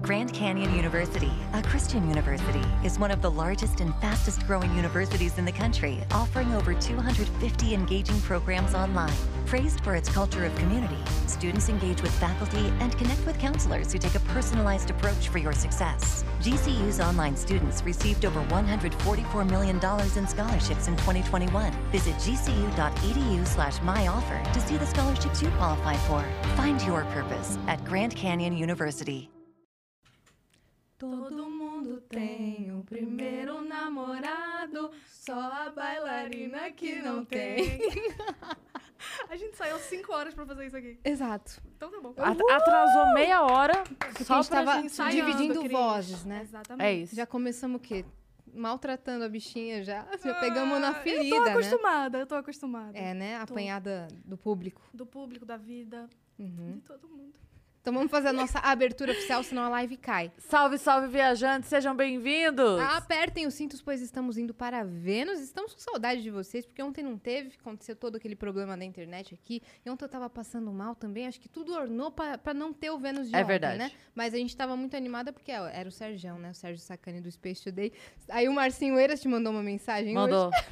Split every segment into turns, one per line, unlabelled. Grand Canyon University, a Christian university, is one of the largest and fastest growing universities in the country, offering over 250 engaging programs online. Praised for its culture of community, students engage with faculty and connect with counselors who take a personalized approach for your success. GCU's online students received over $144 million in scholarships in 2021. Visit gcu.edu E slash myoffer to see the scholarships you qualify for. Find your purpose at Grand Canyon University.
Todo mundo tem um primeiro namorado, só a bailarina que não tem. a gente saiu 5 horas pra fazer isso aqui.
Exato.
Então tá bom.
At- Atrasou meia hora
Porque
só
a gente
pra
tava
gente...
ensaiando,
dividindo
querido.
vozes, né?
Exatamente.
É isso.
Já começamos o quê? Maltratando a bichinha já. Já
Ah,
pegamos na ferida,
Eu tô
né?
acostumada, eu tô acostumada.
É, né? Apanhada do público.
Do público, da vida, de todo mundo.
Então vamos fazer a nossa abertura oficial, senão a live cai.
Salve, salve, viajantes, sejam bem-vindos!
Apertem os cintos, pois estamos indo para Vênus. Estamos com saudade de vocês, porque ontem não teve, aconteceu todo aquele problema da internet aqui. E ontem eu tava passando mal também. Acho que tudo ornou pra pra não ter o Vênus de
É
ontem,
verdade.
né? Mas a gente tava muito animada porque ó, era o Sergião, né? O Sérgio Sacani do Space Today. Aí o Marcinho Eiras te mandou uma mensagem
Mandou.
hoje.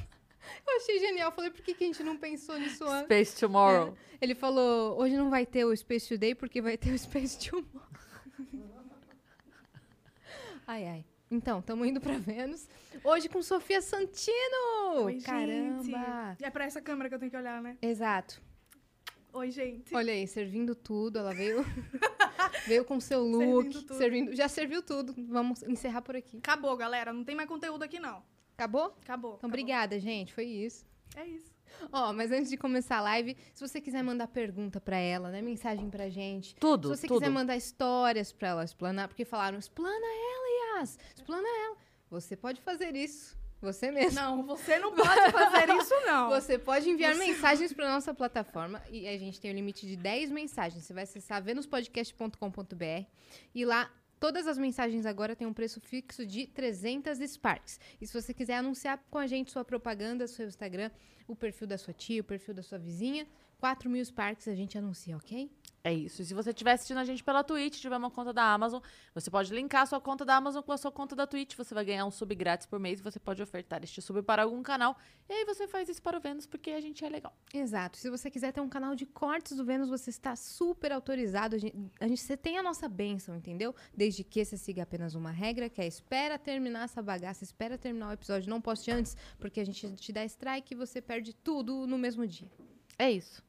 Eu achei genial. Falei, por que, que a gente não pensou nisso antes?
Space Tomorrow.
Ele falou, hoje não vai ter o Space Today porque vai ter o Space Tomorrow. ai, ai. Então, estamos indo pra Vênus. Hoje com Sofia Santino!
Oi,
Caramba!
gente. É pra essa câmera que eu tenho que olhar, né?
Exato.
Oi, gente.
Olha aí, servindo tudo. Ela veio veio com seu look.
Servindo tudo.
servindo- já serviu tudo. Vamos encerrar por aqui.
Acabou, galera. Não tem mais conteúdo aqui, não.
Acabou?
Acabou.
Então,
acabou.
obrigada, gente. Foi isso.
É isso.
Ó, mas antes de começar a live, se você quiser mandar pergunta pra ela, né? Mensagem pra gente.
Tudo,
Se você
tudo.
quiser mandar histórias pra ela explanar, porque falaram, explana ela, Yas, explana ela. Você pode fazer isso, você mesmo.
Não, você não pode fazer isso, não.
Você pode enviar
Você-
mensagens para nossa plataforma e a gente tem o limite de 10 mensagens. Você vai acessar venuspodcast.com.br e lá todas as mensagens agora têm um preço fixo de 300 Sparks. E se você quiser anunciar com a gente sua propaganda, seu Instagram, o perfil da sua tia, o perfil da sua vizinha, 4 mil Sparks a gente anuncia, ok?
É isso. E se você estiver assistindo a gente pela Twitch, tiver uma conta da Amazon, você pode linkar a sua conta da Amazon com a sua conta da Twitch. Você vai ganhar um sub grátis por mês e você pode ofertar este sub para algum canal. E aí você faz isso para o Vênus, porque a gente é legal.
Exato. Se você quiser ter um canal de cortes do Vênus, você está super autorizado. A gente, a gente- você tem a nossa bênção, entendeu? Desde que você siga apenas uma regra, que é espera terminar essa bagaça, espera terminar o episódio, não poste antes, porque a gente te dá strike e você perde tudo no mesmo dia,
É isso.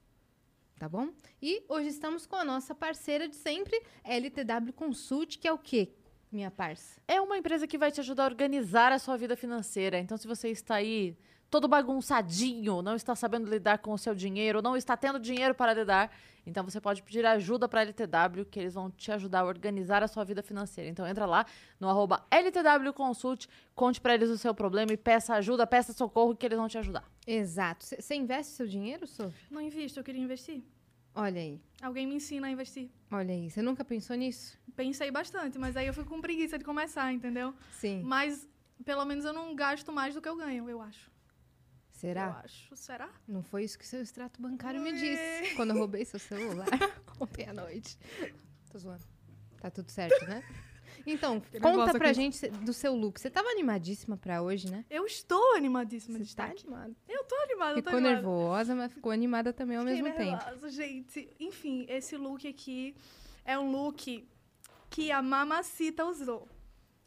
tá bom? E hoje estamos com a nossa parceira de sempre, LTW Consult, que é o quê, minha parça?
É uma empresa que vai te ajudar a organizar a sua vida financeira. Então, se você está aí todo bagunçadinho, não está sabendo lidar com o seu dinheiro, não está tendo dinheiro para lidar, então você pode pedir ajuda para a LTW, que eles vão te ajudar a organizar a sua vida financeira. Então, entra lá no arroba LTW Consult, conte para eles o seu problema e peça ajuda, peça socorro, que eles vão te ajudar.
Exato. Você investe seu dinheiro, Sophie?
Não invisto, eu queria investir.
Olha aí,
Alguém me ensina a investir.
olha aí. Você nunca pensou nisso?
Pensei bastante, mas aí eu fico com preguiça de começar, entendeu?
Sim.
Mas pelo menos eu não gasto mais do que eu ganho, eu acho. Eu
Será?
acho. Será?
Não foi isso que seu extrato bancário me
Ué.
disse quando eu roubei seu celular ontem à noite. Tô zoando. Tá tudo certo, né? Então,
Ele
conta
gosta
pra
que-
gente cê- do seu look. Você tava animadíssima pra hoje, né?
Eu estou animadíssima de
Você tá
estar aqui.
animada.
Eu tô animada, eu tô
Ficou
animada.
nervosa, mas ficou animada também ao
Fiquei
mesmo tempo.
nervosa, gente. Enfim, esse look aqui é um look que a Mamacita usou.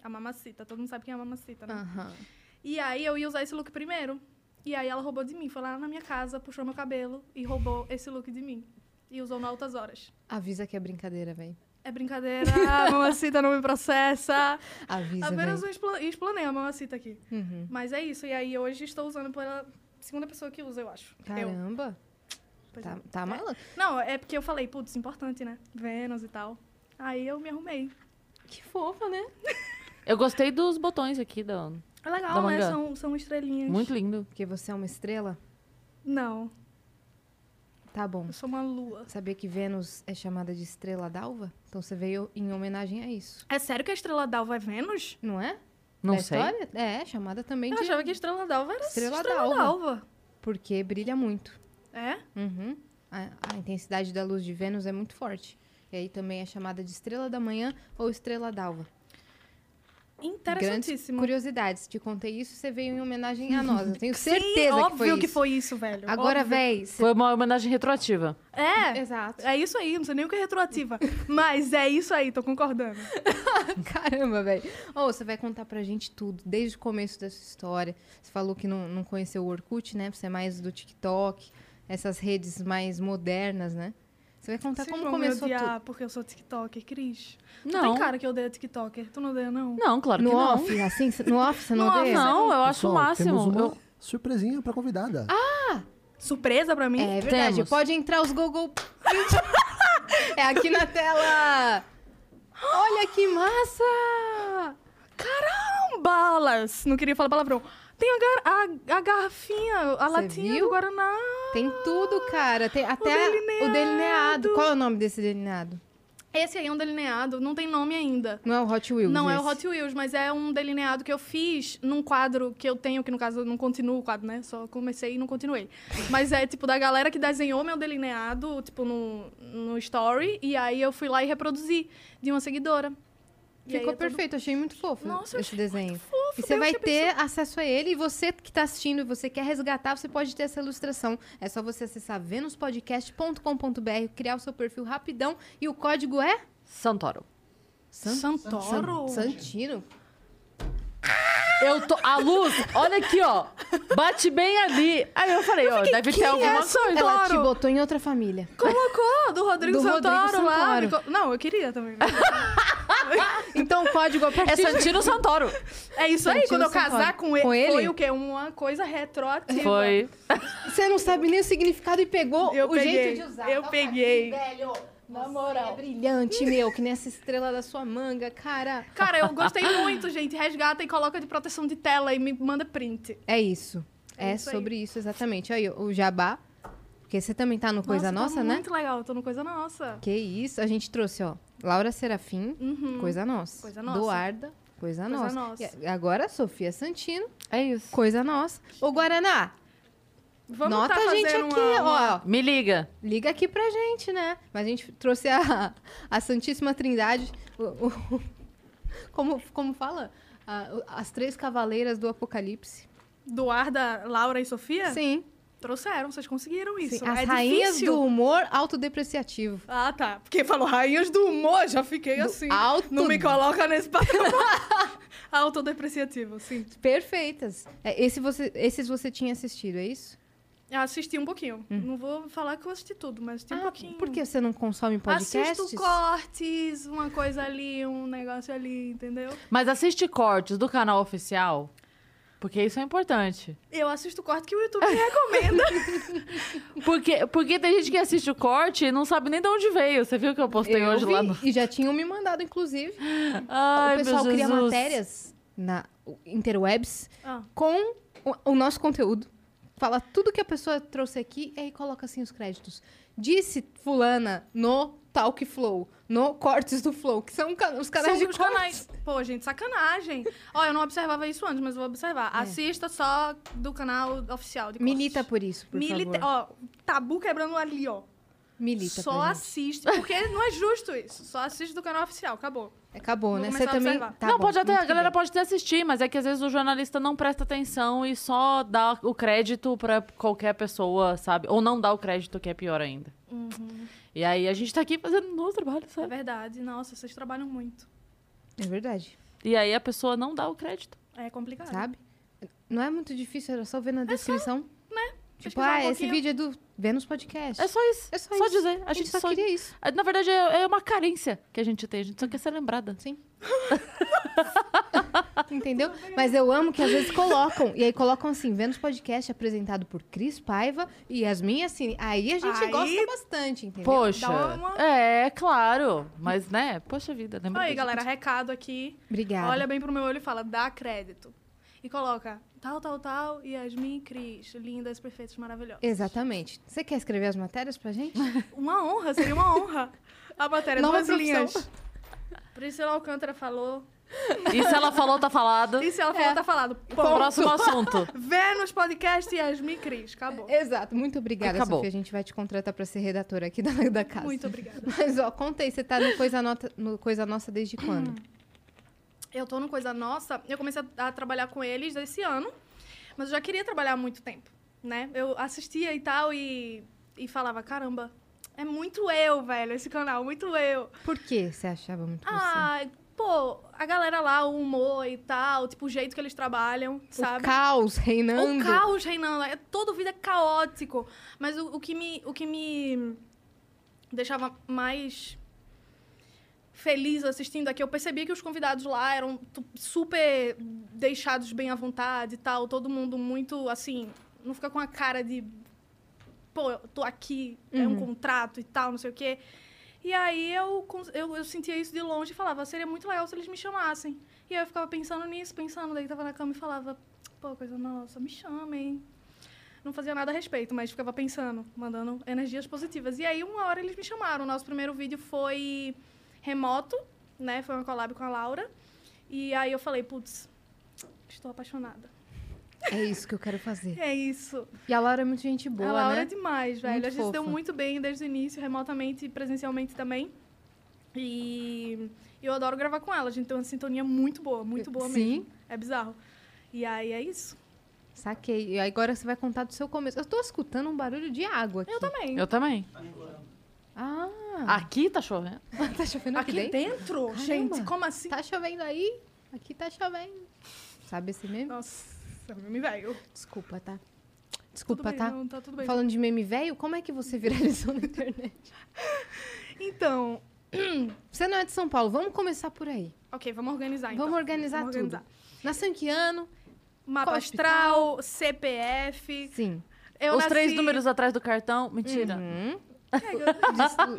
A Mamacita, todo mundo sabe quem é a Mamacita, né?
Aham.
E aí eu ia usar esse look primeiro. E aí ela roubou de mim. Foi lá na minha casa, puxou meu cabelo e roubou esse look de mim. E usou na altas horas.
Avisa que é brincadeira, velho.
É brincadeira, a mamacita não me processa.
Avisa, Uhum.
Apenas
velho.
eu expla- um explanei a mamacita aqui. Mas é isso. E aí hoje estou usando pela segunda pessoa que usa, eu acho. Eu.
Caramba.
Pois
Tá,
é.
tá maluco.
Não, é porque eu falei, putz, importante, né? Vênus e tal. Aí eu me arrumei.
Que fofa, né?
Eu gostei dos botões aqui, da...
É
Da
legal, né?
manga.
São, são estrelinhas.
muito lindo.
Porque você é uma estrela?
Não,
Tá bom.
eu sou uma lua.
Sabia que Vênus é chamada de estrela d'alva? Então você veio em homenagem a isso.
É sério que a estrela d'alva é Vênus?
Não é?
Não
da
sei.
História? É, chamada também
Eu
de.
achava que a estrela d'alva era
Estrela
estrela,
d'alva.
d'alva.
Porque brilha muito.
É?
Uhum. A, a intensidade da luz de Vênus é muito forte. E aí também é chamada de Estrela da Manhã ou Estrela d'Alva. Grandes
Interessantíssimo.
curiosidades. Te contei isso, você veio em homenagem a nós. Eu tenho certeza
Sim,
que
óbvio
foi isso.
isso, velho.
Agora,
óbvio.
véi. cê-
Foi uma homenagem retroativa.
É,
Exato.
é isso aí. Não sei nem o que é retroativa. mas é isso aí, tô concordando.
Caramba, velho. Ou você vai contar pra gente tudo, desde o começo dessa história. Você falou que não, não conheceu o Orkut, né? Você é mais do TikTok, essas redes mais modernas, né? Você vai contar
Vocês
como
vão
começou
me
tudo.
odiar porque eu sou TikToker, Cris. Tu
Não.
tem cara que odeia TikToker. Tu não odeia, não?
Não, claro
No
que não.
off, assim? cê- No off, você não
No off,
odeia?
não, eu acho o
Pessoal, Temos
máximo.
uma
Eu- Ah,
surpresinha pra convidada.
Surpresa pra mim?
É verdade.
Temos.
Pode entrar os Google. é aqui na tela. Olha que massa!
Balas. Não queria falar palavrão. Tem a, gar- a- a garrafinha, a latinha
viu?
do Guaraná.
Tem tudo, cara. Tem até
delineado.
o delineado. Qual é o nome desse delineado?
Esse aí é um delineado, não tem nome ainda.
Não é o Hot Wheels.
Não é o
esse.
Hot Wheels, mas é um delineado que eu fiz num quadro que eu tenho, que no caso eu não continuo o quadro, né? Só comecei e não continuei. Mas é tipo da galera que desenhou meu delineado, tipo no, no story, e aí eu fui lá e reproduzi de uma seguidora. E aí
Ficou
eu tô-
perfeito, achei muito fofo
Nossa, eu
esse
achei
desenho.
fofo,
e você
Deus
vai
te
ter acesso a ele e você que está assistindo e você quer resgatar, você pode ter essa ilustração. É só você acessar venuspodcast.com.br, criar o seu perfil rapidão e o código é
Santoro.
San-
Santoro?
San- Santino.
Eu tô. A luz, olha aqui, ó. Bate bem ali. Aí eu falei, ó, deve ter
é
alguma
assim?
coisa.
Ela te botou em outra família.
Colocou do Rodrigo
Do
Santoro
Rodrigo
lá.
Santoro.
me co- Não, eu queria também. né?
Então o código a
É
partir de-
Santino Santoro.
É isso aí,
Santino
quando eu
Santoro.
casar com ele,
Com ele?
foi o quê? Uma coisa retroativa.
Foi.
Você não sabe nem o significado e pegou
Eu
o
peguei,
jeito de usar.
eu
Toca
peguei.
Aqui, velho. Na moral. É brilhante, meu, que nessa estrela da sua manga, cara.
Cara, eu gostei muito, gente. Resgata e coloca de proteção de tela e me manda print.
É isso.
É
É,
isso aí.
sobre isso, exatamente. Aí, o jabá. Porque você também tá no Coisa Nossa,
tá
né?
Muito legal, tô no Coisa Nossa.
Que isso. A gente trouxe, ó, Laura Serafim,
Uhum.
Coisa Nossa.
Coisa Nossa.
Doarda, Coisa,
Coisa
Nossa.
Nossa.
E agora, Sofia Santino,
É isso.
Coisa Nossa. Ô, Guaraná,
Vamos
nota
tá
a gente
fazendo
aqui,
uma- uma-
ó.
Me liga.
Liga aqui pra gente, né? Mas a gente trouxe a, a Santíssima Trindade, o- o- como, como fala? A- o- as três cavaleiras do Apocalipse.
Duarda, Laura e Sofia?
Sim,
Trouxeram, vocês conseguiram
sim.
isso.
As
é
rainhas
difícil.
do humor autodepreciativo.
Ah, tá. Porque falou rainhas do humor, já fiquei assim.
alto-
Não me coloca nesse patamar. Autodepreciativo, sim.
Perfeitas. É, esse você, esses você tinha assistido, é isso?
Eu assisti um pouquinho. Não vou falar que eu assisti tudo, mas assisti um pouquinho.
Hum. Ah, por que você não consome podcasts?
Assisto cortes, uma coisa ali, um negócio ali, entendeu?
Mas assiste cortes do canal oficial, porque isso é importante.
Eu assisto o corte que o YouTube me recomenda.
Porque, porque tem gente que assiste o corte e não sabe nem de onde veio. Você viu o que eu postei
Eu
hoje
vi,
lá no.
E já tinham me mandado, inclusive.
Ai,
o pessoal
meu
cria
Jesus.
matérias na o- interwebs
Ah.
com o, o nosso conteúdo. Fala tudo que a pessoa trouxe aqui e aí coloca assim os créditos. Disse fulana no Talk Flow, no Cortes do Flow, que são ca- os canais
São
de
os
cortes.
canais. Pô, gente, sacanagem. Ó, eu não observava isso antes, mas vou observar. Assista só do canal oficial de cortes.
É. Milita por isso, por
Milita,
favor.
ó, tabu quebrando ali, ó.
Milita
só
pra gente.
assiste, porque não é justo isso. Só assiste do canal oficial, acabou.
Acabou,
Vou
né? Você
começar a
também...
observar.
Tá
não,
bom,
pode até,
muito
a galera
bem.
pode até assistir, mas é que às vezes o jornalista não presta atenção e só dá o crédito pra qualquer pessoa, sabe? Ou não dá o crédito, que é pior ainda.
Uhum.
E aí a gente tá aqui fazendo o nosso trabalho,
É
sabe?
verdade. Nossa, vocês trabalham muito.
É verdade,
E aí a pessoa não dá o crédito.
É complicado.
sabe? Não é muito difícil, era só ver na
É
descrição.
né?
Tipo,
Pesquisar um
ah, esse
pouquinho.
vídeo é do Vênus Podcast.
É só isso.
É só isso.
dizer. A gente, só,
queria isso.
Na verdade, é é uma carência que a gente tem. A gente só quer ser lembrada.
Sim. Entendeu? Mas eu amo que às vezes colocam. E aí colocam assim, Vênus Podcast apresentado por Cris Paiva e Yasmin Assini. Aí a gente
Aí-
gosta bastante, entendeu?
Poxa.
Dá uma-
É, claro. Mas, né? Poxa vida, lembra
Aí,
disso.
galera, recado aqui.
Obrigada.
Olha bem pro meu olho e fala, dá crédito. E coloca tal, tal, tal, Yasmin e Cris. Lindas, perfeitas, maravilhosas.
Exatamente. Você quer escrever as matérias pra gente?
Uma honra, seria uma honra. A matéria,
Nova
duas linhas.
profissão.
Priscila Alcântara falou.
E se ela falou, tá falado.
E se ela falou, tá falado. Ponto.
Próximo assunto.
Vê nos podcast Yasmin e Cris. Acabou.
Exato. Muito obrigada,
Acabou.
Sofia. A gente vai te contratar pra ser redatora aqui da, da casa.
Muito obrigada.
Mas, ó, conta aí, você tá no Coisa, Nota- no Coisa Nossa desde quando?
Eu tô no Coisa Nossa. Eu comecei a, a trabalhar com eles esse ano, mas eu já queria trabalhar há muito tempo, né? Eu assistia e tal e, e falava, caramba, é muito eu, velho, esse canal, muito eu.
Por que você achava muito você?
Ah, pô, a galera lá, o humor e tal, tipo, o jeito que eles trabalham,
O
sabe?
caos reinando.
O caos reinando. É, todo vida é caótico. Mas o, o que me, o que me deixava mais feliz assistindo aqui, eu percebia que os convidados lá eram tu- super deixados bem à vontade e tal. Todo mundo muito, assim, não fica com a cara de... Pô, eu tô aqui, é um contrato e tal, não sei o quê. E aí eu, cons- eu, eu sentia isso de longe e falava, seria muito legal se eles me chamassem. E aí eu ficava pensando nisso, pensando, daí tava na cama e falava, pô, coisa nossa, me chamem. Não fazia nada a respeito, mas ficava pensando, mandando energias positivas. E aí uma hora eles me chamaram. O nosso primeiro vídeo foi remoto, né? Foi uma collab com a Laura. E aí eu falei, putz, estou apaixonada.
É isso que eu quero fazer.
É isso.
E a Laura é muito gente boa,
a Laura
né?
é demais, velho.
Muito
a gente se deu
fofa.
muito bem desde o início, remotamente e presencialmente também. E eu adoro gravar com ela. A gente tem uma sintonia muito boa, muito boa
Sim.
mesmo. É bizarro. E aí é isso.
Saquei. E agora você vai contar do seu começo. Eu tô escutando um barulho de água aqui.
Eu também.
Eu também.
Ah,
Aqui tá chovendo.
tá chovendo aqui,
Aqui dentro? Gente, como assim?
Tá chovendo aí? Aqui tá chovendo. Sabe esse meme?
Nossa, me velho.
Desculpa, tá?
Tudo
Desculpa,
bem,
tá?
não, tá tudo bem.
Falando de meme velho, como é que você viralizou na internet?
Então,
Você não é de São Paulo, vamos começar por aí.
ok, vamos organizar então.
vamos organizar
Vamos
tudo. Nasceu em que ano?
Mapa
Qual é
astral, CPF.
Sim.
Eu
Os
nasci-
três números atrás do cartão. Mentira.
Hum?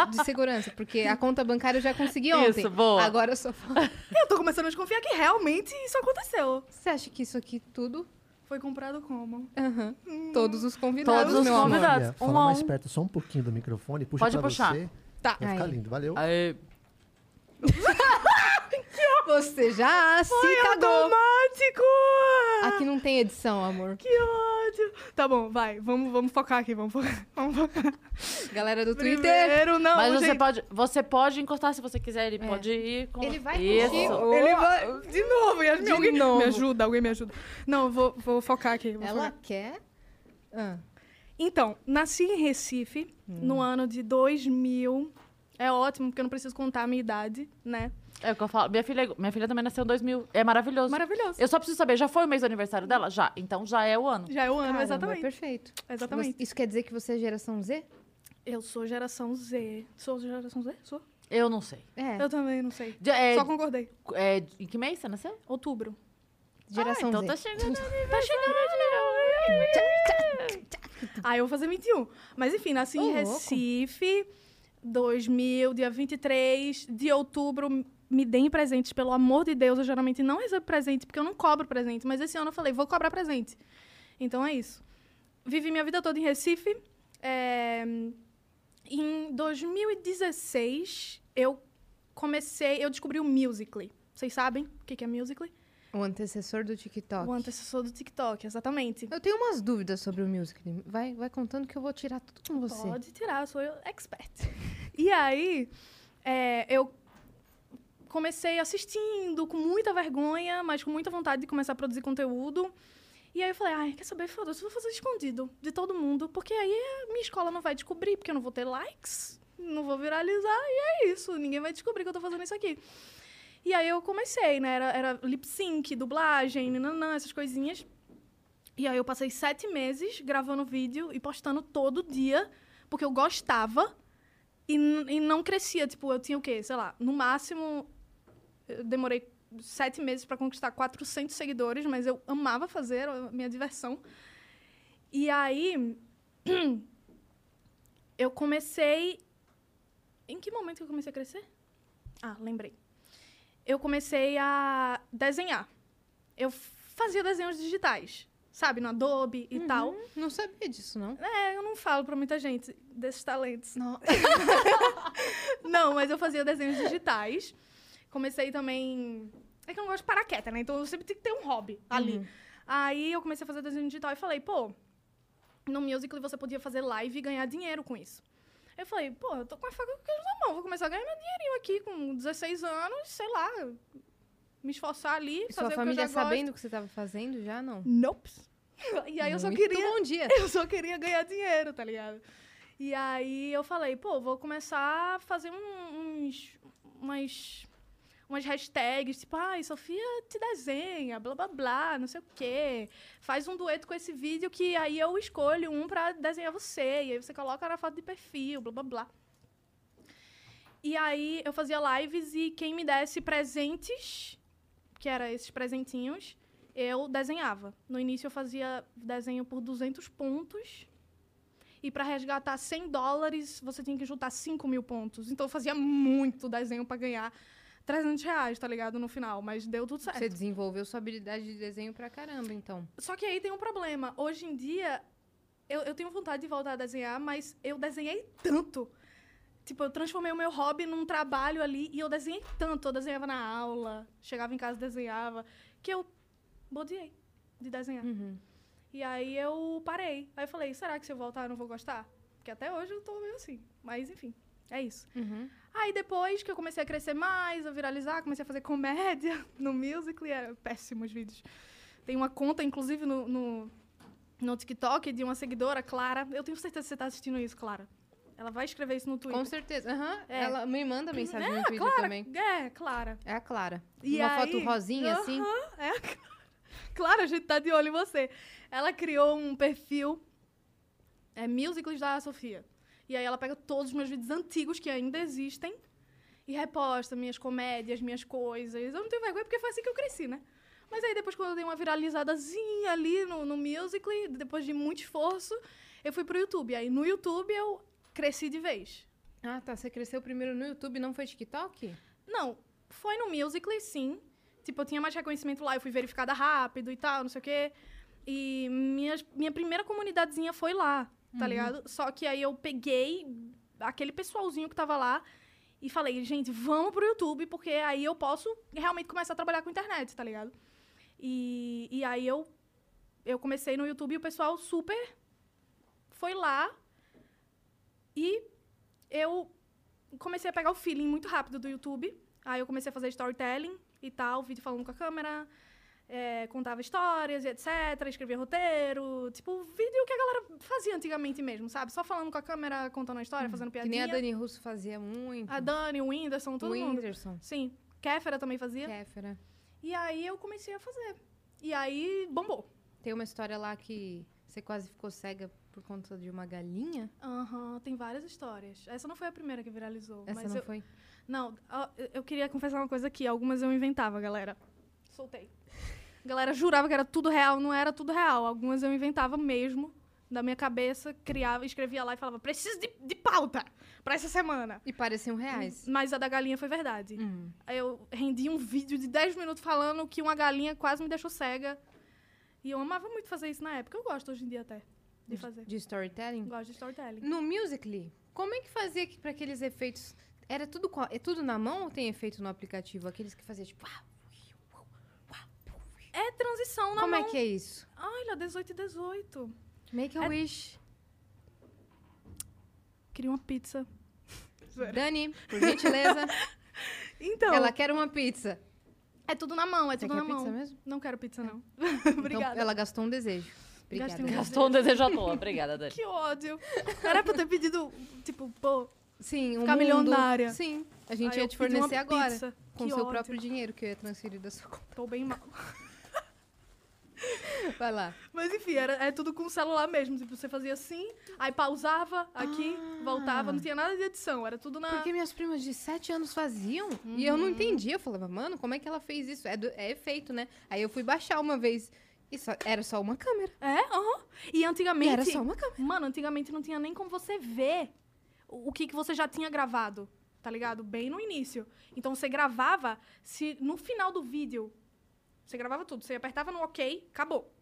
De, de segurança, porque a conta bancária eu já consegui ontem.
Isso, boa.
Agora eu só falo.
Eu tô começando a desconfiar que realmente isso aconteceu.
Você acha que isso aqui tudo?
Foi comprado como?
Aham.
Hum.
Todos os convidados,
Todos os
meu amor.
convidados.
Olha,
Um
fala
a
mais
um.
perto, só um pouquinho do microfone. Puxa
Pode
pra
puxar.
você.
Tá.
Vai ficar
Aí.
lindo, valeu.
Aê.
Você já se cagou.
é Automático!
Aqui não tem edição, amor.
Que ódio! Tá bom, vai. Vamos, vamos focar aqui, vamos focar. Vamos focar.
Galera do Twitter.
Primeiro, não,
Mas você
gente.
pode, você pode encostar se você quiser. Ele pode ir com...
Ele vai
Isso.
contigo.
Ele vai... De novo, Yasmin.
Oh. De
alguém
novo.
me ajuda, alguém me ajuda. Não, vou, vou focar aqui. vou
Ela
focar.
quer. Ah,
Então, nasci em Recife no ano de 2000. É ótimo, porque eu não preciso contar a minha idade, né?
É o que eu falo. Minha filha, minha filha também nasceu em 2000. É maravilhoso.
Maravilhoso.
Eu só preciso saber, já foi o mês do aniversário dela? Já. Então já é o ano.
Já é o ano,
caramba,
exatamente.
Perfeito.
Exatamente.
Você- Isso quer dizer que você é geração Z?
Eu sou geração Z. Sou geração Z? Sou?
Eu não sei.
É.
Eu também não sei.
De- é,
Só concordei.
é, em que mês você nasceu?
Outubro.
Geração
ah, então
Z.
tá chegando.
Tá chegando. Ah, eu vou fazer 21. Mas enfim, nasci
Ô,
em
louco.
Recife, 2000, dia 23 de outubro. Me deem presentes, pelo amor de Deus. Eu geralmente não recebo presente, porque eu não cobro presente. Mas esse ano eu falei, vou cobrar presente. Então é isso. Vivi minha vida toda em Recife. É, Em 2016, eu comecei, eu descobri o Musical.ly. Vocês sabem o que que é Musical.ly?
O antecessor do TikTok.
O antecessor do TikTok, exatamente.
Eu tenho umas dúvidas sobre o music. Vai, vai contando que eu vou tirar tudo com você.
Pode tirar, sou eu expert. E aí, é, eu comecei assistindo com muita vergonha, mas com muita vontade de começar a produzir conteúdo. E aí eu falei, ai, quer saber, foda-se, eu vou fazer escondido de todo mundo, porque aí a minha escola não vai descobrir, porque eu não vou ter likes, não vou viralizar, e é isso, ninguém vai descobrir que eu tô fazendo isso aqui. E aí eu comecei, né, era, era lip sync, dublagem, nananã, essas coisinhas. E aí eu passei sete meses gravando vídeo e postando todo dia, porque eu gostava e, n- e não crescia. Tipo, eu tinha o quê? Sei lá, no máximo eu demorei sete meses para conquistar 400 seguidores, mas eu amava fazer, era a minha diversão. E aí eu comecei. Em que momento que eu comecei a crescer? Ah, lembrei. Eu comecei a desenhar. Eu fazia desenhos digitais, sabe, no Adobe e tal.
Não sabia disso, não.
É, eu não falo pra muita gente desses talentos.
Não.
Não, mas eu fazia desenhos digitais. Comecei também. É que eu não gosto de parar quieta, né? Então eu sempre tenho que ter um hobby ali.
Uhum.
Aí eu comecei a fazer desenho digital e falei, pô, no Musical.ly você podia fazer live e ganhar dinheiro com isso. Eu falei, pô, eu tô com a faca que eu na mão, vou começar a ganhar meu dinheirinho aqui com 16 anos, sei lá, me esforçar ali,
E sua
fazer o que eu
família
já
sabendo o que você tava fazendo já, não?
gosto. Nope. E aí eu só
Muito
queria
bom dia.
eu só queria ganhar dinheiro, tá ligado? E aí eu falei, pô, vou começar a fazer um- uns. umas. umas hashtags, tipo, ai, Sofia te desenha, blá blá blá, não sei o quê. Faz um dueto com esse vídeo que aí eu escolho um pra desenhar você. E aí você coloca na foto de perfil, blá blá blá. E aí eu fazia lives e quem me desse presentes, que era esses presentinhos, eu desenhava. No início eu fazia desenho por 200 pontos. E para resgatar 100 dólares, você tinha que juntar 5 mil pontos. Então eu fazia muito desenho para ganhar 300 reais, tá ligado? No final. Mas deu tudo certo.
Você desenvolveu sua habilidade de desenho pra caramba, então.
Só que aí tem um problema. Hoje em dia, eu, eu tenho vontade de voltar a desenhar, mas eu desenhei tanto. Tipo, eu transformei o meu hobby num trabalho ali e eu desenhei tanto. Eu desenhava na aula, chegava em casa e desenhava, que eu bodeei de desenhar.
Uhum.
E aí eu parei. Aí eu falei, será que se eu voltar eu não vou gostar? Porque até hoje eu tô meio assim. Mas enfim, é isso.
Uhum.
Aí depois que eu comecei a crescer mais, a viralizar, comecei a fazer comédia no musical e era péssimos vídeos. Tem uma conta, inclusive, no, no, no TikTok de uma seguidora, Clara. Eu tenho certeza que você tá assistindo isso, Clara. Ela vai escrever isso no Twitter.
Com certeza. Aham.
É.
Ela me manda mensagem no Twitter
Clara,
também.
É, Clara.
É a Clara.
E
Uma
aí?
foto rosinha, assim.
Aham, É. Claro, a gente tá de olho em você. Ela criou um perfil é, Musicals da Sofia. E aí ela pega todos os meus vídeos antigos que ainda existem e reposta minhas comédias, minhas coisas. Eu não tenho vergonha porque foi assim que eu cresci, né? Mas aí depois, quando eu dei uma viralizadazinha ali no, no musical, depois de muito esforço, eu fui pro YouTube. Aí no YouTube eu cresci de vez.
Ah, tá. Você cresceu primeiro no YouTube, não foi TikTok?
Não, foi no Musical.ly, sim. Tipo, eu tinha mais reconhecimento lá, eu fui verificada rápido e tal, não sei o quê. E minha, minha primeira comunidadezinha foi lá, tá ligado? Só que aí eu peguei aquele pessoalzinho que tava lá e falei, gente, vamos pro YouTube, porque aí eu posso realmente começar a trabalhar com internet, tá ligado? E, e aí eu, eu comecei no YouTube e o pessoal super foi lá e eu comecei a pegar o feeling muito rápido do YouTube. Aí eu comecei a fazer storytelling e tal, vídeo falando com a câmera, é, contava histórias e etc, escrevia roteiro, tipo, vídeo que a galera fazia antigamente mesmo, sabe? Só falando com a câmera, contando a história, fazendo
Uhum. Que nem
piadinha.
a Dani Russo fazia muito.
A Dani, o Whindersson, todo
o
mundo.
Whindersson.
Sim. Kéfera também fazia.
Kéfera.
E aí eu comecei a fazer. E aí bombou.
Tem uma história lá que você quase ficou cega por conta de uma galinha?
Aham, tem várias histórias. Essa não foi a primeira que viralizou.
Essa
mas
não
eu,
foi?
Não, ó, eu- eu queria confessar uma coisa aqui. Algumas eu inventava, galera. Soltei. A galera jurava que era tudo real, não era tudo real. Algumas eu inventava mesmo. Da minha cabeça, criava, escrevia lá e falava: preciso de, de pauta pra essa semana.
E pareciam reais.
Mas a da galinha foi verdade.
Hum.
Aí eu rendi um vídeo de 10 minutos falando que uma galinha quase me deixou cega. E eu amava muito fazer isso na época. Eu gosto hoje em dia até de fazer.
De storytelling?
Gosto de storytelling.
No Musical.ly, como é que fazia que- pra aqueles efeitos? Era tudo, co- é tudo na mão ou tem efeito no aplicativo? Aqueles que fazia tipo... ah,
É transição na
como
mão. É
é que é isso?
Olha, 18 e 18.
Make a wish.
Queria uma pizza.
Dani, por gentileza,
Então,
ela quer uma pizza.
é tudo na mão, é
Você
tudo
quer
na mão.
pizza mesmo?
Não quero pizza, É. não.
Então,
Obrigada.
ela gastou um desejo. Obrigada.
Gastei um
Gastou um desejo à toa. Obrigada, Dani.
Que ódio. Era pra eu ter pedido, tipo, pô,
Sim, um
Ficar
mundo-
milionária.
Sim, a gente
aí
ia
eu
te
pedi uma
fornecer agora.
pizza.
Com
que
seu
ódio.
próprio dinheiro, que eu ia transferir da sua conta.
Tô bem mal.
Vai lá.
Mas enfim, era, é tudo com o celular mesmo. Tipo, você fazia assim, aí pausava aqui, voltava, não tinha nada de edição, era tudo na.
Porque minhas primas de 7 anos faziam. E eu não entendia. Eu falava, mano, como é que ela fez isso? É, do- é efeito, né? Aí eu fui baixar uma vez. E só- era só uma câmera.
É, aham. E
E
antigamente.
era só uma câmera.
Mano, antigamente não tinha nem como você ver o o que, que você já tinha gravado, tá ligado? Bem no início. Então você gravava, se no final do vídeo. Você gravava tudo, você apertava no OK, acabou.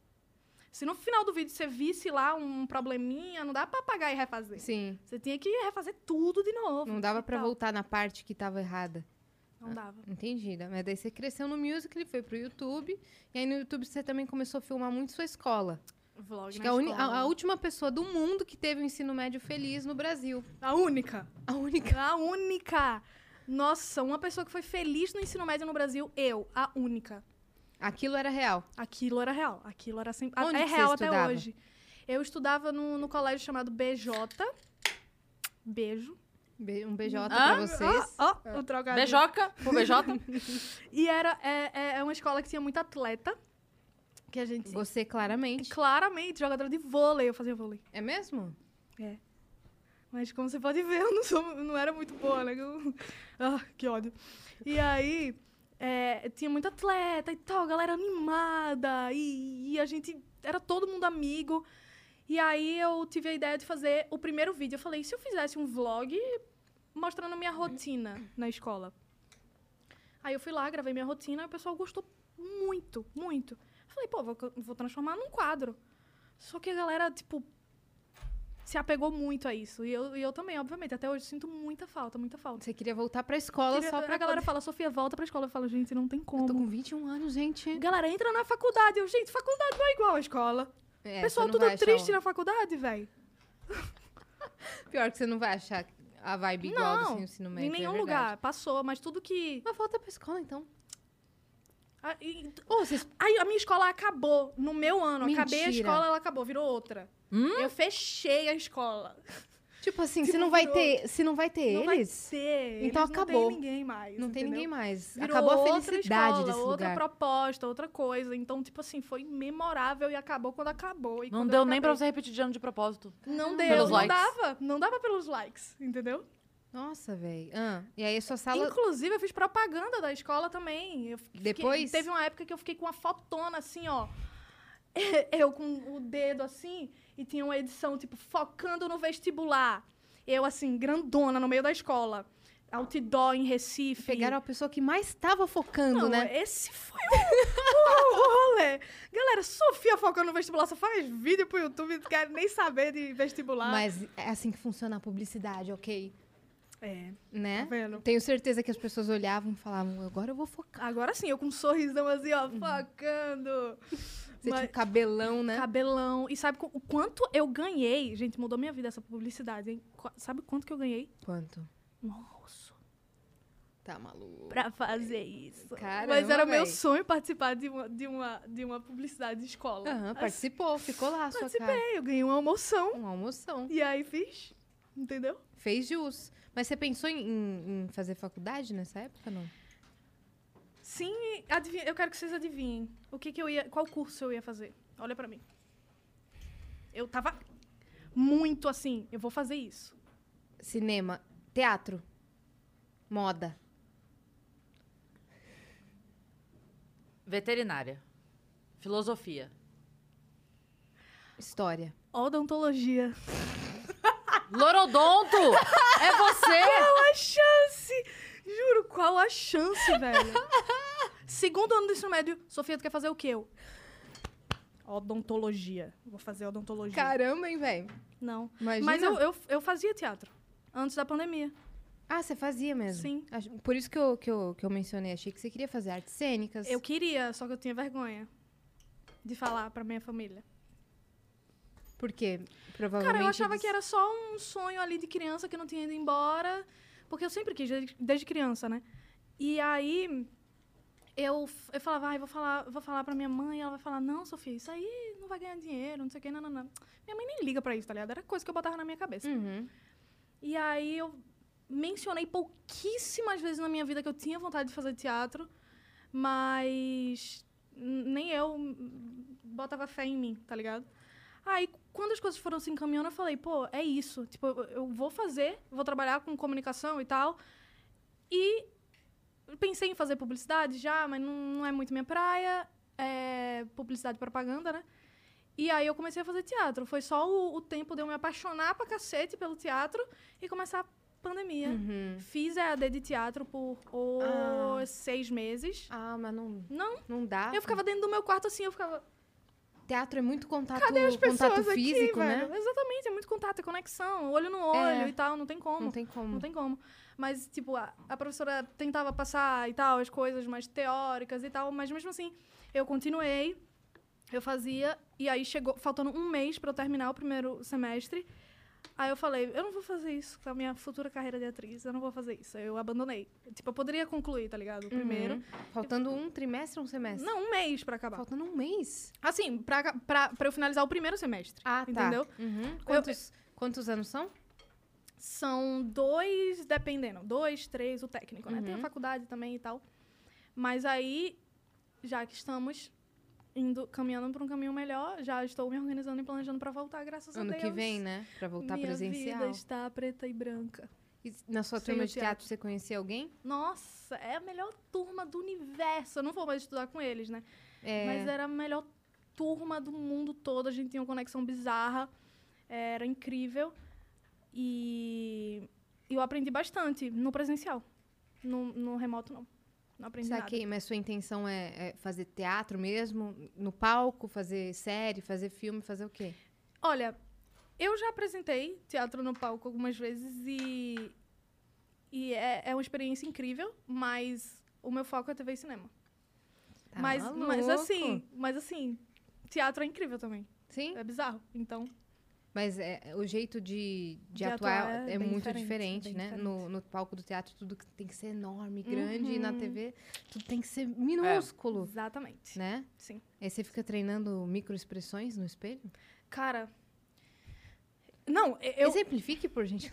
Se no final do vídeo você visse lá um probleminha, não dá pra apagar e refazer.
Sim.
Você tinha que refazer tudo de novo.
Não dava
e
pra
tal.
voltar na parte que tava errada.
Não dava.
Entendi, né? mas daí você cresceu no music, ele foi pro YouTube, e aí no YouTube você também começou a filmar muito sua escola.
Vlog
Acho
na
que a, uni-
escola.
a- a última pessoa do mundo que teve o ensino médio feliz no Brasil.
A única.
A única.
A única. Nossa, uma pessoa que foi feliz no ensino médio no Brasil, eu, a única.
Aquilo era real.
Aquilo era real. Aquilo era sempre.
Onde
é
que você
real até
estudava?
hoje. Eu estudava no, no colégio chamado BJ. Beijo.
Be- Um BJ
Ah,
pra vocês.
Ó, ó, o trocadilho.
Beijoca, pro BJ.
E era é, é, é uma escola que tinha muito atleta. Que a gente.
Você, claramente.
Claramente, jogadora de vôlei. Eu fazia vôlei.
É mesmo?
Mas como você pode ver, eu não, sou, não era muito boa, né? Eu- Ah, que ódio. E aí, é, tinha muito atleta e tal, galera animada, e, e a gente era todo mundo amigo. E aí eu tive a ideia de fazer o primeiro vídeo. Eu falei, e se eu fizesse um vlog mostrando a minha rotina na escola? Aí eu fui lá, gravei minha rotina, e o pessoal gostou muito, muito. Eu falei, pô, vou, vou transformar num quadro. Só que a galera, tipo, se apegou muito a isso. E eu, e eu também, obviamente. Até hoje sinto muita falta, muita falta.
Você queria voltar pra escola
Queria-
só pra
a galera fala, Sofia, volta pra escola. Eu falo, gente, não tem
Eu tô
como.
com 21 anos, gente.
Galera, entra na faculdade. Eu, gente, faculdade não é igual à escola.
É,
Pessoal,
você não
tudo
vai achar
triste
um-
na faculdade, velho.
Pior que você não vai achar a vibe igual do
Não,
ensino- ensino médio.
Em nenhum
é verdade.
lugar. Passou, mas tudo que.
Mas volta pra escola, então.
a- e-
Ô, vocês...
Aí a minha escola acabou no meu ano. Acabei a
Mentira. Hum?
escola, ela acabou, virou outra. Eu fechei a escola.
Tipo assim,
Tipo,
você não vai
virou-
ter, você não vai ter
Não vai
eles?
ter,
Então
eles Não
acabou.
tem ninguém mais.
Não tem
entendeu?
ninguém mais.
Virou
Acabou a
outra
felicidade
escola,
desse
outra
lugar.
proposta, outra coisa. Então, tipo assim, foi memorável e acabou quando acabou. E
Não
quando eu
deu nem pra
acabei-
você repetir de ano de propósito.
Não
Caramba.
deu,
Pelos
não
likes.
dava. Não dava pelos likes, entendeu?
Nossa, velho. Ah, e aí a sua sala...
Inclusive, eu fiz propaganda da escola também. Eu fiquei-
Depois?
Teve uma época que eu fiquei com uma fotona assim, ó. Eu com o dedo assim, e tinha uma edição, tipo, focando no vestibular. Eu, assim, grandona, no meio da escola. Outdoor em Recife.
Pegaram a pessoa que mais estava focando,
Não, é
né?
esse foi o, o, o rolê. Galera, Sofia focando no vestibular, só faz vídeo pro YouTube, não quer nem saber de vestibular.
Mas é assim que funciona a publicidade, ok?
É, tá
Né?
vendo?
Tenho certeza que as pessoas olhavam e falavam, agora eu vou focar.
Agora sim, eu com um sorrisão assim, ó, focando.
Você
Mas-
tinha um cabelão, Uhum. né?
Cabelão. E sabe co- o quanto eu ganhei? Gente, mudou minha vida essa publicidade, hein? Qu- Sabe quanto que eu ganhei?
Quanto?
Um almoço
Tá maluco.
pra fazer isso.
Caramba,
Mas era
véi.
meu sonho participar de uma, de uma, de uma publicidade de escola.
Aham,
Assim,
participou, ficou lá a sua cara.
eu ganhei uma almoção.
Uma almoção.
E aí fiz, entendeu?
Fez jus. Mas você pensou em, em- em fazer faculdade nessa época, não?
Sim, adivinha- eu quero que vocês adivinhem o que, que eu ia, qual curso eu ia fazer. Olha pra mim. Eu tava muito assim, eu vou fazer isso.
Cinema, teatro, moda.
Veterinária. Filosofia.
História.
Odontologia.
Lorodonto! é você!
Qual a chance? Juro, qual a chance, velho? Segundo ano do ensino médio, Sofia, tu quer fazer o quê? Eu? Odontologia. Vou fazer odontologia.
Caramba, hein, velho?
Não.
Imagina.
Mas eu, eu, eu fazia teatro. Antes da pandemia.
Ah, você fazia mesmo?
Sim.
Ach- Por isso que eu, que, eu, que eu mencionei, achei que você queria fazer artes cênicas.
Eu queria, só que eu tinha vergonha de falar pra minha família.
Por quê? Provavelmente.
Cara, eu achava
eles-
que era só um sonho ali de criança que não tinha ido embora. Porque eu sempre quis, desde, desde criança, né? E aí eu, f- eu falava, ai, vou falar, vou falar pra minha mãe, ela vai falar, não, Sofia, isso aí não vai ganhar dinheiro, não sei o quê, não, não, não. Minha mãe nem liga pra isso, tá ligado? Era coisa que eu botava na minha cabeça.
Uhum.
E aí eu mencionei pouquíssimas vezes na minha vida que eu tinha vontade de fazer teatro, mas n- nem eu hum, botava fé em mim, tá ligado? Aí, quando as coisas foram se encaminhando, eu falei, pô, é isso. Tipo, eu, eu vou fazer, vou trabalhar com comunicação e tal. E pensei em fazer publicidade já, mas não, não é muito minha praia. É publicidade e propaganda, né? E aí eu comecei a fazer teatro. Foi só o, o tempo de eu me apaixonar pra cacete pelo teatro e começar a pandemia.
Uhum.
Fiz EAD de teatro por ô,
Ah.
seis meses.
Ah, mas não.
Não.
Não dá.
Eu ficava dentro do meu quarto assim, eu ficava.
Teatro é muito contato,
pessoas
contato
aqui,
físico, né?
velho. Exatamente, é muito contato, é conexão, olho no olho
É.
e tal, não tem como.
Não tem como.
Não tem como. Mas, tipo, a, a professora tentava passar e tal, as coisas mais teóricas e tal, mas mesmo assim, eu continuei, eu fazia, e aí chegou, faltando um mês para eu terminar o primeiro semestre. Aí eu falei, eu não vou fazer isso com a minha futura carreira de atriz, eu não vou fazer isso. Eu abandonei. Tipo, eu poderia concluir, tá ligado? O
Uhum.
primeiro.
Faltando um trimestre ou um semestre?
Não, um mês pra acabar.
Faltando um mês?
Assim, pra, pra, pra eu finalizar o primeiro semestre.
Ah, tá.
Entendeu?
Uhum. Quantos, quantos anos são?
São dois, dependendo. Dois, três, o técnico, né? Tem a
Uhum.
faculdade também e tal. Mas aí, já que estamos indo, caminhando para um caminho melhor, já estou me organizando e planejando para voltar, graças a
Ano
Deus.
que vem, né? Pra voltar
Minha
presencial.
vida está preta e branca.
E na sua
Sem
turma
o
de
teatro.
teatro, você conhecia alguém?
Nossa, é a melhor turma do universo. Eu não vou mais estudar com eles, né?
É,
Mas era a melhor turma do mundo todo. A gente tinha uma conexão bizarra. Era incrível. E eu aprendi bastante no presencial. No, no remoto, não. Não aprendi nada.
Saquei, mas sua intenção é, é fazer teatro mesmo? No palco, fazer série, fazer filme, fazer o quê?
Olha, eu já apresentei teatro no palco algumas vezes e... E é, é uma experiência incrível, mas o meu foco é TV e cinema.
Tá
mas,
maluco?
mas assim, mas assim, teatro é incrível também.
Sim,
É bizarro. Então,
mas é, o jeito de, de, atuar, é,
bem
muito
diferente,
diferente,
bem
né?
diferente. Uhum.
No, no palco do teatro, tudo que tem que ser enorme, grande, e na TV, tudo tem que ser minúsculo,
exatamente.
né?
Sim.
Aí você fica treinando microexpressões no espelho?
Cara. Não, eu.
Exemplifique, por gente.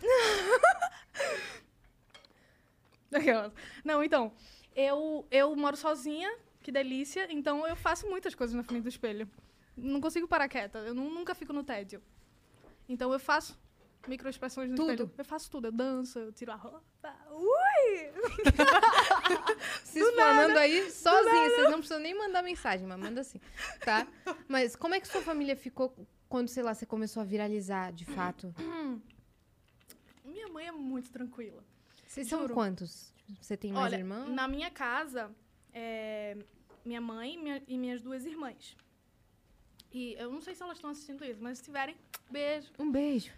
Aquelas. Não, então. Eu, eu moro sozinha, que delícia. Então eu faço muitas coisas na frente do espelho. Não consigo parar quieta. Eu nu- nunca fico no tédio. Então eu faço microexpressões no
Tudo.
espelho. Eu faço tudo. Eu danço, eu tiro a roupa. Ui!
se explanando aí sozinha. Vocês não precisam nem mandar mensagem, mas manda assim, tá? Mas como é que sua família ficou quando, sei lá, você começou a viralizar, de fato?
Minha mãe é muito tranquila.
Vocês são
Juro.
quantos? Você tem mais
Olha,
irmãos?
na minha casa, é, minha mãe e minha- e minhas duas irmãs. E eu não sei se elas estão assistindo isso, mas se tiverem, beijo.
Um beijo.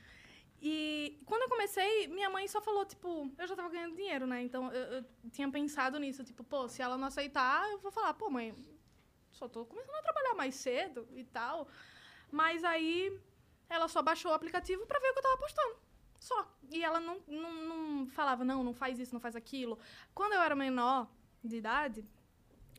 E quando eu comecei, minha mãe só falou, tipo, eu já tava ganhando dinheiro, né? Então eu, eu tinha pensado nisso, tipo, pô, se ela não aceitar, eu vou falar, pô, mãe, só tô começando a trabalhar mais cedo e tal. Mas aí ela só baixou o aplicativo pra ver o que eu tava postando. Só. E ela não, não, não falava, não, não faz isso, não faz aquilo. Quando eu era menor de idade,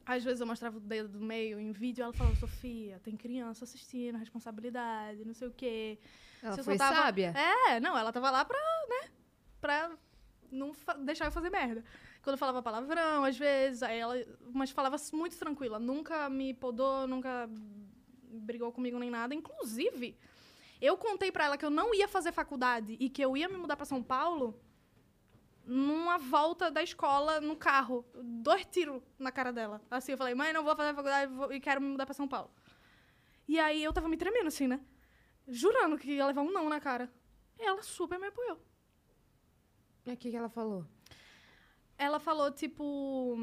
às vezes eu mostrava o dedo do meio em vídeo e ela falava, Sofia, tem criança assistindo, responsabilidade, não sei o quê.
Ela
Se eu
foi
soltava-
sábia?
É, não, ela tava lá pra, né, pra não fa- deixar eu fazer merda. Quando eu falava palavrão, às vezes, aí ela, mas falava muito tranquila, nunca me podou, nunca brigou comigo nem nada, inclusive, eu contei pra ela que eu não ia fazer faculdade e que eu ia me mudar pra São Paulo numa volta da escola no carro, dois tiros na cara dela. Assim, eu falei: "Mãe, não vou fazer faculdade vou- e quero me mudar pra São Paulo". E aí eu tava me tremendo assim, né? Jurando que ia levar um não na cara. Ela super me apoiou.
E É, O que, que ela falou?
Ela falou, tipo.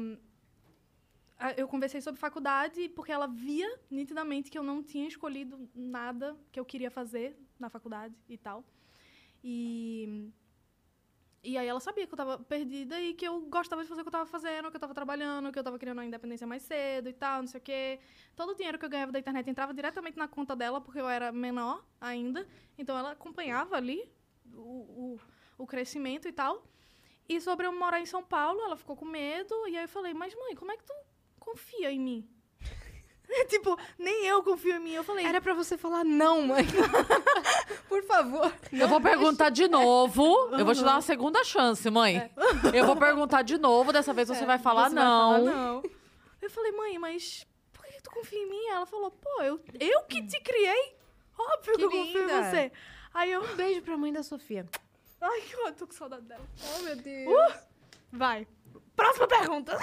a- Eu conversei sobre faculdade porque ela via nitidamente que eu não tinha escolhido nada que eu queria fazer na faculdade e tal. E. E aí ela sabia que eu tava perdida e que eu gostava de fazer o que eu tava fazendo, que eu tava trabalhando, que eu tava criando a independência mais cedo e tal, não sei o quê. Todo o dinheiro que eu ganhava da internet entrava diretamente na conta dela porque eu era menor ainda. Então ela acompanhava ali o, o, o crescimento e tal. E sobre eu morar em São Paulo, ela ficou com medo. E aí eu falei, mas mãe, como é que tu confia em mim? tipo, nem eu confio em mim. Eu falei,
Era pra você falar não, mãe. por favor.
Eu vou perguntar de novo. Eu vou te dar uma segunda chance, mãe. Eu vou perguntar de novo. Dessa vez você vai falar
É. "Você vai
não.
falar não. Eu falei, mãe, mas por que tu confia em mim? Ela falou, pô, eu, eu que te criei. Óbvio que,
Que
eu confio em
linda.
você. Aí eu,
Um beijo pra mãe da Sofia.
ai, que ódio, tô com saudade dela.
Oh, meu Deus.
Vai. Próxima pergunta.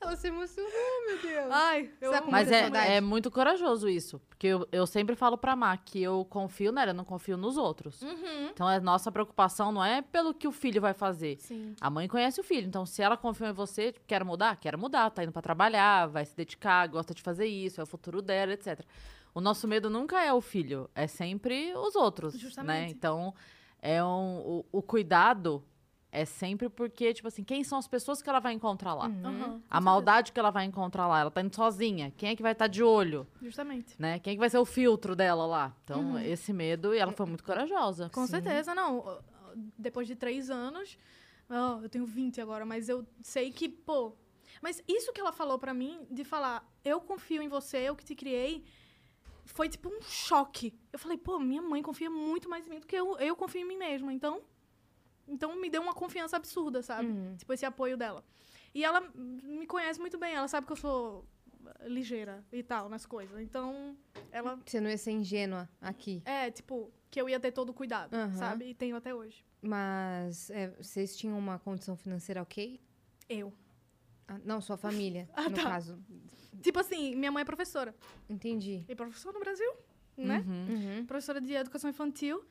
Ela se emocionou, meu Deus.
Ai, eu
Você
amo
Mas
muita
é,
saudade.
é muito corajoso isso. Porque eu, eu sempre falo pra Má que eu confio nela, eu não confio nos outros.
Uhum.
Então a nossa preocupação não é pelo que o filho vai fazer.
Sim.
A mãe conhece o filho, então se ela confia em você, tipo, quer mudar? Quer mudar, tá indo pra trabalhar, vai se dedicar, gosta de fazer isso, é o futuro dela, etc. O nosso medo nunca é o filho, é sempre os outros, né?
Justamente.
Então, é um, o, o cuidado É sempre porque, tipo assim, quem são as pessoas que ela vai encontrar lá?
Aham,
A maldade que ela vai encontrar lá, ela tá indo sozinha. Quem é que vai estar de olho,
Justamente.
né? Quem é que vai ser o filtro dela lá? Então, esse medo, e ela foi muito corajosa.
Uhum. Com certeza, não. Depois de três anos, ó, eu tenho 20 agora, mas eu sei que, pô. Mas isso que ela falou pra mim, de falar, eu confio em você, eu que te criei, foi tipo um choque. Eu falei, pô, minha mãe confia muito mais em mim do que eu, eu confio em mim mesma. Então, então me deu uma confiança absurda, sabe? Tipo, esse apoio dela. E ela me conhece muito bem, ela sabe que eu sou ligeira e tal nas coisas. Então, ela
Você não ia ser ingênua aqui.
é, tipo, que eu ia ter todo o cuidado,
Aham.
sabe? E tenho até hoje.
Mas é, vocês tinham uma condição financeira ok?
Eu.
Ah, não, sua família, no
tá.
caso.
Tipo assim, minha mãe é professora.
Entendi.
E professora no Brasil, né?
Uhum.
Professora de educação infantil.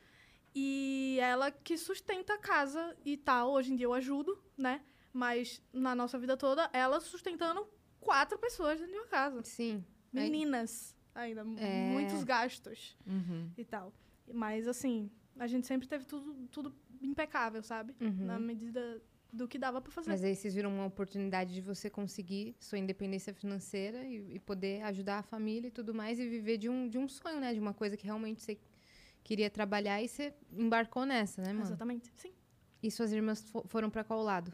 E ela que sustenta a casa e tal. Hoje em dia eu ajudo, né? Mas na nossa vida toda, ela sustentando quatro pessoas dentro de uma casa.
Sim. Aí-
Meninas ainda. m-
É.
Muitos gastos
Uhum.
e tal. Mas assim, a gente sempre teve tudo, tudo impecável, sabe? Na medida do que dava pra fazer.
Uhum. Mas aí vocês viram uma oportunidade de você conseguir sua independência financeira e, e poder ajudar a família e tudo mais e viver de um, de um sonho, né? De uma coisa que realmente você queria trabalhar e você embarcou nessa, né, mano?
Exatamente. Sim.
E suas irmãs fo- foram pra qual lado?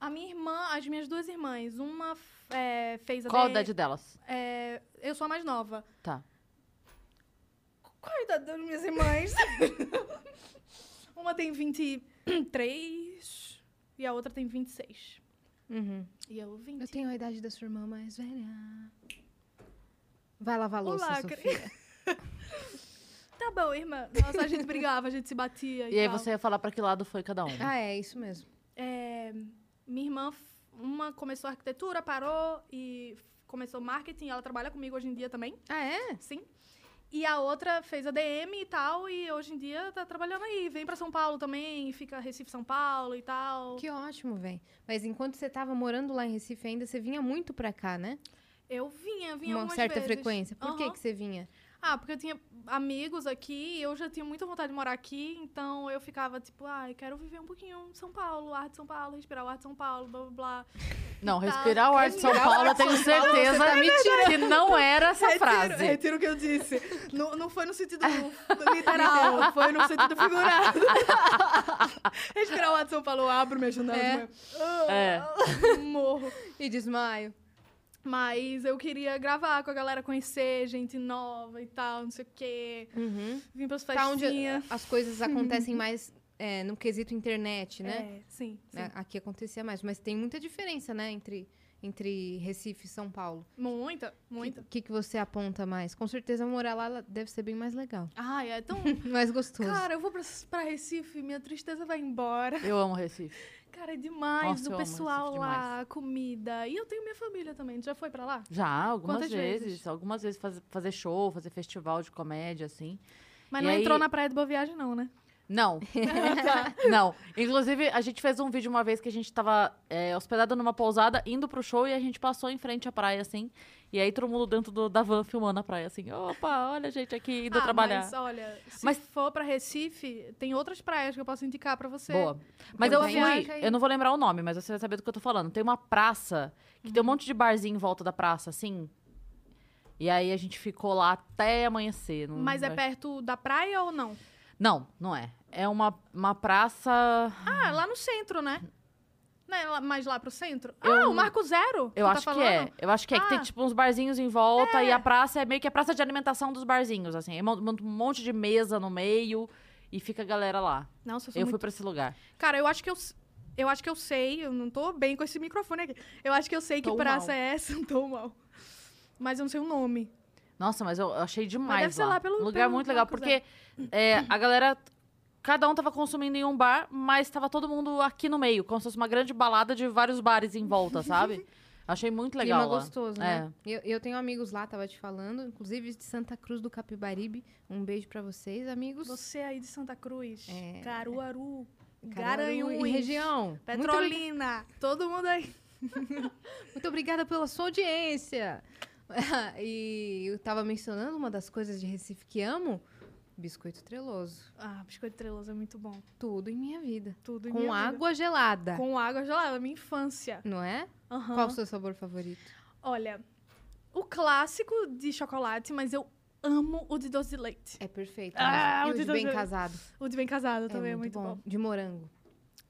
A minha irmã, as minhas duas irmãs, uma f- é, fez a
Qual a
DE
idade delas?
é, eu sou a mais nova.
Tá.
Qual a idade das minhas irmãs? uma tem 23 e a outra tem 26.
Uhum.
E eu 20.
Eu tenho a idade da sua irmã mais velha. Vai lavar a louça,
lacre.
Sofia.
Tá bom, irmã. Nossa, a gente brigava, a gente se batia e,
E aí
tal.
você ia falar pra que lado foi cada um? uma.
Ah, é, isso mesmo.
É, minha irmã, f- uma começou arquitetura, parou e f- começou marketing. Ela trabalha comigo hoje em dia também.
Ah, é?
Sim. E a outra fez a DM e tal, e hoje em dia tá trabalhando aí. Vem pra São Paulo também, fica Recife, São Paulo e tal.
Que ótimo, velho. Mas enquanto você tava morando lá em Recife ainda, você vinha muito pra cá, né?
Eu vinha, vinha
Uma
algumas
certa
vezes.
frequência. Por que
Aham.
que você vinha?
Ah, porque eu tinha amigos aqui, e eu já tinha muita vontade de morar aqui, então eu ficava tipo, ai, quero viver um pouquinho em São Paulo, ar de São Paulo, respirar o ar de São Paulo, blá blá blá.
Não,
Tá.
respirar o ar de São Paulo, eu tenho certeza que não era essa frase.
retiro o que eu disse. não, não foi no sentido literal, foi no sentido figurado. respirar o ar de São Paulo, eu abro minha janela
É.
de manhã.
É.
Morro.
E desmaio.
Mas eu queria gravar com a galera, conhecer gente nova e tal, não sei o quê.
Uhum.
Vim pras
Tá
festinhas.
onde as coisas acontecem mais é, no quesito internet, né?
É, sim, sim.
Né, Aqui acontecia mais. Mas tem muita diferença, né? Entre, entre Recife e São Paulo.
Muita,
O
muita.
que, que você aponta mais? Com certeza morar lá ela deve ser bem mais legal.
Ai, é tão...
Mais gostoso.
Cara, eu vou pra, pra Recife, minha tristeza vai embora.
Eu amo Recife.
Cara, é demais
Nossa, eu
o
amo Recife
pessoal lá,
demais.
a comida. E eu tenho minha família também. Tu Já foi pra lá?
Já, algumas
Quantas
vezes.
vezes?
Algumas vezes faz- fazer show, fazer festival de comédia, assim.
Mas
E
não
aí-
entrou na Praia de Boa Viagem, não, né?
Não.
Tá.
não. Inclusive, a gente fez um vídeo uma vez que a gente tava é, hospedado numa pousada, indo pro show, e a gente passou em frente à praia, assim. E aí todo mundo dentro do- da van filmando a praia, assim. Opa, olha a gente aqui indo
ah,
trabalhar.
mas olha, se
Mas-
for pra Recife, tem outras praias que eu posso indicar pra você.
Boa. Mas
Então
eu
vai
fui,
lá, Caí.
eu não vou lembrar o nome, mas você vai saber do que eu tô falando. Tem uma praça que
Uhum.
tem um monte de barzinho em volta da praça, assim. E aí a gente ficou lá até amanhecer. Não,
Mas é perto da praia ou não?
Não, não é. É uma, uma praça.
Ah, lá no centro, né? Não é lá- mais lá pro centro? Ah, o Marco Zero?
Eu
tu
acho
tá
que é.
falando?
Eu acho que é que tem
Ah.
tipo uns barzinhos em volta e a praça é meio que a praça de alimentação dos barzinhos, assim. É mon- monta um monte de mesa no meio e fica a galera lá.
Nossa, eu sou
Eu fui
muito...
pra esse lugar.
Cara, eu acho que eu... s- Eu acho que eu sei, eu não tô bem com esse microfone aqui. Eu acho que eu sei que
Tô
praça
mal.
é essa, tô mal. Mas eu não sei o nome.
Nossa, mas eu eu achei demais
deve ser lá pelo-
Um lugar
pelo
muito legal,
Marcos,
porque é, a galera... Cada um tava consumindo em um bar, mas tava todo mundo aqui no meio. Como se fosse uma grande balada de vários bares em volta, sabe? Achei muito legal
Clima
lá. É.
gostoso, né?
É.
Eu, eu tenho amigos lá, tava te falando, inclusive de Santa Cruz do Capibaribe. Um beijo pra vocês, amigos.
Você é aí de Santa Cruz,
É.
Caruaru,
Caruaru
Garanhuns,
e região. Muito, obri-
um Petrolina, todo mundo aí.
muito obrigada pela sua audiência. e eu tava mencionando uma das coisas de Recife que amo, Biscoito treloso.
Ah, biscoito treloso é muito bom.
Tudo em minha vida.
Tudo em
Com
minha vida.
água gelada.
Com água gelada, minha infância.
Não é?
Aham.
Qual o seu sabor favorito?
Olha, o clássico de chocolate, mas eu amo o de doce de leite.
É perfeito.
Ah,
mesmo.
o
e o
de
de bem
doce-
casado.
O de bem casado também
é
é muito bom.
De morango.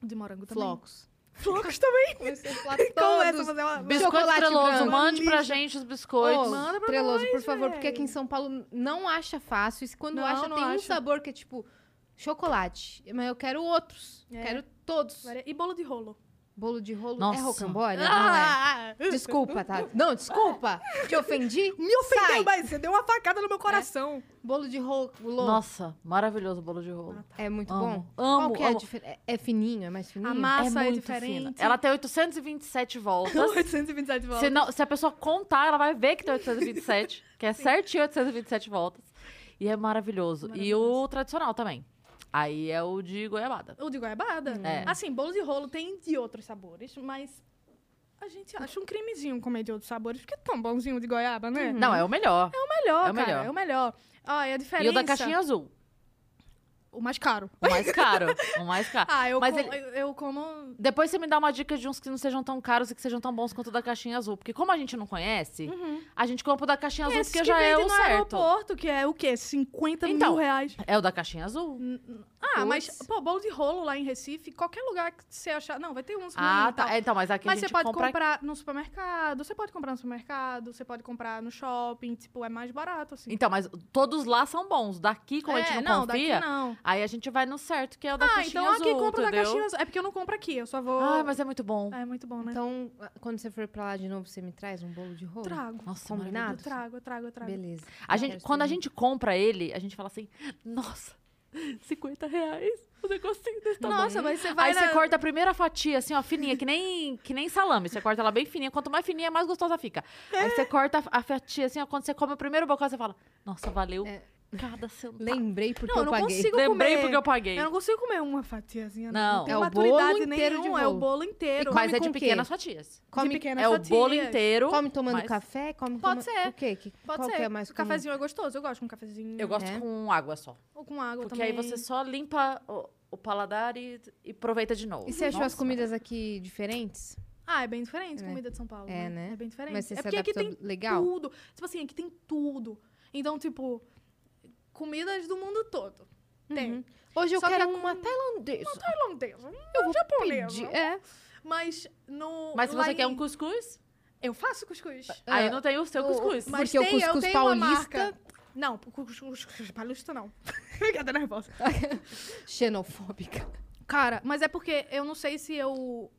O de morango também.
Flocos.
Flocos também.
Comecei a falar
Começa a
todos.
fazer uma...
Biscoito
Chocolate
treloso,
branco.
mande pra
Delícia.
gente os
Ô,
biscoitos.
Manda pra
Treloso, por favor,
véi.
porque aqui em São Paulo não acha fácil. E se quando
Não,
acha,
não
tem um
acha.
sabor que é tipo chocolate. Mas eu quero outros.
É.
Quero todos.
Varia- E bolo de rolo.
Bolo de rolo
Nossa.
é rocambole? Não
Ah!
é? Desculpa, tá? Não, desculpa. Te ofendi?
Me ofendeu,
Sai.
mas você deu uma facada no meu coração.
Bolo de rolo
Nossa, maravilhoso o bolo de rolo.
é muito
Amo,
bom.
amo,
Qual que é a
amo.
diferença? É fininho? É mais fininho?
A massa é,
muito fina.
diferente.
Ela tem 827
É.
voltas.
827 voltas.
Se, não- se a pessoa contar, ela vai ver que tem 827, que é certinho 827 voltas. E é maravilhoso. E o tradicional também. Aí é o de goiabada.
O de goiabada.
É.
Assim, bolo de rolo tem de outros sabores, mas a gente acha um crimezinho comer de outros sabores, porque é tão bonzinho de goiaba, né?
Não, é o melhor.
É o melhor,
É o
cara.
melhor.
É o melhor. Olha, a diferença...
e o da caixinha azul.
O mais caro.
O mais caro. o mais caro.
Ah, eu,
Mas
com-
ele-
eu, eu como...
Depois você me dá uma dica de uns que não sejam tão caros e que sejam tão bons quanto o da caixinha azul. Porque como a gente não conhece, a gente compra o da caixinha azul
Uhum. Esses
porque
que
já é
vendem
o
no
certo.
aeroporto, que é o quê? 50
Então.
mil reais.
É o da caixinha azul?
Ah, mas,
Puts.
pô, bolo de rolo lá em Recife, qualquer lugar que você achar... Não, vai ter uns... ruins
Ah,
e
tá.
tal.
É, Então, mas aqui
Mas
a gente
você pode
compra...
comprar no supermercado, você pode comprar no supermercado, você pode comprar no shopping, tipo, é mais barato, assim.
Então, mas todos lá são bons. Daqui, como a gente
é,
não, confia,
daqui não.
aí a gente vai no certo, que é o da
Ah,
caixinha
então
azul,
aqui compra da
entendeu?
caixinha azul. É porque eu não compro aqui, eu só vou.
Ai, mas é muito bom.
É muito bom, né?
Então, quando você for pra lá de novo, você me traz um bolo de rolo?
trago.
Nossa,
Combinado?
Eu
maravilhoso.
trago, eu trago, eu trago.
Beleza.
A
Eu
gente,
quero
quando a
experimentar.
gente compra ele, a gente fala assim, nossa, 50 reais, o negocinho desse tamanho.
Nossa, mas você vai.
Tá Aí
na-
você corta a primeira fatia, assim, ó, fininha, que nem, que nem salame. Você corta ela bem fininha. Quanto mais fininha, mais gostosa fica. Aí você corta a fatia, assim, ó, quando você come o primeiro bocado, você fala, nossa, valeu
É.
cada centavo.
Lembrei porque
Não,
eu
eu não
paguei.
consigo
Lembrei
comer.
porque eu paguei.
Eu não consigo comer uma fatiazinha.
Não.
não tem
É o
maturidade
bolo inteiro de
nenhuma, é o
bolo.
bolo inteiro.
Mas
come
é de
com quê?
pequenas fatias.
Come
Come,
pequenas
É o
fatias.
bolo inteiro.
come tomando
mas-
café? Come
Pode
toma-
ser.
O quê? Que,
Pode
qual
ser.
que é mais
o
comum?
cafezinho é gostoso, eu gosto com um cafezinho.
Eu gosto
É?
com água só.
Ou com água
Porque
também.
aí você só limpa o, o paladar e, e aproveita de novo.
E você achou as
Nossa.
comidas aqui diferentes?
Ah, é bem diferente a
Né?
comida de São Paulo.
É, né?
É bem diferente.
Mas você
é
se
porque aqui
adaptou
tem
legal?
tudo. Tipo assim, aqui tem tudo. Então, tipo, comidas do mundo todo.
Uhum.
Tem.
Hoje eu
Só que
quero
é com-
uma tailandesa.
Tailandesa.
Eu vou
japonesa.
pedir. É.
Mas no.
Mas se
lá
você quer
em-
um cuscuz,
Eu faço cuscuz.
aí não tem o seu
o-
cuscuz.
o-
Mas
Ah, Porque o
tem, eu
cuscuz
tenho uma
paulista-
marca. Não, o cuscuz cuscuz paulista não. Obrigada, nervosa.
Xenofóbica.
Cara, mas é porque eu não sei se eu.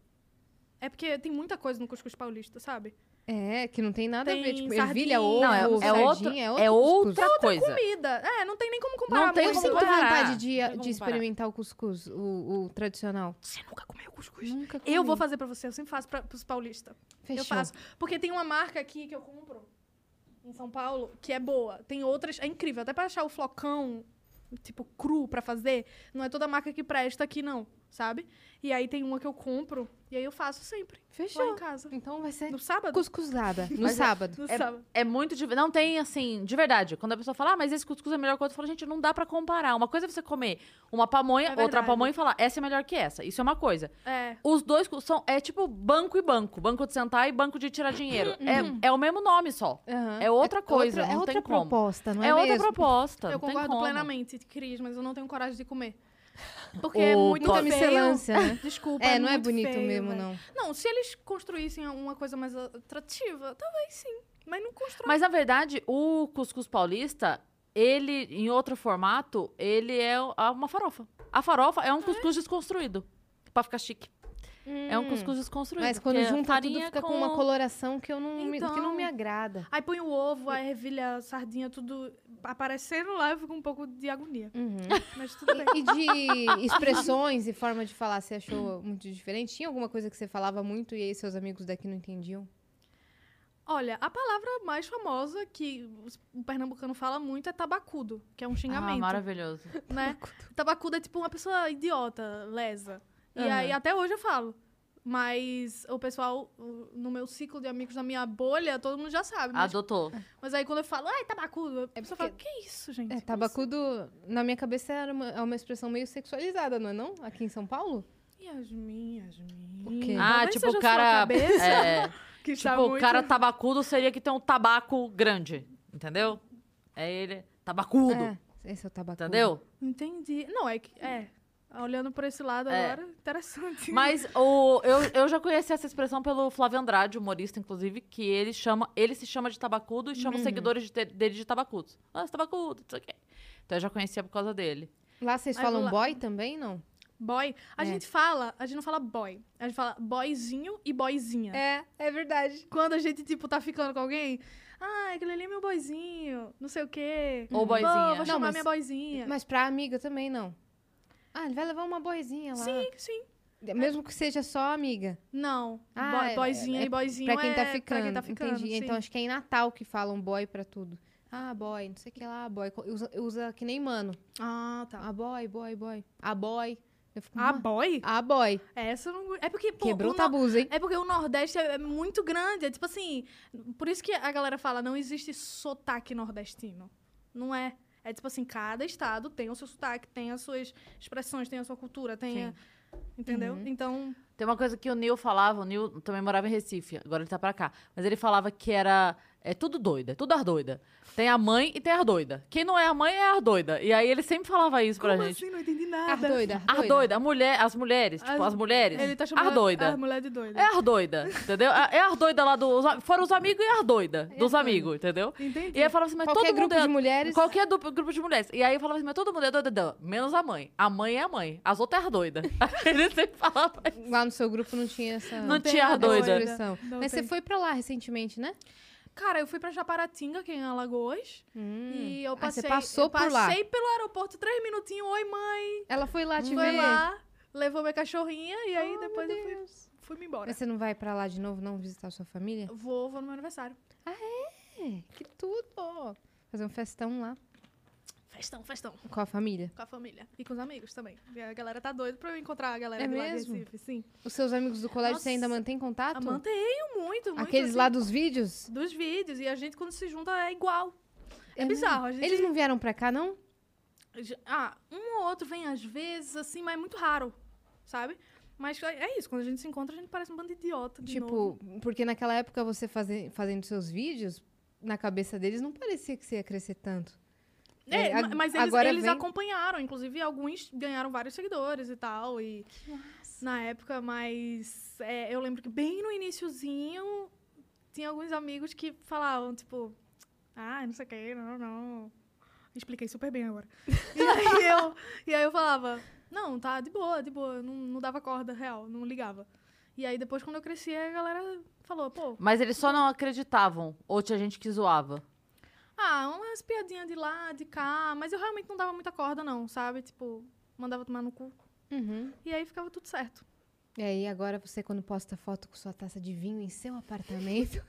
É porque tem muita coisa no cuscuz paulista, sabe?
É, que não tem nada a ver.
Tem
Tipo,
sardinha.
ervilha, ovo,
Não, é, é,
sardinha,
outro,
é,
é outra coisa.
Comida. É, não tem nem como comparar.
Não tem
Eu
muito.
sinto
como comparar.
vontade de,
Tem como
de experimentar o cuscuz, o, o tradicional.
Você nunca comeu cuscuz?
Nunca
Eu vou
comi.
fazer pra você, eu sempre faço pra, pros paulistas.
Fechou.
Eu faço. Porque tem uma marca aqui que eu compro em São Paulo que é boa. Tem outras, é incrível. Até pra achar o flocão, tipo, cru pra fazer, não é toda marca que presta aqui, não, sabe? E aí tem uma que eu compro e aí eu faço sempre. Lá
Fechou.
em casa.
Então vai ser
No sábado?
cuscuzada. No
Mas é-
sábado.
No
É-
sábado.
É muito de... Não tem, assim, de verdade. Quando a pessoa fala, ah, mas esse cuscuz é melhor que o outro, eu falo, gente, não dá pra comparar. Uma coisa é você comer uma pamonha,
É
outra
verdade.
pamonha e falar, essa é melhor que essa. Isso é uma coisa.
É.
Os dois cu- são... É tipo banco e banco. Banco de sentar e banco de tirar dinheiro. é, é o mesmo nome só.
Aham.
É outra coisa,
Uhum. é
não
outra
tem como.
proposta, não é,
É, outra
mesmo?
proposta.
Eu
não tem
concordo
como.
plenamente, Cris, mas eu não tenho coragem de comer. Porque é muito
Muita
feio.
miscelância, né?
Desculpa.
É, não é
muito
bonito
feio, né?
mesmo,
velho.
não.
Não, se eles construíssem uma coisa mais atrativa, talvez sim. Mas não constrói.
Mas, na verdade, o cuscuz paulista, ele, em outro formato, ele é o- a- uma farofa. A farofa é um cuscuz desconstruído. Pra ficar chique. É
Hum.
um cuscuz desconstruído.
Mas quando
porque a
junta tudo
farinha Ah,
fica com uma coloração que, eu não me, que não
Então.
me agrada.
Aí põe o ovo, a ervilha, a sardinha, tudo aparecendo lá, eu fico um pouco de agonia.
Uhum.
Mas tudo bem.
E de expressões e forma de falar, você achou muito diferente? Tinha alguma coisa que você falava muito e aí seus amigos daqui não entendiam?
Olha, a palavra mais famosa que os- o pernambucano fala muito é tabacudo, que é um
Ah,
xingamento,
maravilhoso.
né? Tabacudo é tipo uma pessoa idiota, lesa. E
Aham.
aí até hoje eu falo. Mas o pessoal, o- no meu ciclo de amigos, na minha bolha, todo mundo já sabe. Mas,
Adotou.
mas aí quando eu falo, ai, tabacudo, a pessoa fala,
porque-
que isso, gente?
É,
Que
tabacudo, na minha cabeça, era uma, é uma expressão meio sexualizada, não é não? Aqui em São Paulo?
isso?" assim?" Yasmin, Yasmin.
O quê?
Ah,
Talvez
tipo
seja
o
a sua
cara.
cabeça
é,
que está
tipo, o
muito-
cara tabacudo seria que tem um tabaco grande. Entendeu? É ele. Tabacudo.
É, esse é o tabacudo.
Entendeu?
Entendi. Não, é que. É. Olhando por esse lado
É.
agora, interessante.
Mas o, eu, eu já conheci essa expressão pelo Flávio Andrade, humorista, inclusive, que ele chama. Ele se chama de tabacudo e chama os seguidores de- dele de tabacudos. Ah, esse tabacudo, não sei o quê. Então eu já conhecia por causa dele.
Lá vocês
Mas
falam
lá-
boy também, não?
Boy. A
É.
gente fala, a gente não fala boy. A gente fala boyzinho e boyzinha.
É, é verdade.
Quando a gente, tipo, tá ficando com alguém, ah, aquele ali é meu boyzinho, não sei o quê.
Ou boyzinha.
Vou, vou
Não,
chamar
mas-
minha boyzinha.
Mas pra amiga também, não? Ah, ele vai levar uma boizinha lá.
Sim, sim.
Mesmo que seja só amiga.
Não.
Ah,
boy,
é-
boyzinha
é
e boyzinho
Pra quem,
é
tá ficando,
pra quem tá ficando.
Entendi.
sim.
Então acho que é em Natal que falam boy pra tudo. Ah, boy, não sei o que lá, boy. Co- Usa, usa que nem mano.
Ah, tá.
Ah, boy, boy, boy. Ah, boy. Eu fico,
Ah,
"Ma-
boy?
ah, boy.
Essa eu não... É porque, pô,
Quebrou
o
o
no-
tabus, hein?
É porque o Nordeste é é muito grande. É tipo assim. Por isso que a galera fala, não existe sotaque nordestino. Não é. É tipo assim, cada estado tem o seu sotaque, tem as suas expressões, tem a sua cultura, tem. a- Entendeu?
Uhum.
Então.
Tem uma coisa que o Neil falava, o Neil também morava em Recife, agora ele tá pra cá. Mas ele falava que era. É tudo doida, é tudo as doida. Tem a mãe e tem as doida. Quem não é a mãe é as doida. E aí ele sempre falava isso pra gente.
assim? não entendi nada.
Ah, doida. ah,
As assim? doida, a mulher, as mulheres, tipo,
As-
as mulheres.
Ele tá chamando
as doida.
a mulher de doida.
É as doida, entendeu? É é as doida lá dos. Fora os amigos e as doida. Dos amigos, entendeu?
Entendi.
E aí eu falava assim, mas
Qualquer
todo mundo
grupo
é-
de mulheres.
Qualquer du- grupo de mulheres. E aí eu falava assim, mas todo mundo é doida, doida, menos a mãe. A mãe é a mãe, as outras é as doida. Ele sempre falava isso.
Lá no seu grupo não tinha essa,
Não
tem
tinha
a
as doida.
doida.
expressão.
Não
Mas você
tem.
foi pra lá recentemente, né?
Cara, eu fui pra Japaratinga, que é em Alagoas.
Hum.
E eu
Ah, você
passei.
passou
eu
por lá.
Passei pelo aeroporto três minutinhos. Oi, mãe.
Ela foi lá te
Foi
ver.
lá, levou minha cachorrinha e aí
Oh,
depois eu fui,
Deus.
fui-me embora.
Mas você não vai pra lá de novo, não visitar sua família?
Vou, vou no meu aniversário.
É, que tudo! Fazer um festão lá
Festão, festão.
com a família.
Com a família. E com os amigos também. E a galera tá doida pra eu encontrar a galera
É
de lá de
mesmo? Tá
Recife, sim.
Os seus amigos do colégio, você
Nossa,
ainda mantém contato?
Ah, mantenho muito, muito.
Aqueles
assim,
lá dos vídeos?
Dos vídeos. E a gente, quando se junta, é igual. É,
É
bizarro. A gente...
Eles não vieram pra cá, não?
Ah, um ou outro vem às vezes, assim, mas é muito raro, sabe? Mas é é isso, quando a gente se encontra, a gente parece um bando de idiota. De novo.
tipo, porque naquela época você faze- fazendo seus vídeos, na cabeça deles não parecia que você ia crescer tanto.
É,
é,
ma-
ag-
mas eles,
agora
eles
vem-
acompanharam, inclusive alguns ganharam vários seguidores e tal. E na época, mas é, eu lembro que bem no iniciozinho tinha alguns amigos que falavam, tipo, ah, não sei o que, não, não. Expliquei super bem agora. E aí eu, e aí eu falava, não, tá de boa, de boa, não, não dava corda real, não ligava. E aí depois, quando eu cresci, a galera falou, pô,
Mas eles só não acreditavam, ou tinha gente que zoava.
Ah, umas piadinhas de lá, de cá, mas eu realmente não dava muita corda, não, sabe? Tipo, mandava tomar no cu.
Uhum.
E aí ficava tudo certo.
E aí, agora você, quando posta foto com sua taça de vinho em seu apartamento,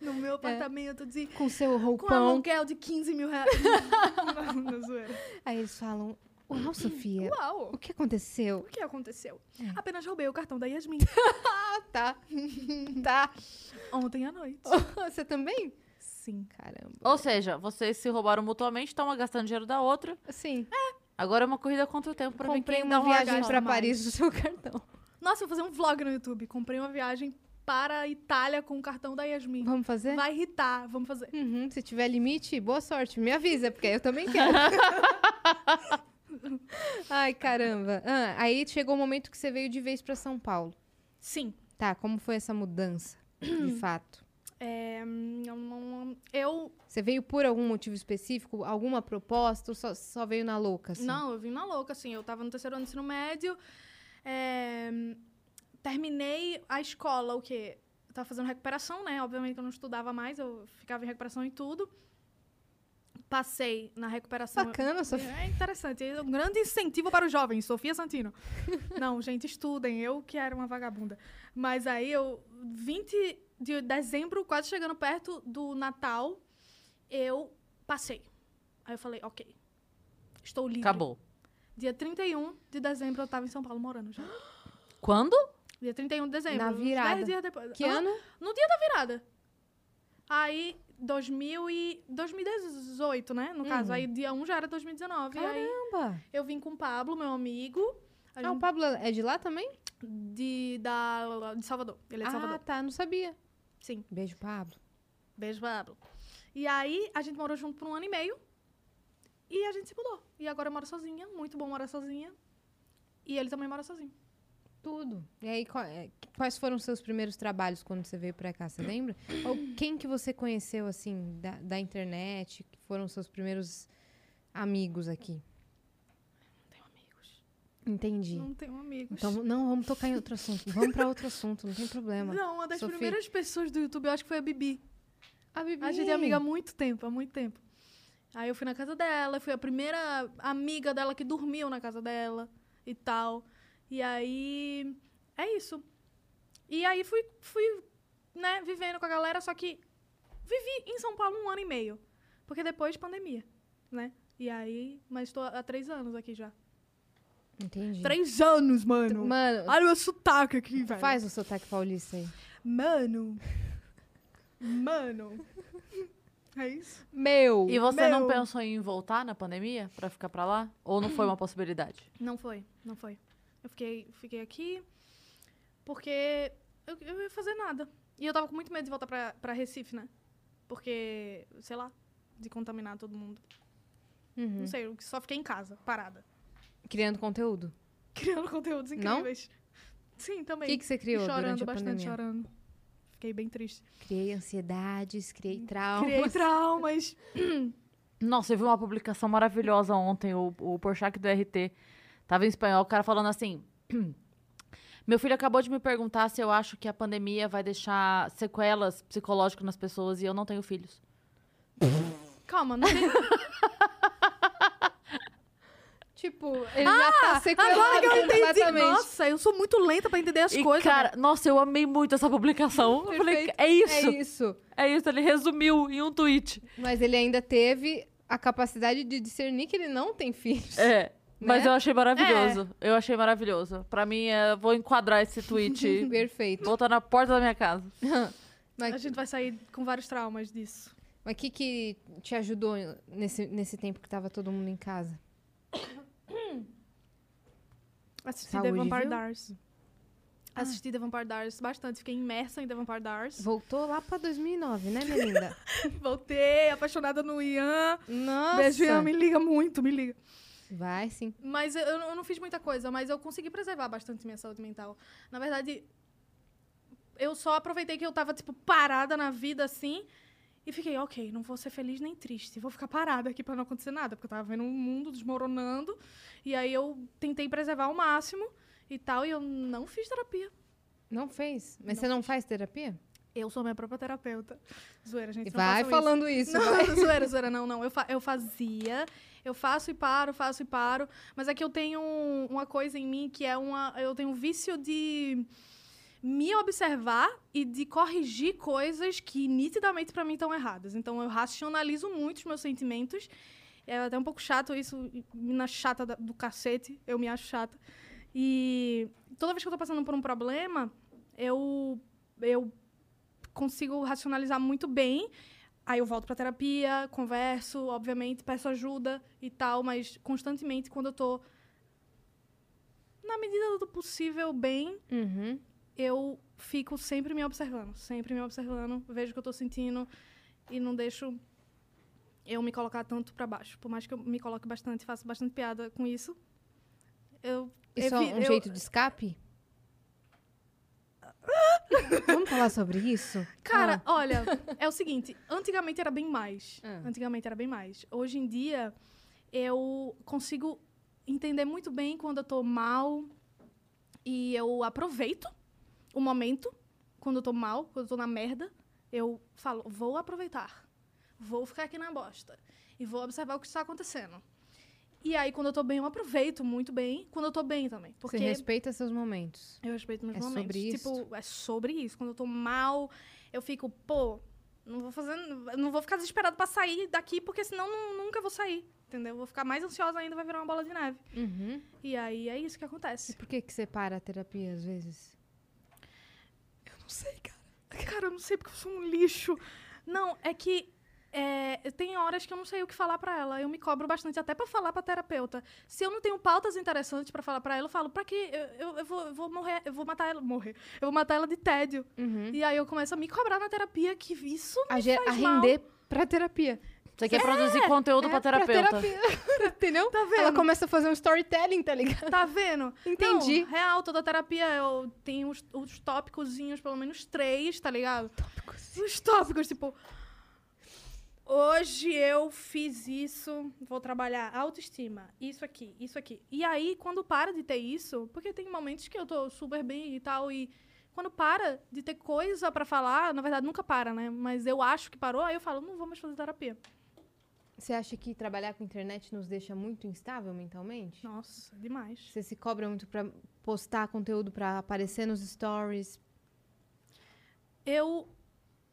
No meu apartamento de.
com seu
Com
roupão,
aluguel de 15 mil reais. não, não, zoeira.
aí eles falam: Uau, Sofia,
Uau!
o que aconteceu?
O que aconteceu?
Hum.
Apenas roubei o cartão da Yasmin
Ah, tá. tá.
ontem à noite.
Você também?
Sim.
Caramba.
Ou seja, vocês se roubaram mutuamente, estão gastando dinheiro da outra.
Sim.
Ah,
Agora é uma corrida contra o tempo pra
Comprei
ver quem
uma
dá um
viagem
gasta
pra
mais.
Paris do seu cartão.
Nossa, eu vou fazer um vlog no YouTube. Comprei uma viagem para a Itália com o cartão da Yasmin.
Vamos fazer?
Vai irritar, vamos fazer.
Uhum, se tiver limite, boa sorte. Me avisa, porque eu também quero. Ai, caramba. Ah, aí chegou o momento que você veio de vez pra São Paulo.
Sim.
Tá, como foi essa mudança, de fato?
É, hum, eu
Você veio por algum motivo específico? Alguma proposta? Ou só, só veio na louca, assim?
Não, eu vim na louca, assim. Eu tava no terceiro ano do ensino médio. é, Terminei a escola, o quê? Eu tava fazendo recuperação, né? Obviamente que eu não estudava mais, eu ficava em recuperação e tudo. Passei na recuperação.
Bacana, Sofia.
É interessante. É um grande incentivo para os jovens, Sofia Santino. Não, gente, estudem. Eu que era uma vagabunda. Mas aí eu, 20 de dezembro, quase chegando perto do Natal, eu passei. Aí eu falei, ok. Estou livre.
Acabou.
um Dia 31 de dezembro eu tava em São Paulo morando já.
Quando?
Dia 31 de dezembro.
Na
uns
virada.
10 dias depois.
Que
Ah,
ano?
No dia da virada. Aí, 2000 e... 2018, né? No caso, aí dia 1 já era 2019. E aí
Hum. Caramba!
eu vim com o Pablo, meu amigo. A
Ah, o Pablo é de lá também?
gente- de, da, de Salvador. Ele é de
Ah,
Salvador.
tá. Não sabia.
Sim.
Beijo, Pablo.
Beijo, Pablo. E aí, a gente morou junto por um ano e meio. E a gente se mudou. E agora eu moro sozinha. Muito bom morar sozinha. E ele também mora sozinho.
Tudo. E aí, qual- é, quais foram os seus primeiros trabalhos quando você veio pra cá? Você lembra? Ou quem que você conheceu, assim, da, da internet? Que foram os seus primeiros amigos aqui?
Não tenho amigos.
Entendi.
Não tenho amigos.
Então, não, vamos tocar em outro assunto. Vamos pra outro assunto, não tem problema.
não, uma das
Sofia.
primeiras pessoas do YouTube, eu acho que foi a Bibi.
A Bibi.
A gente é amiga há muito tempo, há muito tempo. Aí eu fui na casa dela, fui a primeira amiga dela que dormiu na casa dela e tal. E aí. É isso. E aí fui, fui né, vivendo com a galera, só que vivi em São Paulo um ano e meio. Porque depois pandemia, né? E aí. Mas estou há três anos aqui já.
Entendi.
Três anos, mano!
Mano,
Olha o meu sotaque aqui, velho.
faz o sotaque paulista aí.
Mano. Mano. É isso?
Meu!
E você não
Meu.
pensou em voltar na pandemia pra ficar pra lá? Ou não foi uma possibilidade?
Não foi, não foi. Eu fiquei, fiquei aqui porque eu, eu ia fazer nada. E eu tava com muito medo de voltar pra, pra Recife, né? Porque, sei lá, de contaminar todo mundo.
Uhum.
Não sei, eu só fiquei em casa, parada.
Criando conteúdo.
Criando conteúdos
Não?
incríveis. Sim,
O
também.
que, que você
E
criou
chorando
durante a
bastante,
pandemia?
chorando. Fiquei bem triste.
Criei ansiedades, criei traumas.
Criei traumas.
Nossa, eu vi uma publicação maravilhosa ontem, o, o Porchat do RT. Tava em espanhol, o cara falando assim. Meu filho acabou de me perguntar se eu acho que a pandemia vai deixar sequelas psicológicas nas pessoas e eu não tenho filhos.
Calma, não tem.
Tipo, ele já tá sequelado
Agora que eu entendi.
completamente.
Nossa, eu sou muito lenta pra entender as
e,
coisas.
cara, nossa, eu amei muito essa publicação. Eu falei,
Perfeito.
é isso,
É isso.
é isso. Ele resumiu em um tweet.
Mas ele ainda teve a capacidade de discernir que ele não tem filhos.
É. Mas
Né?
eu achei maravilhoso. Eu achei maravilhoso. Pra mim, é, vou enquadrar esse tweet.
Perfeito.
Botar na porta da minha casa.
A
Mas
gente vai sair com vários traumas disso.
mas o que, que te ajudou nesse, nesse tempo que tava todo mundo em casa?
Assisti
Saúde,
The Vampire
viu?
Diaries. Assisti The Vampire Diaries bastante. Fiquei imersa em The Vampire Diaries.
Voltou lá pra 2009, né, minha linda?
Voltei, apaixonada no Ian.
Nossa!
Beijo, Ian. Me liga muito, me liga.
Vai sim.
Mas eu, eu não fiz muita coisa, mas eu consegui preservar bastante minha saúde mental. Na verdade, eu só aproveitei que eu tava, tipo, parada na vida, assim. E fiquei, ok, não vou ser feliz nem triste. Vou ficar parada aqui pra não acontecer nada. Porque eu tava vendo um mundo desmoronando. E aí eu tentei preservar ao máximo e tal. E eu não fiz terapia.
Não fez? Mas você não faz terapia?
Eu sou minha própria terapeuta. Zoeira, gente. não
vai
façam
falando
isso.
isso. vai.
Não, zoeira, zoeira, não, não. Eu, fa- eu fazia, eu faço e paro, faço e paro. Mas é que eu tenho um- uma coisa em mim que é uma. Eu tenho um vício de me observar e de corrigir coisas que nitidamente pra mim estão erradas. Então eu racionalizo muito os meus sentimentos. É até um pouco chato isso, na chata da- do cacete, eu me acho chata. E toda vez que eu tô passando por um problema, eu eu consigo racionalizar muito bem. Aí eu volto pra terapia, converso, obviamente, peço ajuda e tal, mas constantemente quando eu tô na medida do possível bem,
Uhum.
eu fico sempre me observando, sempre me observando, vejo o que eu tô sentindo e não deixo eu me colocar tanto pra baixo. Por mais que eu me coloque bastante, faço bastante piada com isso. Eu
Isso é
evi-
um
eu-
jeito de escape? Vamos falar sobre isso?
Cara, olha, é o seguinte, antigamente era bem mais.
Ah.
Antigamente era bem mais. Hoje em dia, eu consigo entender muito bem quando eu tô mal e eu aproveito o momento quando eu tô mal, quando eu tô na merda, eu falo, vou aproveitar. Vou ficar aqui na bosta e vou observar o que está acontecendo. E aí quando eu tô bem, eu aproveito muito bem, quando eu tô bem também, porque
Você respeita seus momentos.
eu respeito meus
É
momentos.
sobre isso?
Tipo, é sobre isso. Quando eu tô mal, eu fico, pô, não vou fazer. Não vou ficar desesperado pra sair daqui, porque senão nu- nunca vou sair. Entendeu? Eu Vou ficar mais ansiosa ainda, vai virar uma bola de neve.
Uhum.
E aí é isso que
E
acontece.
por que, que você para a terapia às vezes?
não sei, cara. Cara, eu não sei porque eu sou um lixo. Não, é que é, tem horas que eu não sei o que falar pra ela. Eu me cobro bastante, até pra falar pra terapeuta. Se eu não tenho pautas interessantes pra falar pra ela, eu falo, pra que? Eu, eu, eu vou, eu vou morrer, eu vou matar ela. Morrer. Eu vou matar ela de tédio.
Uhum.
E aí eu começo a me cobrar na terapia que isso
A, ge- a
faz mal.
render pra terapia.
Você quer é produzir conteúdo pra terapeuta.
é terapia. Entendeu?
Tá vendo?
Ela começa a fazer um storytelling, tá ligado?
Tá vendo?
Entendi.
Não, real, toda terapia eu tenho os, os tópicozinhos, pelo menos três, tá ligado? Tópicos. Os tópicos, tipo. Hoje eu fiz isso, vou trabalhar autoestima, isso aqui, isso aqui. E aí, quando para de ter isso, porque tem momentos que eu tô super bem e tal, e quando para de ter coisa pra falar, na verdade nunca para, né? Mas eu acho que parou, aí eu falo, não vou mais fazer terapia.
Você acha que trabalhar com internet nos deixa muito instável mentalmente?
Nossa, demais.
Você se cobra muito pra postar conteúdo, pra aparecer nos stories?
eu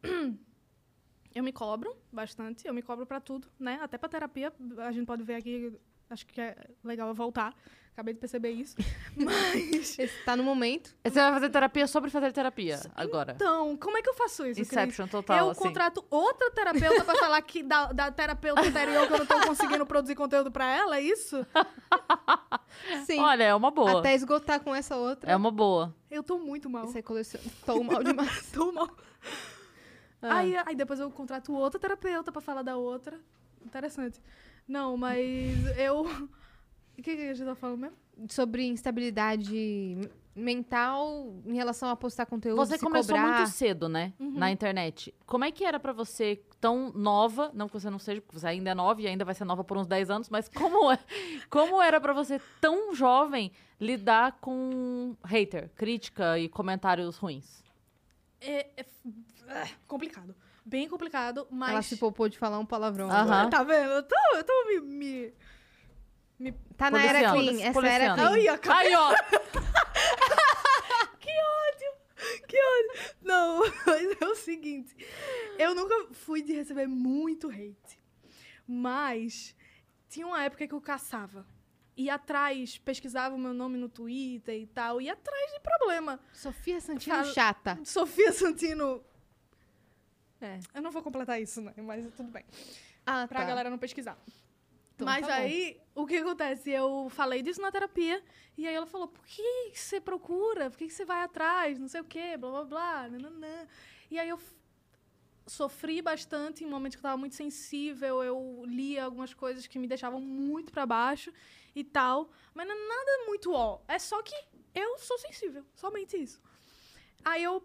eu me cobro bastante, eu me cobro pra tudo, né? Até pra terapia, a gente pode ver aqui, acho que é legal eu voltar. Acabei de perceber isso. Mas
Esse tá no momento.
Você vai fazer terapia sobre fazer terapia agora.
então, como é que eu faço isso? Cris?
Inception
É
total,
eu
assim.
contrato outra terapeuta pra falar que da, da terapeuta anterior que eu não tô conseguindo produzir conteúdo pra ela, é isso?
Sim.
Olha, é uma boa.
Até esgotar com essa outra.
É uma boa.
Eu tô muito mal.
é
Você coleciona. Tô mal demais.
Tô mal.
Ah.
Aí, aí depois eu contrato outra terapeuta pra falar da outra. Interessante. Não, mas eu. O que, que a gente tá falando mesmo?
Sobre instabilidade mental em relação a postar conteúdo,
Você
se
começou
cobrar. Uhum.
muito cedo, né? Na internet. Como é que era pra você, tão nova, não que você não seja, porque você ainda é nova e ainda vai ser nova por uns 10 anos, mas como, é, como era pra você, tão jovem, lidar com hater, crítica e comentários ruins?
É, é f- ah, complicado. Bem complicado, mas.
Ela se poupou de falar um palavrão.
Aham.
Ah, Tá vendo? Eu tô, eu tô me. me...
Tá na era
Policiando.
clean. Essa era
Policiando.
clean.
Ai, ó, ca-
Aí, ó!
que ódio! Não, mas é o seguinte. Eu nunca fui de receber muito hate. Mas tinha uma época que eu caçava. Ia atrás, pesquisava o meu nome no Twitter e tal. Ia atrás de problema.
Sofia Santino
Fala-
chata.
Sofia Santino.
É.
Eu não vou completar isso, né? Mas tudo bem.
Ah,
Pra
tá.
galera não pesquisar.
Então
Mas
tá bom.
aí, o que acontece? Eu falei disso na terapia, e aí ela falou: por que que você procura? Por que que você vai atrás? Não sei o quê, blá blá blá. Nananã. E aí eu f- sofri bastante em momentos que eu tava muito sensível, eu lia algumas coisas que me deixavam muito pra baixo e tal. Mas não é nada muito ó. É só que eu sou sensível, somente isso. Aí eu.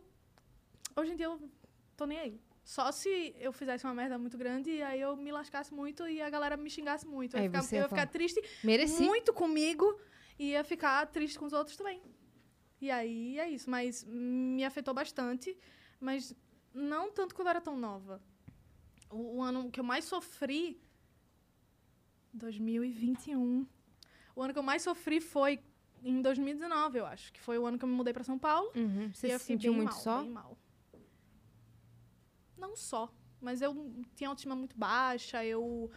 Hoje em dia eu tô nem aí. Só se eu fizesse uma merda muito grande e aí eu me lascasse muito e a galera me xingasse muito. Eu
Aí
ia ficar,
você é
eu ia
fala,
ficar triste
Mereci.
muito comigo e ia ficar triste com os outros também. E aí é isso, mas me afetou bastante, mas não tanto quando eu era tão nova. O, o ano que eu mais sofri 2021. O ano que eu mais sofri foi em 2019, eu acho, que foi o ano que eu me mudei para São Paulo.
Uhum. Você
E eu
se
fiquei
sentiu
bem
muito
mal,
só?
bem mal. Não só, mas eu tinha autoestima muito baixa, eu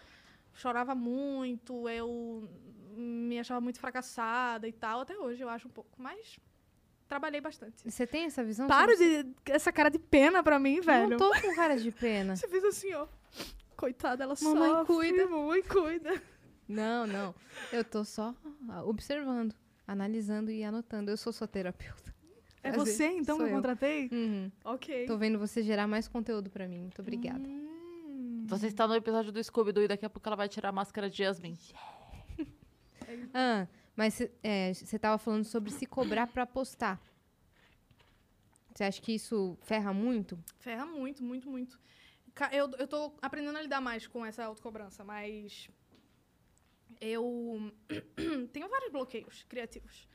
chorava muito, eu me achava muito fracassada e tal, até hoje eu acho um pouco, mas trabalhei bastante.
Você tem essa visão?
Para
Você-
de essa cara de pena pra mim, velho.
Não tô com cara de pena.
Você fez assim, ó. Coitada, ela
Mamãe
sofre,
cuida.
Mamãe cuida.
Não, não. Eu tô só ah, observando, analisando e anotando. Eu sou sua terapeuta.
É
Prazer,
você, então,
sou
que
eu.
eu contratei?
Uhum.
Ok.
Tô vendo você gerar mais conteúdo pra mim. Muito obrigada.
Hum,
Você está no episódio do Scooby-Doo e daqui a pouco ela vai tirar a máscara de Yasmin.
Ah, mas você tava falando sobre se cobrar pra postar. Você acha que isso ferra muito?
Ferra muito, muito, muito. Ca- Eu, eu tô aprendendo a lidar mais com essa autocobrança, mas eu tenho vários bloqueios criativos.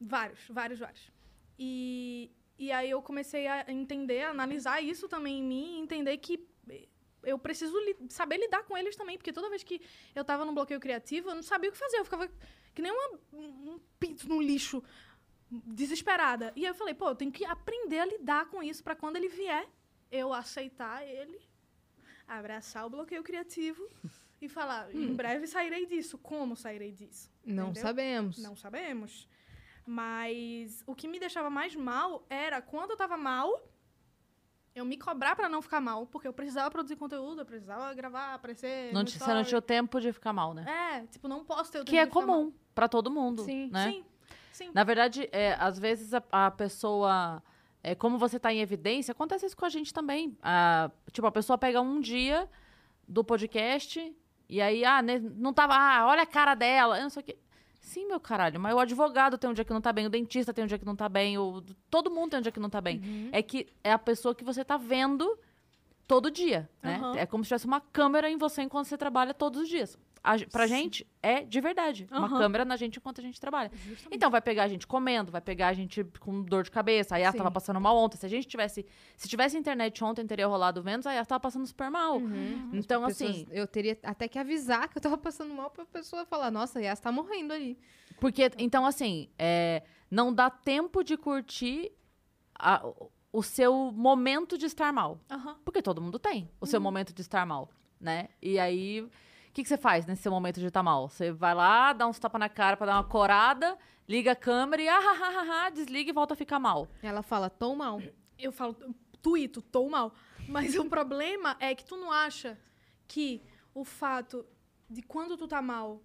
Vários, vários, vários. E, e aí eu comecei a entender, a analisar isso também em mim, e entender que eh, eu preciso li- saber lidar com eles também, porque toda vez que eu tava num bloqueio criativo, eu não sabia o que fazer, eu ficava que nem uma, um um pinto no lixo, desesperada. E aí eu falei, pô, eu tenho que aprender a lidar com isso pra quando ele vier, eu aceitar ele, abraçar o bloqueio criativo e falar, em breve sairei disso. Como sairei disso?
Não
Entendeu?
sabemos.
Não sabemos. Mas o que me deixava mais mal era quando eu tava mal, eu me cobrar pra não ficar mal, porque eu precisava produzir conteúdo, eu precisava gravar, aparecer.
Não
no
ti- você não
story.
tinha o tempo de ficar mal, né?
É, tipo, não posso ter o
que
tempo
é
de ficar mal.
comum pra todo mundo,
Sim.
né?
Sim, sim.
Na verdade, é, às vezes a, a pessoa. é, como você tá em evidência, acontece isso com a gente também. A- tipo, a pessoa pega um dia do podcast e aí, ah, né, não tava. Ah, olha a cara dela. Eu não sei o quê. Sim, meu caralho, mas o advogado tem um dia que não tá bem, o dentista tem um dia que não tá bem, o, todo mundo tem um dia que não tá bem.
Uhum.
É que é a pessoa que você tá vendo todo dia, né?
Aham.
É como se tivesse uma câmera em você enquanto você trabalha todos os dias. A, ge- pra gente, é de verdade. Uma
Aham.
câmera na gente enquanto a gente trabalha. Então, vai pegar a gente comendo, vai pegar a gente com dor de cabeça. A Yas
Sim.
tava passando mal ontem. Se a gente tivesse... Se tivesse internet ontem, teria rolado menos. A Yas tava passando super mal. Então,
Uhum. Pessoas-
assim...
Eu teria até que avisar que eu tava passando mal pra pessoa falar, nossa, Yas tá morrendo ali. Uhum.
Porque, então, assim... é, não dá tempo de curtir a- o- o seu momento de estar mal.
Aham.
Porque todo mundo tem o
Uhum.
seu momento de estar mal, né? E aí, o que, que você faz nesse seu momento de estar mal? Você vai lá, dá uns tapa na cara pra dar uma corada, liga a câmera e ah, ha, ha, ha, ha, desliga e volta a ficar mal.
Ela fala, tô mal.
eu falo, tuito, tô mal. Mas o problema é que tu não acha que o fato de quando tu tá mal,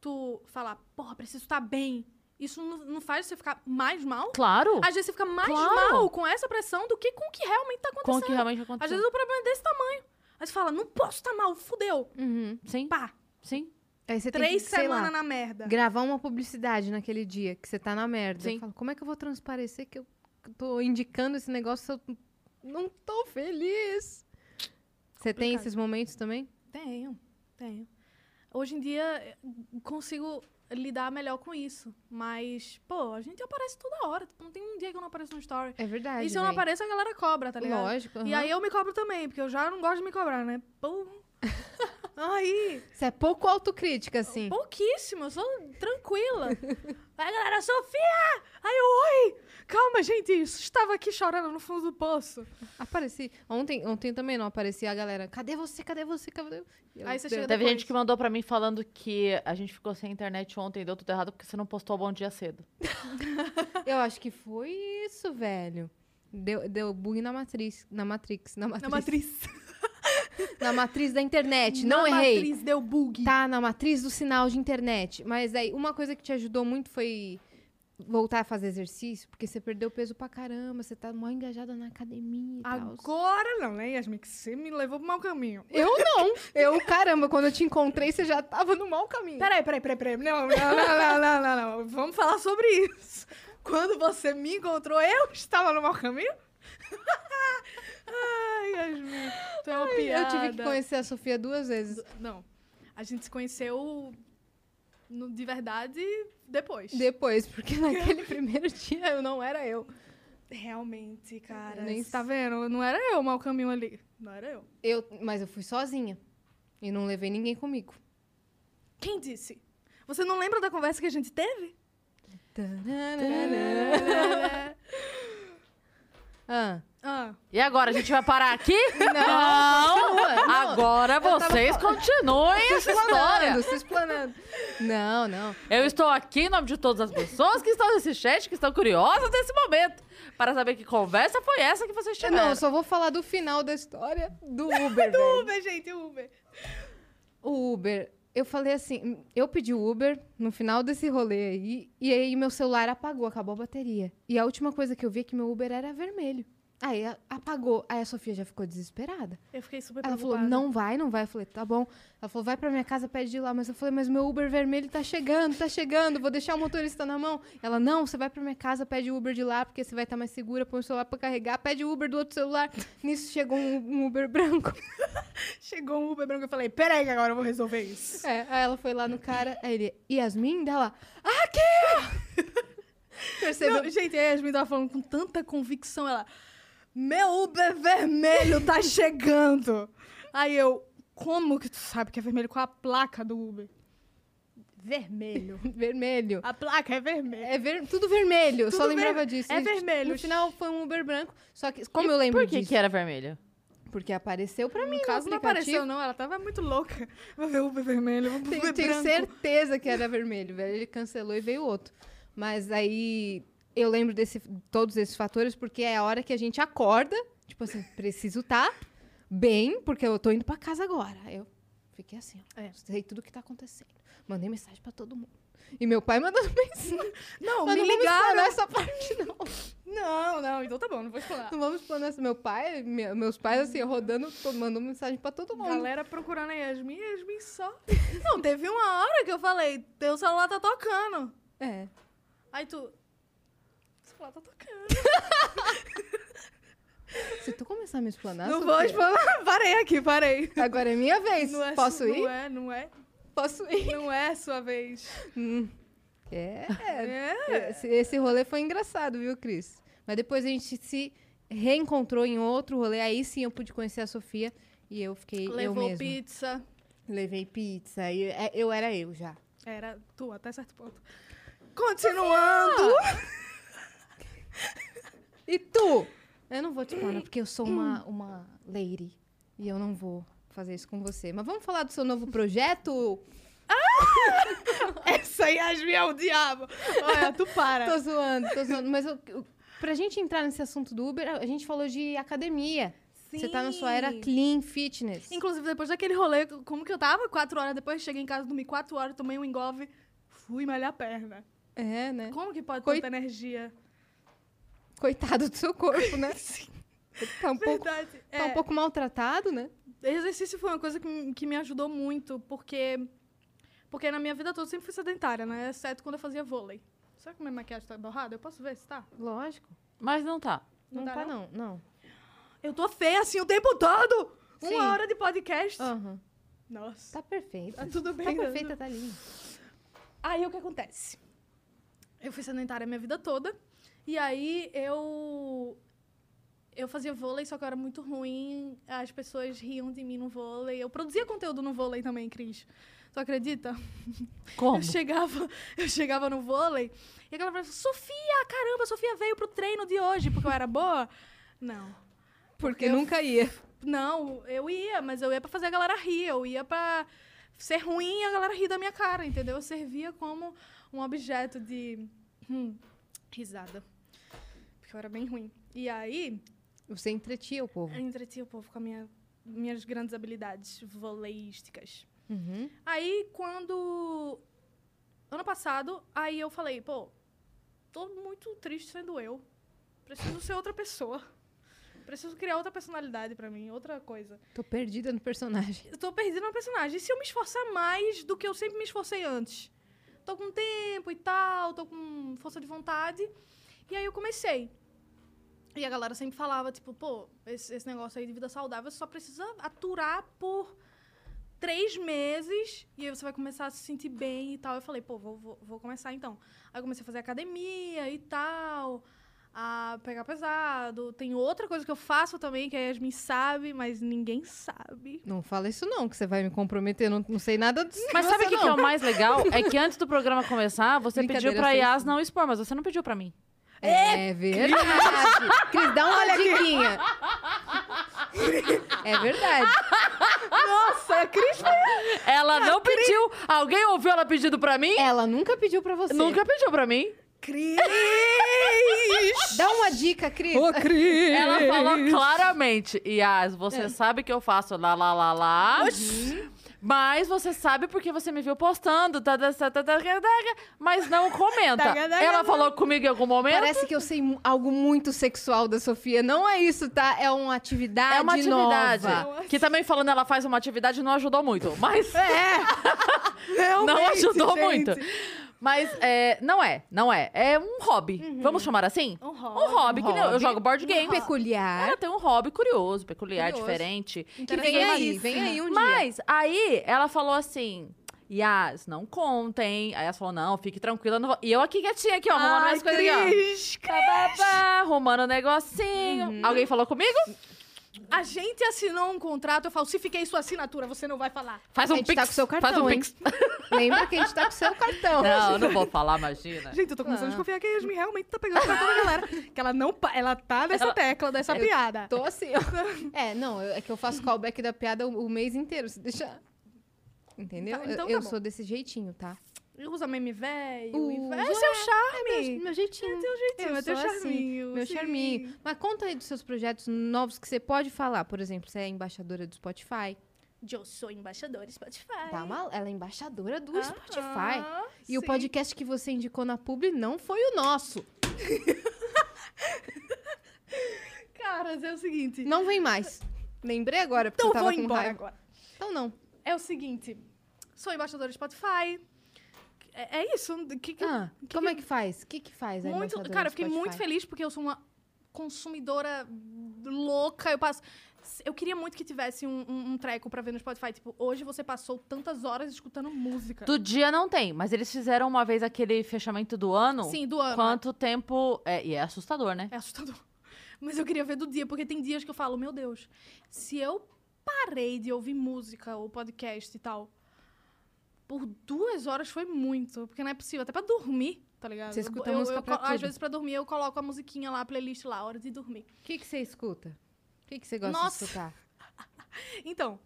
tu falar, porra, preciso estar bem, isso não, não faz você ficar mais mal?
Claro,
Às vezes você fica mais
Claro.
mal com essa pressão do que com o que realmente tá
com o
acontecendo.
que realmente
Às
aconteceu.
vezes o problema é desse tamanho. Aí você fala, não posso estar mal, fudeu.
Uhum.
Sim,
Pá,
sim.
Aí você tem que,
três
sei lá,
semanas na merda.
gravar uma publicidade naquele dia que você tá na merda.
Sim.
Eu falo, como é que eu vou transparecer que eu tô indicando esse negócio se eu não tô feliz? Você tem
Complicado.
esses momentos também?
Tenho, tenho. Hoje em dia eh, consigo lidar melhor com isso. Mas, pô, a gente aparece toda hora. Tipo, não tem um dia que eu não apareço no story.
É verdade.
e se eu não
véi.
apareço, a galera cobra, tá ligado?
Lógico.
E
aham.
aí eu me cobro também, porque eu já não gosto de me cobrar, né? Pô. Aí,
Você é pouco autocrítica, assim.
pouquíssimo, eu sou tranquila. Aí, galera, Sofia! Aí eu, oi! Calma, gente, isso, estava aqui chorando no fundo do poço.
Apareci. Ontem, ontem também não aparecia a galera. Cadê você? Cadê você? Cadê? E eu-
Aí você
deu-
chega
Teve
depois.
gente que mandou pra mim falando que a gente ficou sem internet ontem e deu tudo errado porque você não postou Bom Dia Cedo.
Eu acho que foi isso, velho. Deu, deu bug na matriz. Na Matrix. Na
Na
Matrix.
matriz.
na matriz da internet. Não
Na
errei.
matriz deu bug.
Tá na matriz do sinal de internet. Mas aí, uma coisa que te ajudou muito foi voltar a fazer exercício, porque você perdeu peso pra caramba, você tá mó engajada na academia e tal.
Agora não, né, Yasmin? Que você me levou pro mau caminho.
Eu não! Eu, caramba, quando eu te encontrei, você já tava no mau caminho.
Peraí, peraí, peraí, peraí. Não, não, não, não, não, não, não. Vamos falar sobre isso. Quando você me encontrou, eu estava no mau caminho? Ai, Yasmin, tu é uma piada.
eu tive que conhecer a Sofia duas vezes.
Não, a gente se conheceu no- de verdade depois.
Depois, porque naquele primeiro dia eu não era eu.
Realmente, cara.
Eu nem
Você tá vendo? Não era eu o mau caminho ali. Não era eu.
eu. Mas eu fui sozinha. E não levei ninguém comigo.
Quem disse? Você não lembra da conversa que a gente teve?
Ah.
Ah,
E agora, a gente vai parar aqui?
Não, continua. Não,
Agora
tava
vocês continuem essa história.
se explanando. Não, não.
Eu estou aqui em nome de todas as pessoas que estão nesse chat, que estão curiosas nesse momento, para saber que conversa foi essa que vocês
Eu
tiveram.
não, eu só vou falar do final da história do Uber.
do
velho.
Uber, gente, Uber.
O Uber. Eu falei assim, eu pedi o Uber no final desse rolê aí, e aí meu celular apagou, acabou a bateria. E a última coisa que eu vi é que meu Uber era vermelho. Aí a- apagou. Aí a Sofia já ficou desesperada.
Eu fiquei super
Ela
preocupada.
falou, não vai, não vai. Eu falei, tá bom. Ela falou, vai pra minha casa, pede de lá. Mas eu falei, mas meu Uber vermelho tá chegando, tá chegando, vou deixar o motorista na mão. Ela, não, você vai pra minha casa, pede o Uber de lá, porque você vai estar mais segura, põe o celular pra carregar, pede o Uber do outro celular. Nisso chegou um, um Uber branco.
Chegou um Uber branco eu falei, peraí que agora eu vou resolver isso.
É, aí ela foi lá no cara, aí ele, Yasmin? Daí ela, aqui! Percebeu?
Não, gente, a Yasmin tava falando com tanta convicção, ela... Meu Uber vermelho tá chegando! Aí eu... Como que tu sabe que é vermelho? Qual a placa do Uber? Vermelho.
Vermelho.
A placa é vermelha.
É ver- tudo vermelho, eu só
Tudo ver-
lembrava disso.
é
E,
vermelho.
No final foi um Uber branco, só que, como eu lembro
Por que,
disso?
que era vermelho?
Porque apareceu pra mim
é? No
no
caso, não
aplicativo.
apareceu, né? não. Ela tava muito louca. Vai ver Uber vermelho, Uber
Tenho, tenho
branco.
certeza que era vermelho, velho. Ele cancelou e veio outro. Mas aí eu lembro desse, todos esses fatores porque é a hora que a gente acorda, tipo assim, preciso estar bem, porque eu tô indo pra casa agora. Eu fiquei assim, ó,
É.
sei tudo o que tá acontecendo. Mandei mensagem pra todo mundo. E meu pai mandou mensagem.
Não,
Mas
me
não vamos
ligaram.
explorar essa parte, não.
Não, não, então tá bom, não vou explorar.
Não vamos explorar essa. Meu pai, me- meus pais, assim, rodando, to- mandou mensagem pra todo mundo.
Galera procurando a Yasmin, Yasmin só. Não, teve uma hora que eu falei, teu celular tá tocando.
É.
Aí tu. O celular tá tocando.
Se tu começar a me explanar...
não
Sofia,
vou explorar. Parei aqui, parei.
Agora é minha vez.
Não é
Posso
su-
ir?
Não é, não é.
Posso ir.
Não é sua vez.
Hum. É.
É.
Esse, esse rolê foi engraçado, viu, Cris? Mas depois a gente se reencontrou em outro rolê. Aí sim eu pude conhecer a Sofia. E eu fiquei eu
Levou
mesma.
pizza.
Levei pizza. E é, eu era eu já.
Era tu, até certo ponto. Continuando.
Ah, E tu? Eu não vou te falar, porque eu sou uma, uma lady. E eu não vou fazer isso com você. Mas vamos falar do seu novo projeto?
Ah! Essa Yasmin é o diabo. Olha, tu para.
Tô zoando, tô zoando. Mas eu, eu, pra gente entrar nesse assunto do Uber, a gente falou de academia. Você tá na sua era
Sim.
clean fitness.
Inclusive, depois daquele rolê, como que eu tava? Quatro horas depois, cheguei em casa, dormi quatro horas, tomei um engolve, fui malhar a perna.
É, né?
Como que pode ter
Coit-
tanta energia?
Coitado do seu corpo, né? Tá um pouco,
Verdade.
tá um
É,
pouco maltratado, né?
Exercício foi uma coisa que, me- que me ajudou muito, porque... Porque na minha vida toda eu sempre fui sedentária, né? Exceto quando eu fazia vôlei. Será que minha maquiagem tá borrada? Eu posso ver se tá?
Lógico.
Mas não tá.
Não,
dá,
tá, não, não.
Eu tô feia assim o tempo todo!
Sim.
Uma hora de podcast.
Aham.
Nossa.
Tá perfeita.
Tá tudo bem,
Tá
né?
perfeita, tá linda.
Aí o que acontece? Eu fui sedentária a minha vida toda. E aí eu. Eu fazia vôlei, só que eu era muito ruim. As pessoas riam de mim no vôlei. Eu produzia conteúdo no vôlei também, Cris. Tu acredita?
Como?
Eu chegava, eu chegava no vôlei e aquela pessoa, Sofia, caramba, a Sofia veio pro treino de hoje porque eu era boa. Não.
Porque nunca ia.
Não, eu ia, mas eu ia pra fazer a galera rir, eu ia pra ser ruim e a galera rir da minha cara, entendeu? Eu servia como um objeto de hum, risada. Porque eu era bem ruim. E aí,
Você entretia o povo.
eu entretinha o povo com a minha- minhas grandes habilidades voleísticas.
Uhum.
Aí, quando. Ano passado, aí eu falei, pô, tô muito triste sendo eu. Preciso ser outra pessoa. Preciso criar outra personalidade pra mim, outra coisa.
Tô perdida no personagem.
Eu tô perdendo uma personagem. E se eu me esforçar mais do que eu sempre me esforcei antes? Tô com tempo e tal, tô com força de vontade. E aí eu comecei. E a galera sempre falava, tipo, pô, esse, esse negócio aí de vida saudável, você só precisa aturar por três meses e aí você vai começar a se sentir bem e tal. Eu falei, pô, vou, vou, vou começar então. Aí eu comecei a fazer academia e tal, a pegar pesado. Tem outra coisa que eu faço também, que a Yasmin sabe, mas ninguém sabe.
Não fala isso não, que você vai me comprometer. Não, não sei nada disso.
Mas sabe o que, que é
não.
o mais legal? É que antes do programa começar, você pediu
Brincadeira,
pra
eu sei
Yas
sim.
não expor, mas você não pediu pra mim.
É verdade. Cris, dá uma diquinha. É verdade.
Nossa, Cris foi
Ela não pediu. Alguém ouviu ela pedindo pra mim?
Ela nunca pediu pra você.
Nunca pediu pra mim.
Cris!
Dá uma dica, Cris.
Cris!
Ela falou claramente, Yas, você sabe que eu faço lá, lá, lá, lá. Uhum. Mas você sabe porque você me viu postando, tá, tá, tá, tá, tá, tá, tá, mas não comenta.
Tá, tá, tá,
Ela
tá.
falou comigo em algum momento.
Parece que eu sei mu- algo muito sexual da Sofia. Não é isso, tá? É uma atividade
é uma atividade.
nova.
Que também falando ela faz uma atividade não ajudou muito. Mas não
Realmente,
ajudou
gente.
muito. Mas é, não é, não é. É um hobby. Vamos chamar assim?
Um
Um
hobby.
hobby, que nem eu, eu
Uhum. hobby.
jogo board
Bem
game.
um peculiar.
Ela tem um hobby curioso, peculiar,
Curioso.
diferente.
Que vem aí, vem aí um dia.
Mas aí ela falou assim. Yas, não contem. Aí ela falou: não, fique tranquila. eu não vou. E eu aqui quietinha, aqui, ó, arrumando
Ai,
as coisas aqui, ó.
Cris,
Pá, pá, pá, Arrumando um negocinho.
Uhum.
Alguém falou comigo?
A gente assinou um contrato, eu falsifiquei sua assinatura, você não vai falar.
Faz
A
um
gente
pix.
tá com seu cartão,
faz um
hein?
pix.
Lembra que a gente tá com seu cartão.
Não, eu não vou falar, imagina.
Gente, eu tô começando
Ah.
a desconfiar que a Yasmin realmente tá pegando pra toda a galera. Que ela não. pa- Ela tá nessa tecla, dessa piada.
Tô assim, ó. É, não, eu- é que eu faço callback da piada o, o mês inteiro, se deixar. Entendeu?
Tá,
Eu-
então
eu
tá bom.
sou desse jeitinho, tá?
Usa meme velho. e
Usa,
vai- Esse é o charme.
Meu, meu jeitinho.
Tem um jeitinho,
Eu
é teu
sou assim,
charminho.
Meu
sim.
charminho. Mas conta aí dos seus projetos novos que você pode falar. Por exemplo, você é embaixadora do Spotify.
Eu sou embaixadora Spotify.
Tá mal? Ela é embaixadora do
Aham,
Spotify. E o
Ah, sim.
podcast que você indicou na publi não foi o nosso.
Caras, é o seguinte.
Não vem mais. Lembrei agora, porque
então
eu tava
vou
com
embora
raiva.
agora.
Então não.
É o seguinte. Sou embaixadora Spotify. É, é isso. Que, que,
Ah, como é que faz? O que que faz a
muito,
embaixadora
cara, eu
do
fiquei muito
é Spotify?
feliz porque eu sou uma consumidora louca. Eu passo. Eu queria muito que tivesse um, um, um treco pra ver no Spotify. Tipo, hoje você passou tantas horas escutando música.
Do dia não tem, mas eles fizeram uma vez aquele fechamento do ano.
Sim, do ano.
Quanto tempo. É, e é assustador, né?
É assustador. Mas eu queria ver do dia, porque tem dias que eu falo, meu Deus, se eu parei de ouvir música ou podcast e tal, por duas horas foi muito, porque não é possível, até pra dormir, tá ligado?
Você escuta
eu, eu-
música
eu
pra
co- Às
tudo.
vezes pra dormir eu coloco a musiquinha lá, a playlist lá, hora de dormir.
O que que você escuta? O que que você gosta de
Nossa.
escutar?
Então,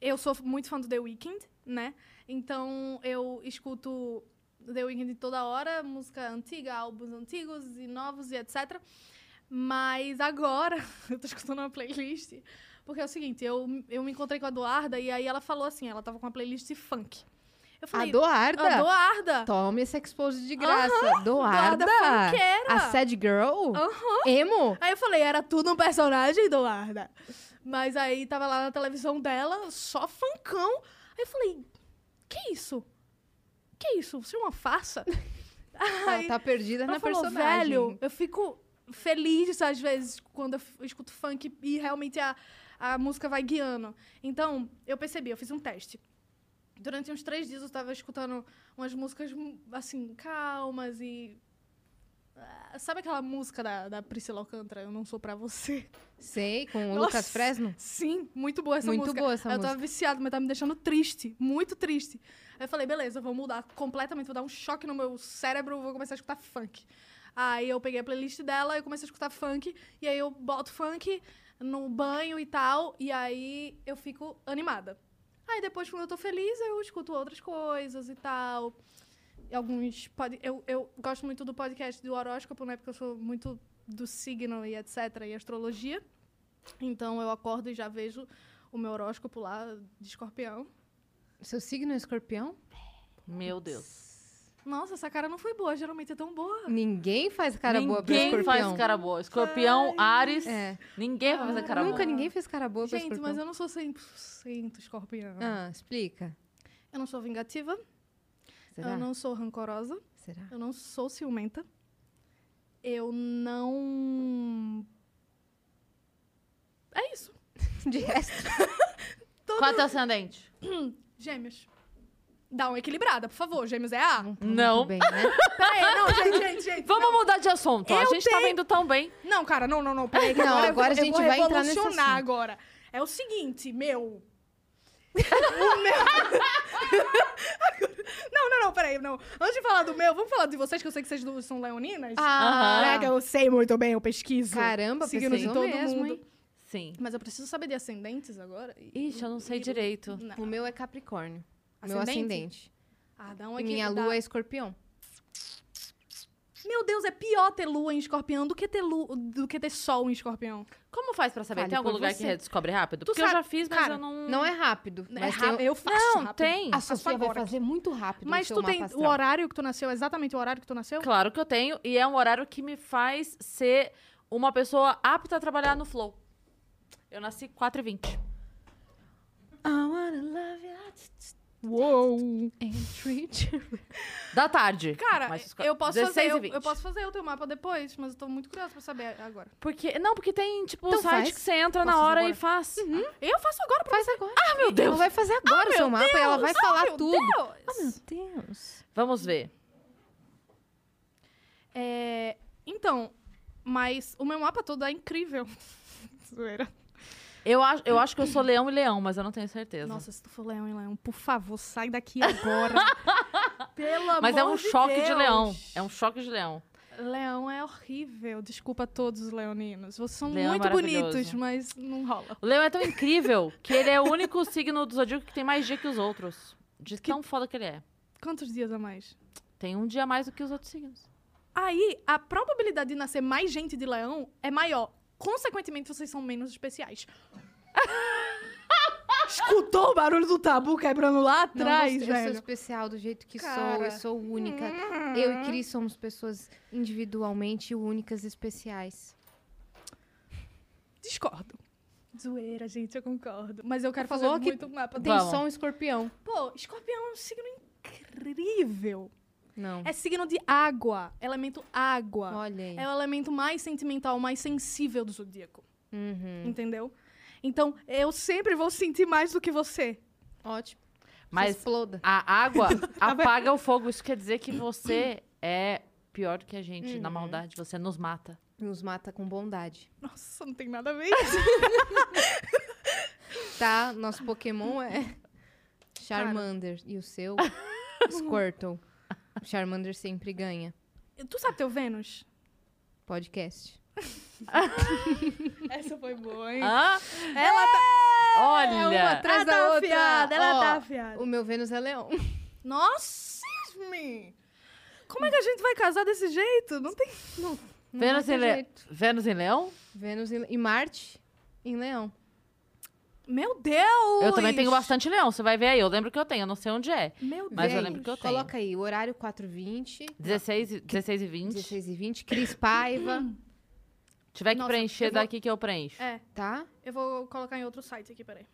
eu sou muito fã do The Weeknd, né? Então, eu escuto The Weeknd toda hora, música antiga, álbuns antigos e novos e etc. Mas agora, eu tô escutando uma playlist, porque é o seguinte, eu, eu me encontrei com a Eduarda e aí ela falou assim, ela tava com uma playlist de funk. Eu
A
falei,
Doarda.
Eduarda!
Tome esse expose de graça. Doarda.
Doarda funkeira.
A sad girl.
Aham.
Emo.
Aí eu falei, era tudo um personagem, Eduarda. Mas aí tava lá na televisão dela, só fancão. Aí eu falei, que isso? Que isso? Você é uma farsa?
Ela tá perdida
Ela
na
falou,
personagem.
velho, eu fico feliz às vezes quando eu f- eu escuto funk e realmente a, a música vai guiando. Então, eu percebi, eu fiz um teste. Durante uns três dias eu tava escutando umas músicas, hum, assim, calmas e... Ah, Sabe aquela música da, da Priscila Alcântara, Eu Não Sou Pra Você?
Sei, com o
Nossa.
Lucas Fresno.
Sim, muito boa essa
Muito
música.
boa essa
Aí eu
música.
tava viciada, mas tava me deixando triste, muito triste. Aí eu falei, beleza, eu vou mudar completamente, vou dar um choque no meu cérebro, vou começar a escutar funk. Aí eu peguei a playlist dela, eu comecei a escutar funk, e aí eu boto funk no banho e tal, e aí eu fico animada. Aí depois, quando eu tô feliz, eu escuto outras coisas e tal. E Alguns. Pod... Eu, eu gosto muito do podcast do horóscopo, né? Porque eu sou muito do signo e etc. e astrologia. Então eu acordo e já vejo o meu horóscopo lá de escorpião.
Seu signo é escorpião?
Meu Deus.
Nossa, essa cara não foi boa, geralmente é tão boa.
Ninguém faz cara boa pra
Ninguém
escorpião.
faz cara boa. Escorpião, Ares.
É.
Ninguém vai fazer cara
Nunca
boa.
ninguém fez cara boa pra
Gente,
escorpião.
mas eu não sou 100% escorpião.
Ah, explica.
Eu não sou vingativa,
Será?
eu não sou rancorosa,
Será?
eu não sou ciumenta. Eu não. É isso.
De resto.
Qual é teu ascendente?
Gêmeos. Dá uma equilibrada, por favor. Gêmeos é A.
tá
Não.
muito Bem, né?
Peraí, É, não, gente, gente, gente.
Vamos mudar de assunto. a
Eu
gente tá
tenho-
vendo tão bem.
Não, cara, não, não, não. Peraí, que
Não,
agora, eu
agora a
vou- eu
gente
vou
vai entrar nesse
revolucionar
assunto.
agora. É o seguinte, meu. O meu... não, não, não, peraí, não. Antes de falar do meu, vamos falar de vocês, que eu sei que vocês duas são leoninas.
Ah.
É que eu sei muito bem, eu pesquiso.
Caramba,
Signo de
pesquisou
todo
mesmo,
mundo.
hein?
Sim.
Mas eu preciso saber de ascendentes agora. E-
Ixi, eu não sei
e-
direito.
Não.
O meu é Capricórnio. Meu
Ascendente?
ascendente.
Ah, dá um
E
aqui.
minha
dá-
lua é escorpião.
Meu Deus, é pior ter lua em escorpião do que ter, lu... do que ter sol em escorpião.
Como faz pra saber?
Fale
tem algum
por
lugar
você.
que redescobre rápido?
Tu
Porque eu
sabe-
já fiz, mas
cara,
eu não.
Não é rápido.
É
mas
rápido,
tem...
Eu faço
Não,
rápido.
tem.
A Sofia vai
agora.
fazer muito rápido
Mas
o seu
tu
mapa
tem
astral.
o horário que tu nasceu, exatamente o horário que tu nasceu?
Claro que eu tenho. E é um horário que me faz ser uma pessoa apta a trabalhar no Flow. Eu nasci 4h20.
I wanna love you.
Uou!
Da tarde.
Cara,
Mas esco-
eu posso fazer.
16 e
Eu,
20.
eu posso fazer o teu mapa depois, mas eu tô muito curiosa pra saber agora.
Porque, não, porque tem, tipo,
Então
um site
faz.
que você entra
Posso
na hora
agora?
e faz.
Eu faço agora pra
Faz agora. Ah, meu Deus. Ela vai fazer agora o seu mapa e ela vai falar
meu
tudo. Ah,
Deus!
meu Deus.
Vamos ver.
É, então, mas o meu mapa todo é incrível. Zoeira.
Eu acho, eu acho que eu sou leão e leão, mas eu não tenho certeza.
Nossa, se tu for leão, hein, leão, por favor, sai daqui agora. Pelo
mas
amor
é um choque de
Deus.
leão. É um choque de leão.
Leão é horrível. Desculpa a todos os leoninos. Vocês são
Leão é
muito bonitos,
maravilhoso.
mas não rola.
O leão é tão incrível que ele é o único signo do zodíaco que tem mais dia que os outros. De tão foda que ele é.
quantos dias a mais?
Tem um dia a mais do que os outros signos.
Aí, a probabilidade de nascer mais gente de leão é maior. Consequentemente, vocês são menos especiais. Escutou o barulho do tabu quebrando lá
Não,
atrás,
eu, sou- eu sou
velho?
especial do jeito que sou,
Cara.
eu sou única. Eu e Cris somos pessoas individualmente únicas e especiais.
Discordo. Zoeira, gente, eu concordo. Mas eu quero
Falou
fazer
que
muito mapa.
Tem
Vamos.
só um escorpião.
Pô, escorpião é um signo incrível.
Não.
É signo de água, elemento água.
Olha aí.
É o elemento mais sentimental, mais sensível do zodíaco,
Uhum.
entendeu? Então, eu sempre vou sentir mais do que você.
Ótimo. Mas...
Mas
Exploda.
a água apaga o fogo. Isso quer dizer que você é pior do que a gente na maldade. Você nos mata.
Nos mata com bondade.
Nossa, não tem nada a ver isso.
Tá? Nosso Pokémon é Charmander. E o seu? Squirtle. O Charmander sempre ganha.
tu sabe teu Vênus?
Podcast.
Essa foi boa, hein?
Hã?
Ah, Ela tá,
Olha!
atrás
ela
da
tá
outra.
afiada, ela
Ó,
tá afiada.
O meu Vênus é leão.
Nossa, Yasmin! Como é que a gente vai casar desse jeito? Não tem...
Não
Vênus,
tem
em Le-
jeito.
Vênus em Leão?
Vênus em- e Marte em leão.
Meu Deus!
Eu também tenho bastante leão. Você vai ver aí. Eu lembro que eu tenho. Eu não sei onde é.
Meu Deus.
Mas eu
Vem,
lembro que eu tenho.
Coloca aí, o horário 4h20,
16, e- 16 e 20.
16 h 20 Cris Paiva,
Tiver que
Nossa,
preencher
eu vou-
daqui que eu preencho.
É,
tá?
eu vou colocar em outro site aqui, peraí.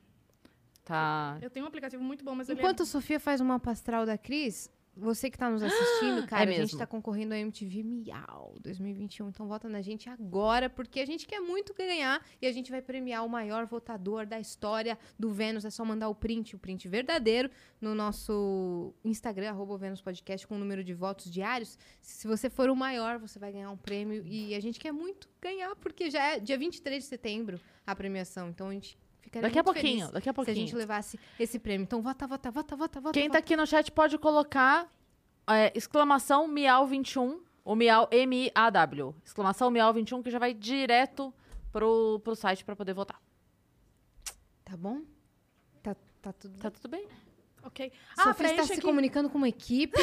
Tá.
Eu tenho um aplicativo muito bom, mas ele é-
Enquanto a Sofia faz uma pastral da Cris, você que tá nos assistindo, cara, a gente
É mesmo.
tá concorrendo a MTV Miau 2021. Então vota na gente agora, porque a gente quer muito ganhar e a gente vai premiar o maior votador da história do Vênus. É só mandar o print, o print verdadeiro, no nosso Instagram, arroba o Vênus Podcast, com o número de votos diários. Se você for o maior, você vai ganhar um prêmio. E a gente quer muito ganhar, porque já é dia 23 de setembro a premiação. Então a gente fica
Daqui a pouquinho, daqui
se
a
a
pouquinho.
gente levasse esse prêmio. Então, vota, vota, vota, vota, vota.
Quem tá
vota.
aqui no chat pode colocar é, exclamação miau21, o um, miau M-I-A-W. Exclamação miau21 que já vai direto pro, pro site pra poder votar.
Tá bom? Tá, tá tudo
Tá tudo bem?
Ah,
Ok. Ah,
Sofia está
preenche
se
aqui.
comunicando com uma equipe.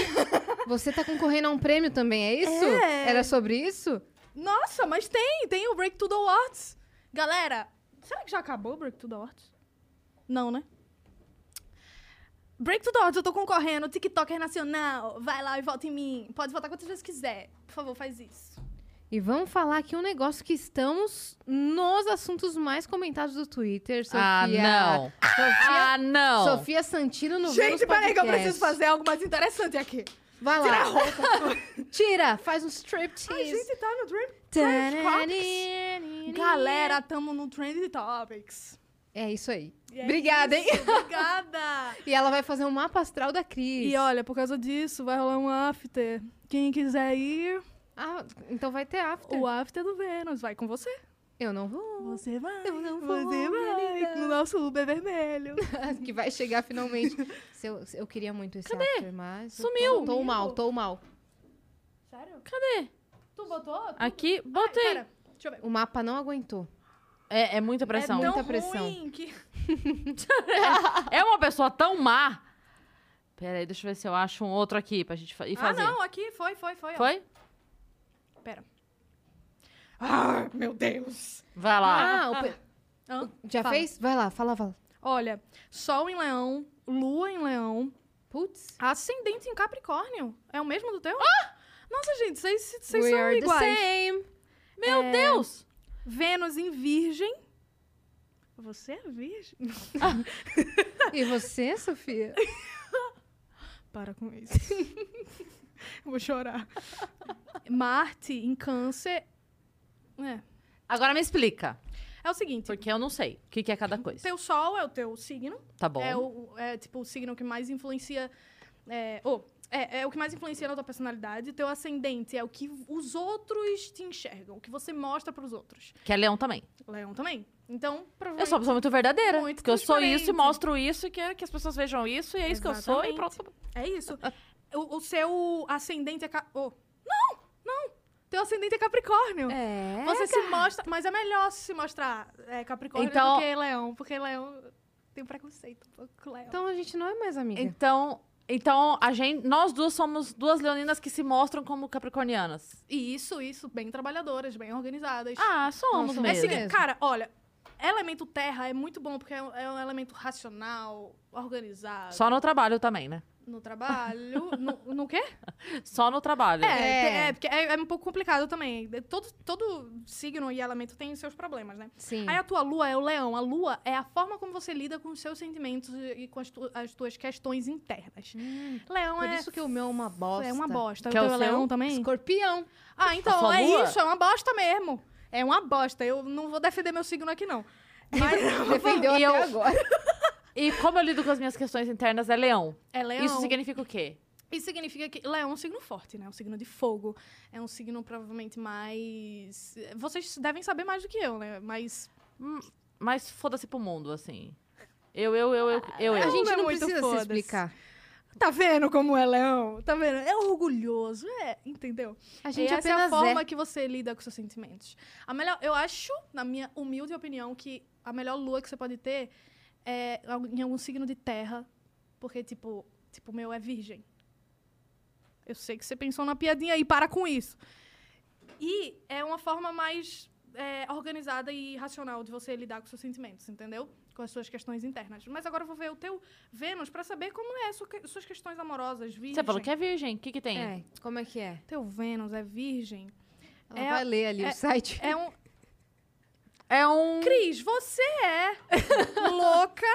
Você tá concorrendo a um prêmio também, é isso?
É.
Era sobre isso?
Nossa, mas tem, tem o Break to the Awards. Galera, será que já acabou o Break to the Awards? Não, né? Break to the Awards, eu tô concorrendo, TikToker nacional, vai lá e vota em mim. Pode votar quantas vezes quiser. Por favor, faz isso.
E vamos falar aqui um negócio que estamos nos assuntos mais comentados do Twitter, Sofia.
Ah, não. Ah, não.
Sofia Santino no Vênus Podcast.
algo mais interessante aqui.
Vai lá. Tira a roupa. Tira, faz um
A
striptease.
gente tá no Dream...
Tananana.
Galera, tamo no Trend Topics.
É isso aí.
E é
Obrigada, hein?
isso, Obrigada!
E ela vai fazer um mapa astral da Cris.
E olha, por causa disso, vai rolar um after. Quem quiser ir,
Ah, então vai ter after.
o after do Vênus vai com você.
Eu não vou.
Você vai. um
Eu não vou,
Você vai.
querida.
No nosso Uber vermelho.
que vai chegar finalmente. Se eu, se eu queria muito esse after, mas... eu
Sumiu.
Tô, tô mal, tô mal.
Sério?
Cadê?
Tu botou?
Aqui, botei.
Pera, deixa eu ver.
O mapa não aguentou.
é, é muita pressão.
É
É,
tão
Muita pressão.
ruim que-
uma pessoa tão má. Pera aí, deixa eu ver se eu acho um outro aqui pra gente fa- ir
Ah,
fazer.
não, aqui foi, foi, foi. ó.
Foi?
Pera. Ah, meu Deus.
Vai lá.
Ah, o pe-
Hã?
já
Fala.
fez? Vai lá, fala, fala.
Olha, Sol em Leão, Lua em Leão,
Putz.
Ascendente em Capricórnio. É o mesmo do teu? Nossa, gente, vocês vocês
Ah! We
são
are the
iguais.
same.
Meu
é.
Deus!
Vênus em Virgem. Você é virgem?
E você, Sofia?
Para com isso. Vou chorar. Marte em Câncer. É.
Agora me explica.
É o seguinte:
Porque eu não sei o que, que é cada coisa.
teu Sol é o teu signo.
Tá bom.
É, o, é tipo o signo que mais influencia. É, oh, é, é o que mais influencia na tua personalidade. Teu ascendente é o que os outros te enxergam, o que você mostra pros outros.
Que é leão também.
Leão também. Então,
Eu sou uma
provavelmente.
pessoa muito verdadeira.
Muito
porque eu sou isso e
transparente.
mostro isso e quero que as pessoas vejam isso e é isso que eu sou e
Exatamente.
pronto.
É isso. O, o seu ascendente é. Ca... Oh. Não! Não! Teu ascendente é Capricórnio.
É.
Você se mostra, mas é melhor se mostrar é, Capricórnio
Então-
do que Leão, porque Leão tem preconceito um pouco com Leão.
Então a gente não é mais amiga.
Então, Então, a gente, nós duas somos duas leoninas que se mostram como capricornianas.
E isso, isso, bem trabalhadoras, bem organizadas.
Ah, somos
Nossa,
é o
mesmo.
seguinte, cara, olha, elemento terra é muito bom porque é um, é um elemento racional, organizado.
Só no trabalho também, né?
No trabalho. no, no quê?
Só no trabalho.
É, tem-
É.
é, porque é, é um pouco complicado também. De- Todo, todo signo e elemento tem os seus problemas, né?
Hum.
Sim.
Aí a tua lua é o leão. A lua é a forma como você lida com os seus sentimentos e e com as, tu- as tuas questões internas.
Hum,
leão
Por
é.
isso que o meu é uma bosta.
É uma bosta.
Que
o
é o
teu é
seu?
leão também?
Escorpião.
Ah,
A
então
sua
é
lua?
isso, é uma bosta mesmo. É uma bosta. Eu não vou defender meu signo aqui, não. Mas
Defendeu
E
até
eu-
agora.
E como eu lido com as minhas questões internas é leão.
é leão.
Isso significa o quê?
Isso significa que Leão é um signo forte, né? É um signo de fogo. É um signo provavelmente mais. Vocês devem saber mais do que eu, né? Mas.
Mas foda-se pro mundo, assim. Eu, eu, eu, eu, eu.
A
eu.
gente
é
não
muito
precisa se
foda-se.
explicar.
Tá vendo como é Leão? Tá vendo? É orgulhoso, é, entendeu?
A gente
e essa é
apenas
a forma
é.
que você lida com seus sentimentos. A melhor, eu acho, na minha humilde opinião, que a melhor lua que você pode ter é algu- em algum signo de terra, porque tipo, tipo, o meu é virgem. Eu sei que você pensou na piadinha aí, para com isso. E é uma forma mais é, organizada e racional de você lidar com seus sentimentos, entendeu? Com as suas questões internas. Mas agora eu vou ver o teu Vênus pra saber como é sua que- suas questões amorosas, virgem.
Você falou que é virgem. O que, que tem?
É, como é que é?
Teu Vênus é virgem.
Ela
É-
vai ler ali o
é-
site.
É um,
É um.
Cris, você é louca.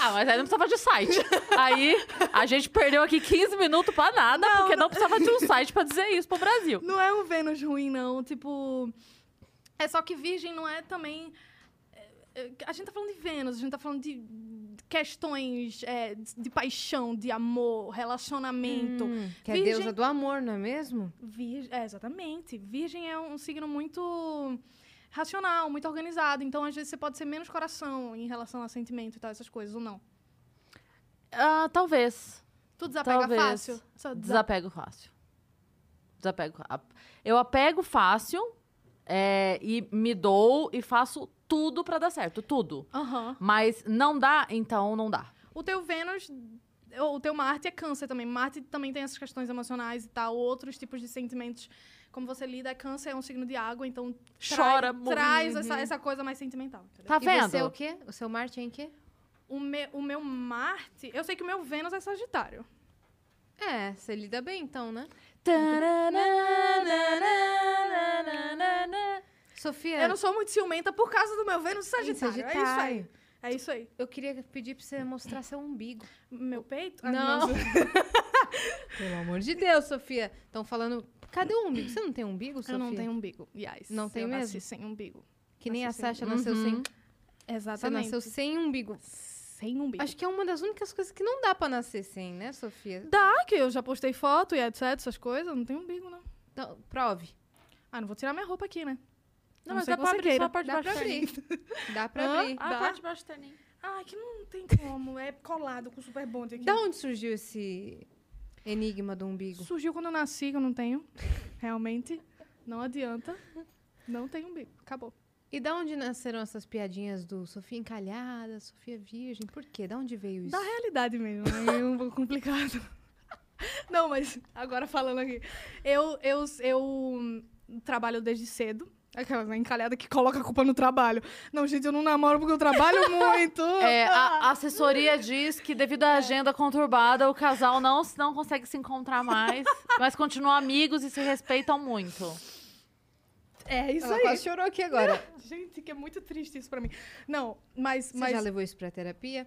Ah, mas aí não precisava de site. Aí a gente perdeu aqui 15 minutos pra nada, porque não precisava de um site pra dizer isso pro Brasil.
Não é um Vênus ruim, não. Tipo. É só que Virgem não é também. é, é, A gente tá falando de Vênus, a gente tá falando de questões é, de de paixão, de amor, relacionamento.
Hum, que é
Virgem-
deusa do amor, não é mesmo?
Virgem, é, exatamente. Virgem é um signo muito racional, muito organizado. Então, às vezes, você pode ser menos coração em relação a sentimento e tal, essas coisas, ou não.
Ah, talvez.
Tu desapega
Talvez.
fácil? Só desa-
Desapego fácil. Desapego. ap- Eu apego fácil é, e me dou e faço tudo pra dar certo. Tudo.
Aham.
Mas não dá, então não dá.
O teu Vênus, ou o teu Marte é câncer também. Marte também tem essas questões emocionais e tal, outros tipos de sentimentos. Como você lida, câncer é um signo de água, então trai-
Chora, morre.
traz essa, essa coisa mais sentimental. entendeu?
Tá
e
vendo?
você é o quê? O seu Marte é em quê?
O, me- o meu Marte, eu sei que o meu Vênus é Sagitário.
É, você lida bem então, né? Sofia,
Eu não sou muito ciumenta por causa do meu Vênus
em
Sagitário. É isso aí.
Sagitário,
É isso aí.
eu queria pedir pra você mostrar seu umbigo.
Meu peito? Ah,
Não.
meu-
Pelo amor de Deus, Sofia. Estão falando. Cadê o umbigo? Você não tem umbigo, Sofia?
Eu não tenho umbigo. Yes.
Não tem
eu
mesmo?
Nasci sem umbigo.
Que nem a
nasci sem- Uhum.
Sasha nasceu sem. Você
Exatamente.
nasceu sem umbigo.
sem umbigo.
Acho que é uma das únicas coisas que não dá pra nascer sem, né, Sofia?
Dá, que eu já postei foto e etc, essas coisas. Não tem umbigo, não.
Então, prove.
Ah, não vou tirar minha roupa aqui, né?
Não,
A
mas
ser
dá
que
pra
você
abrir só
queira.
a parte de
Dá
baixo
pra
do terninho.
abrir. Dá pra
Hã? tá
abrir.
Ah,
Dá.
a parte de baixo do terninho.
Ah, que não tem como. É colado com super bonde aqui.
Da onde surgiu esse enigma do umbigo?
Surgiu quando eu nasci, que eu não tenho. Realmente, não adianta. Não tem umbigo. Acabou.
E da onde nasceram essas piadinhas do Sofia encalhada, Sofia virgem? Por quê? Da onde veio isso?
Da realidade mesmo, né? É um pouco complicado. Não, mas agora falando aqui. Eu, eu, eu hum, trabalho desde cedo. Aquela né, encalhada que coloca a culpa no trabalho. Não, gente, eu não namoro porque eu trabalho muito.
É, a a assessoria diz que devido à agenda conturbada, o casal não, não consegue se encontrar mais, mas continuam amigos e se respeitam muito.
É isso
Ela
aí.
quase chorou aqui agora.
Gente, que é muito triste isso pra mim. Não, mas.
Você
mas
já levou isso pra terapia?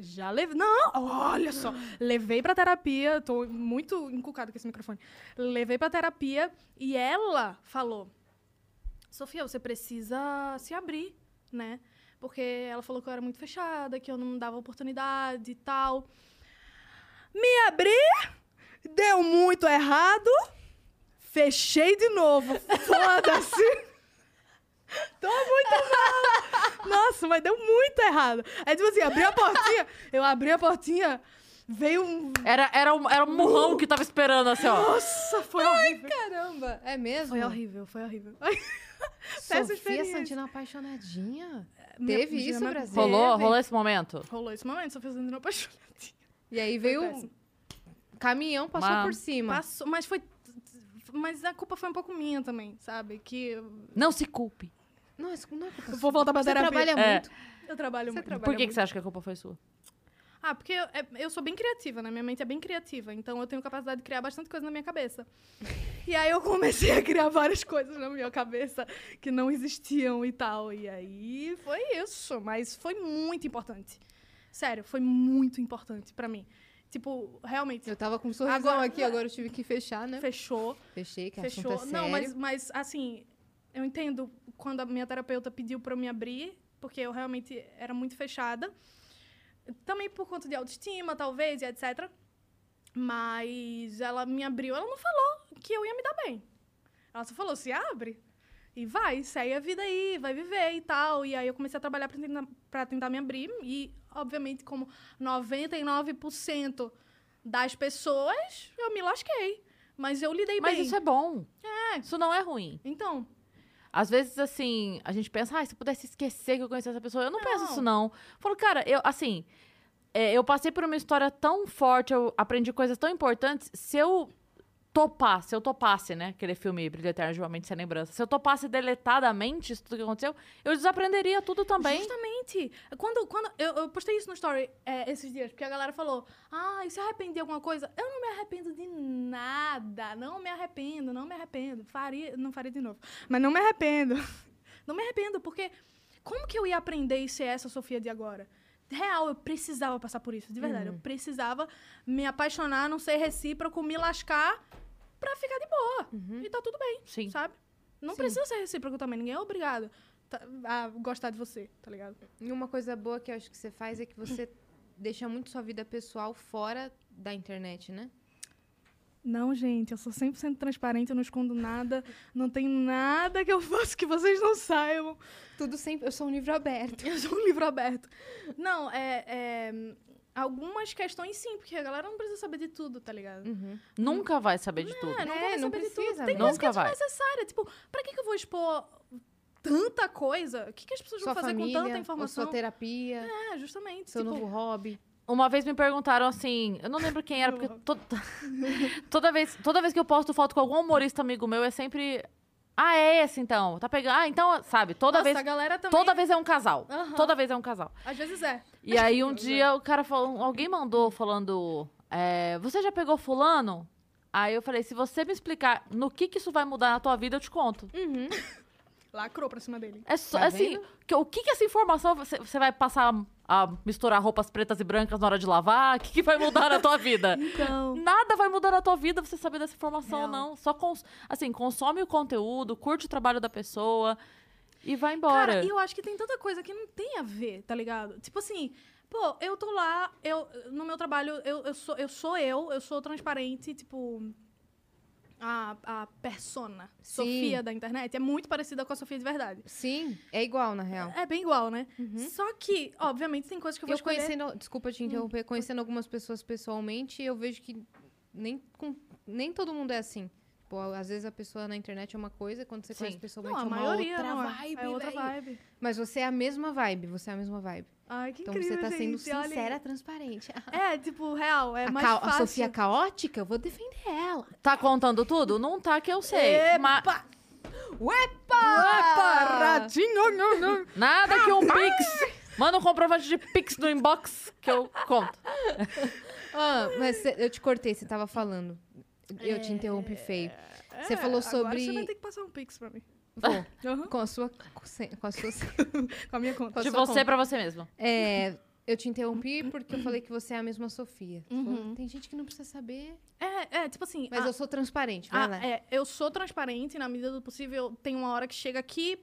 já levei. Não, olha só. Levei pra terapia. Tô muito encucada com esse microfone. Levei pra terapia e ela falou: Sofia, você precisa se abrir, né? Porque ela falou que eu era muito fechada, que eu não dava oportunidade e tal. Me abri, deu muito errado, fechei de novo. Foda-se! Tô muito mal! Nossa, mas deu muito errado. É tipo assim, abri a portinha, eu abri a portinha, veio um.
Era, era, um, era um murrão que tava esperando, assim, ó.
Nossa, foi horrível.
Caramba! É mesmo? é
Foi horrível, foi horrível. Péssima
Sofia
experiência.
Santino apaixonadinha?
Minha-
Teve
minha
isso,
mãe-
Brasil?
Rolou,
Teve.
rolou esse momento.
Rolou esse momento, só fazendo uma apaixonadinha.
E aí veio
péssimo.
um caminhão, passou
Uma-
por cima.
Passou- mas foi. Mas a culpa foi um pouco minha também, sabe? Que eu,
Não se culpe.
Não, isso não é culpa
vou voltar pra
Você
terapia.
trabalha
É.
muito.
Eu trabalho
Você
muito.
trabalha
Por que, que
muito.
você acha que a culpa foi sua?
Ah, porque eu, é- eu sou bem criativa, né? Minha mente é bem criativa. Então eu tenho capacidade de criar bastante coisa na minha cabeça. E aí eu comecei a criar várias coisas na minha cabeça que não existiam e tal. E aí foi isso. Mas foi muito importante. Sério, foi muito importante pra mim. Tipo, realmente.
Eu tava com um sorrisão
Agora-
aqui, agora eu tive que fechar, né?
Fechou.
Fechei, que
Fechou.
assunto é
Não, mas,
sério.
mas assim, eu entendo quando a minha terapeuta pediu pra eu me abrir, porque eu realmente era muito fechada. Também por conta de autoestima, talvez, e etc. Mas ela me abriu, ela não falou que eu ia me dar bem. Ela só falou: se abre e vai, segue a vida aí, vai viver e tal. E aí eu comecei a trabalhar pra tentar, pra tentar me abrir. E, obviamente, como 99% das pessoas, eu me lasquei. Mas eu lidei
Mas
bem.
isso é bom. É. Isso não é ruim.
Então,
Às vezes, assim, a gente pensa, ah, se eu pudesse esquecer que eu conheci essa pessoa. Eu não, penso
Não.
isso, não. Eu falo, cara, eu, assim, é, eu passei por uma história tão forte, eu aprendi coisas tão importantes. Se eu topar, se eu topasse, né, aquele filme Brilho Eterno de uma Mente Sem Lembrança, se eu topasse deletadamente isso tudo que aconteceu, eu desaprenderia tudo também.
justamente. Quando, quando eu, eu postei isso no story é, esses dias, porque a galera falou: Ah, e se arrepender de alguma coisa? Eu não me arrependo de nada. Não me arrependo, não me arrependo. Faria, não faria de novo. Mas não me arrependo. Não me arrependo, porque como que eu ia aprender e ser essa Sofia de agora? Real, eu precisava passar por isso, de verdade. Eu precisava me apaixonar, não ser recíproco, me lascar pra ficar de boa. E tá tudo bem.
Sim.
sabe? Não precisa ser recíproco também, ninguém é obrigado tá- a gostar de você, tá ligado?
E uma coisa boa que eu acho que você faz é que você deixa muito sua vida pessoal fora da internet, né?
Não, gente, eu sou 100% transparente, eu não escondo nada, não tem nada que eu faço que vocês não saibam.
Tudo sempre. Eu sou um livro aberto.
Eu sou um livro aberto. Não, é, é, Algumas questões sim, porque a galera não precisa saber de tudo, tá ligado?
Uhum.
Nunca vai saber de tudo.
É, não,
É,
vai
não
saber de
precisa,
tudo. Tem
né?
coisa que é
Nunca vai.
desnecessária. Tipo, pra que, que eu vou expor tanta coisa? O que, que as pessoas
Sua
vão fazer
família,
com tanta
ou sua
informação?
terapia,
É, justamente.
seu
tipo,
novo hobby.
Uma vez me perguntaram assim, eu não lembro quem era, porque
Nossa.
to- toda, vez, toda vez que eu posto foto com algum humorista amigo meu, é sempre. Ah, é esse então. Tá pegando. Ah, então, sabe, toda
nossa,
vez.
a galera também.
Toda vez é um casal.
Aham.
Toda vez é um casal.
Às vezes é.
E aí um dia o cara falou, alguém mandou falando, é, você já pegou fulano? Aí eu falei, se você me explicar no que que isso vai mudar na tua vida, eu te conto.
Hum, Lacrou pra cima dele.
É só,
Tá
assim, que- o que que essa informação você, você vai passar a misturar roupas pretas e brancas na hora de lavar? O que que vai mudar na tua vida?
Então.
Nada vai mudar na tua vida você saber dessa informação,
Real.
não. Só, cons- assim, consome o conteúdo, curte o trabalho da pessoa e vai embora.
Cara, e eu acho que tem tanta coisa que não tem a ver, tá ligado? Tipo assim, pô, eu tô lá, eu, no meu trabalho, eu, eu, sou, eu sou eu, eu sou transparente, tipo. A, a persona,
Sim.
Sofia da internet, é muito parecida com a Sofia de verdade.
Sim, é igual, na real. Uhum.
É bem igual, né? Só que, obviamente, tem coisas que eu vou
Eu
escolher. Hum.
conhecendo, desculpa te interromper, conhecendo algumas pessoas pessoalmente, eu vejo que nem, com- nem todo mundo é assim. Tipo, às vezes a pessoa na internet é uma coisa, quando você
Sim.
conhece
Não,
pessoalmente
a
é uma
maioria
outra
não é.
vibe,
é outra
velho.
vibe.
Mas você é a mesma vibe, você é a mesma vibe.
Ai, que
Então
incrível,
você tá sendo
gente, olha.
sincera, transparente.
É, tipo, real, é
a,
mais
ca- a
fácil.
Sofia caótica, eu vou defender ela.
Tá contando tudo? Não tá que eu sei.
É,
ma-
Ah.
Uepa!
Nada que um Pix. Manda um comprovante de Pix no inbox que eu conto.
Ah, mas cê- eu te cortei, você tava falando. Eu te interrompi feio. Você
É,
falou
Agora
sobre-
você vai ter que passar um pix pra mim.
Vou,
Aham,
com a sua... Com se- com a sua
Com a minha conta.
De
sua
você pra você mesmo.
É, eu te interrompi porque eu falei que você é a mesma Sofia. Você falou,
Uhum.
Tem gente que não precisa saber,
É, é, tipo assim.
mas
a-
eu sou transparente, vai
Ah,
lá.
é, eu sou transparente na medida do possível. Tem uma hora que chega aqui.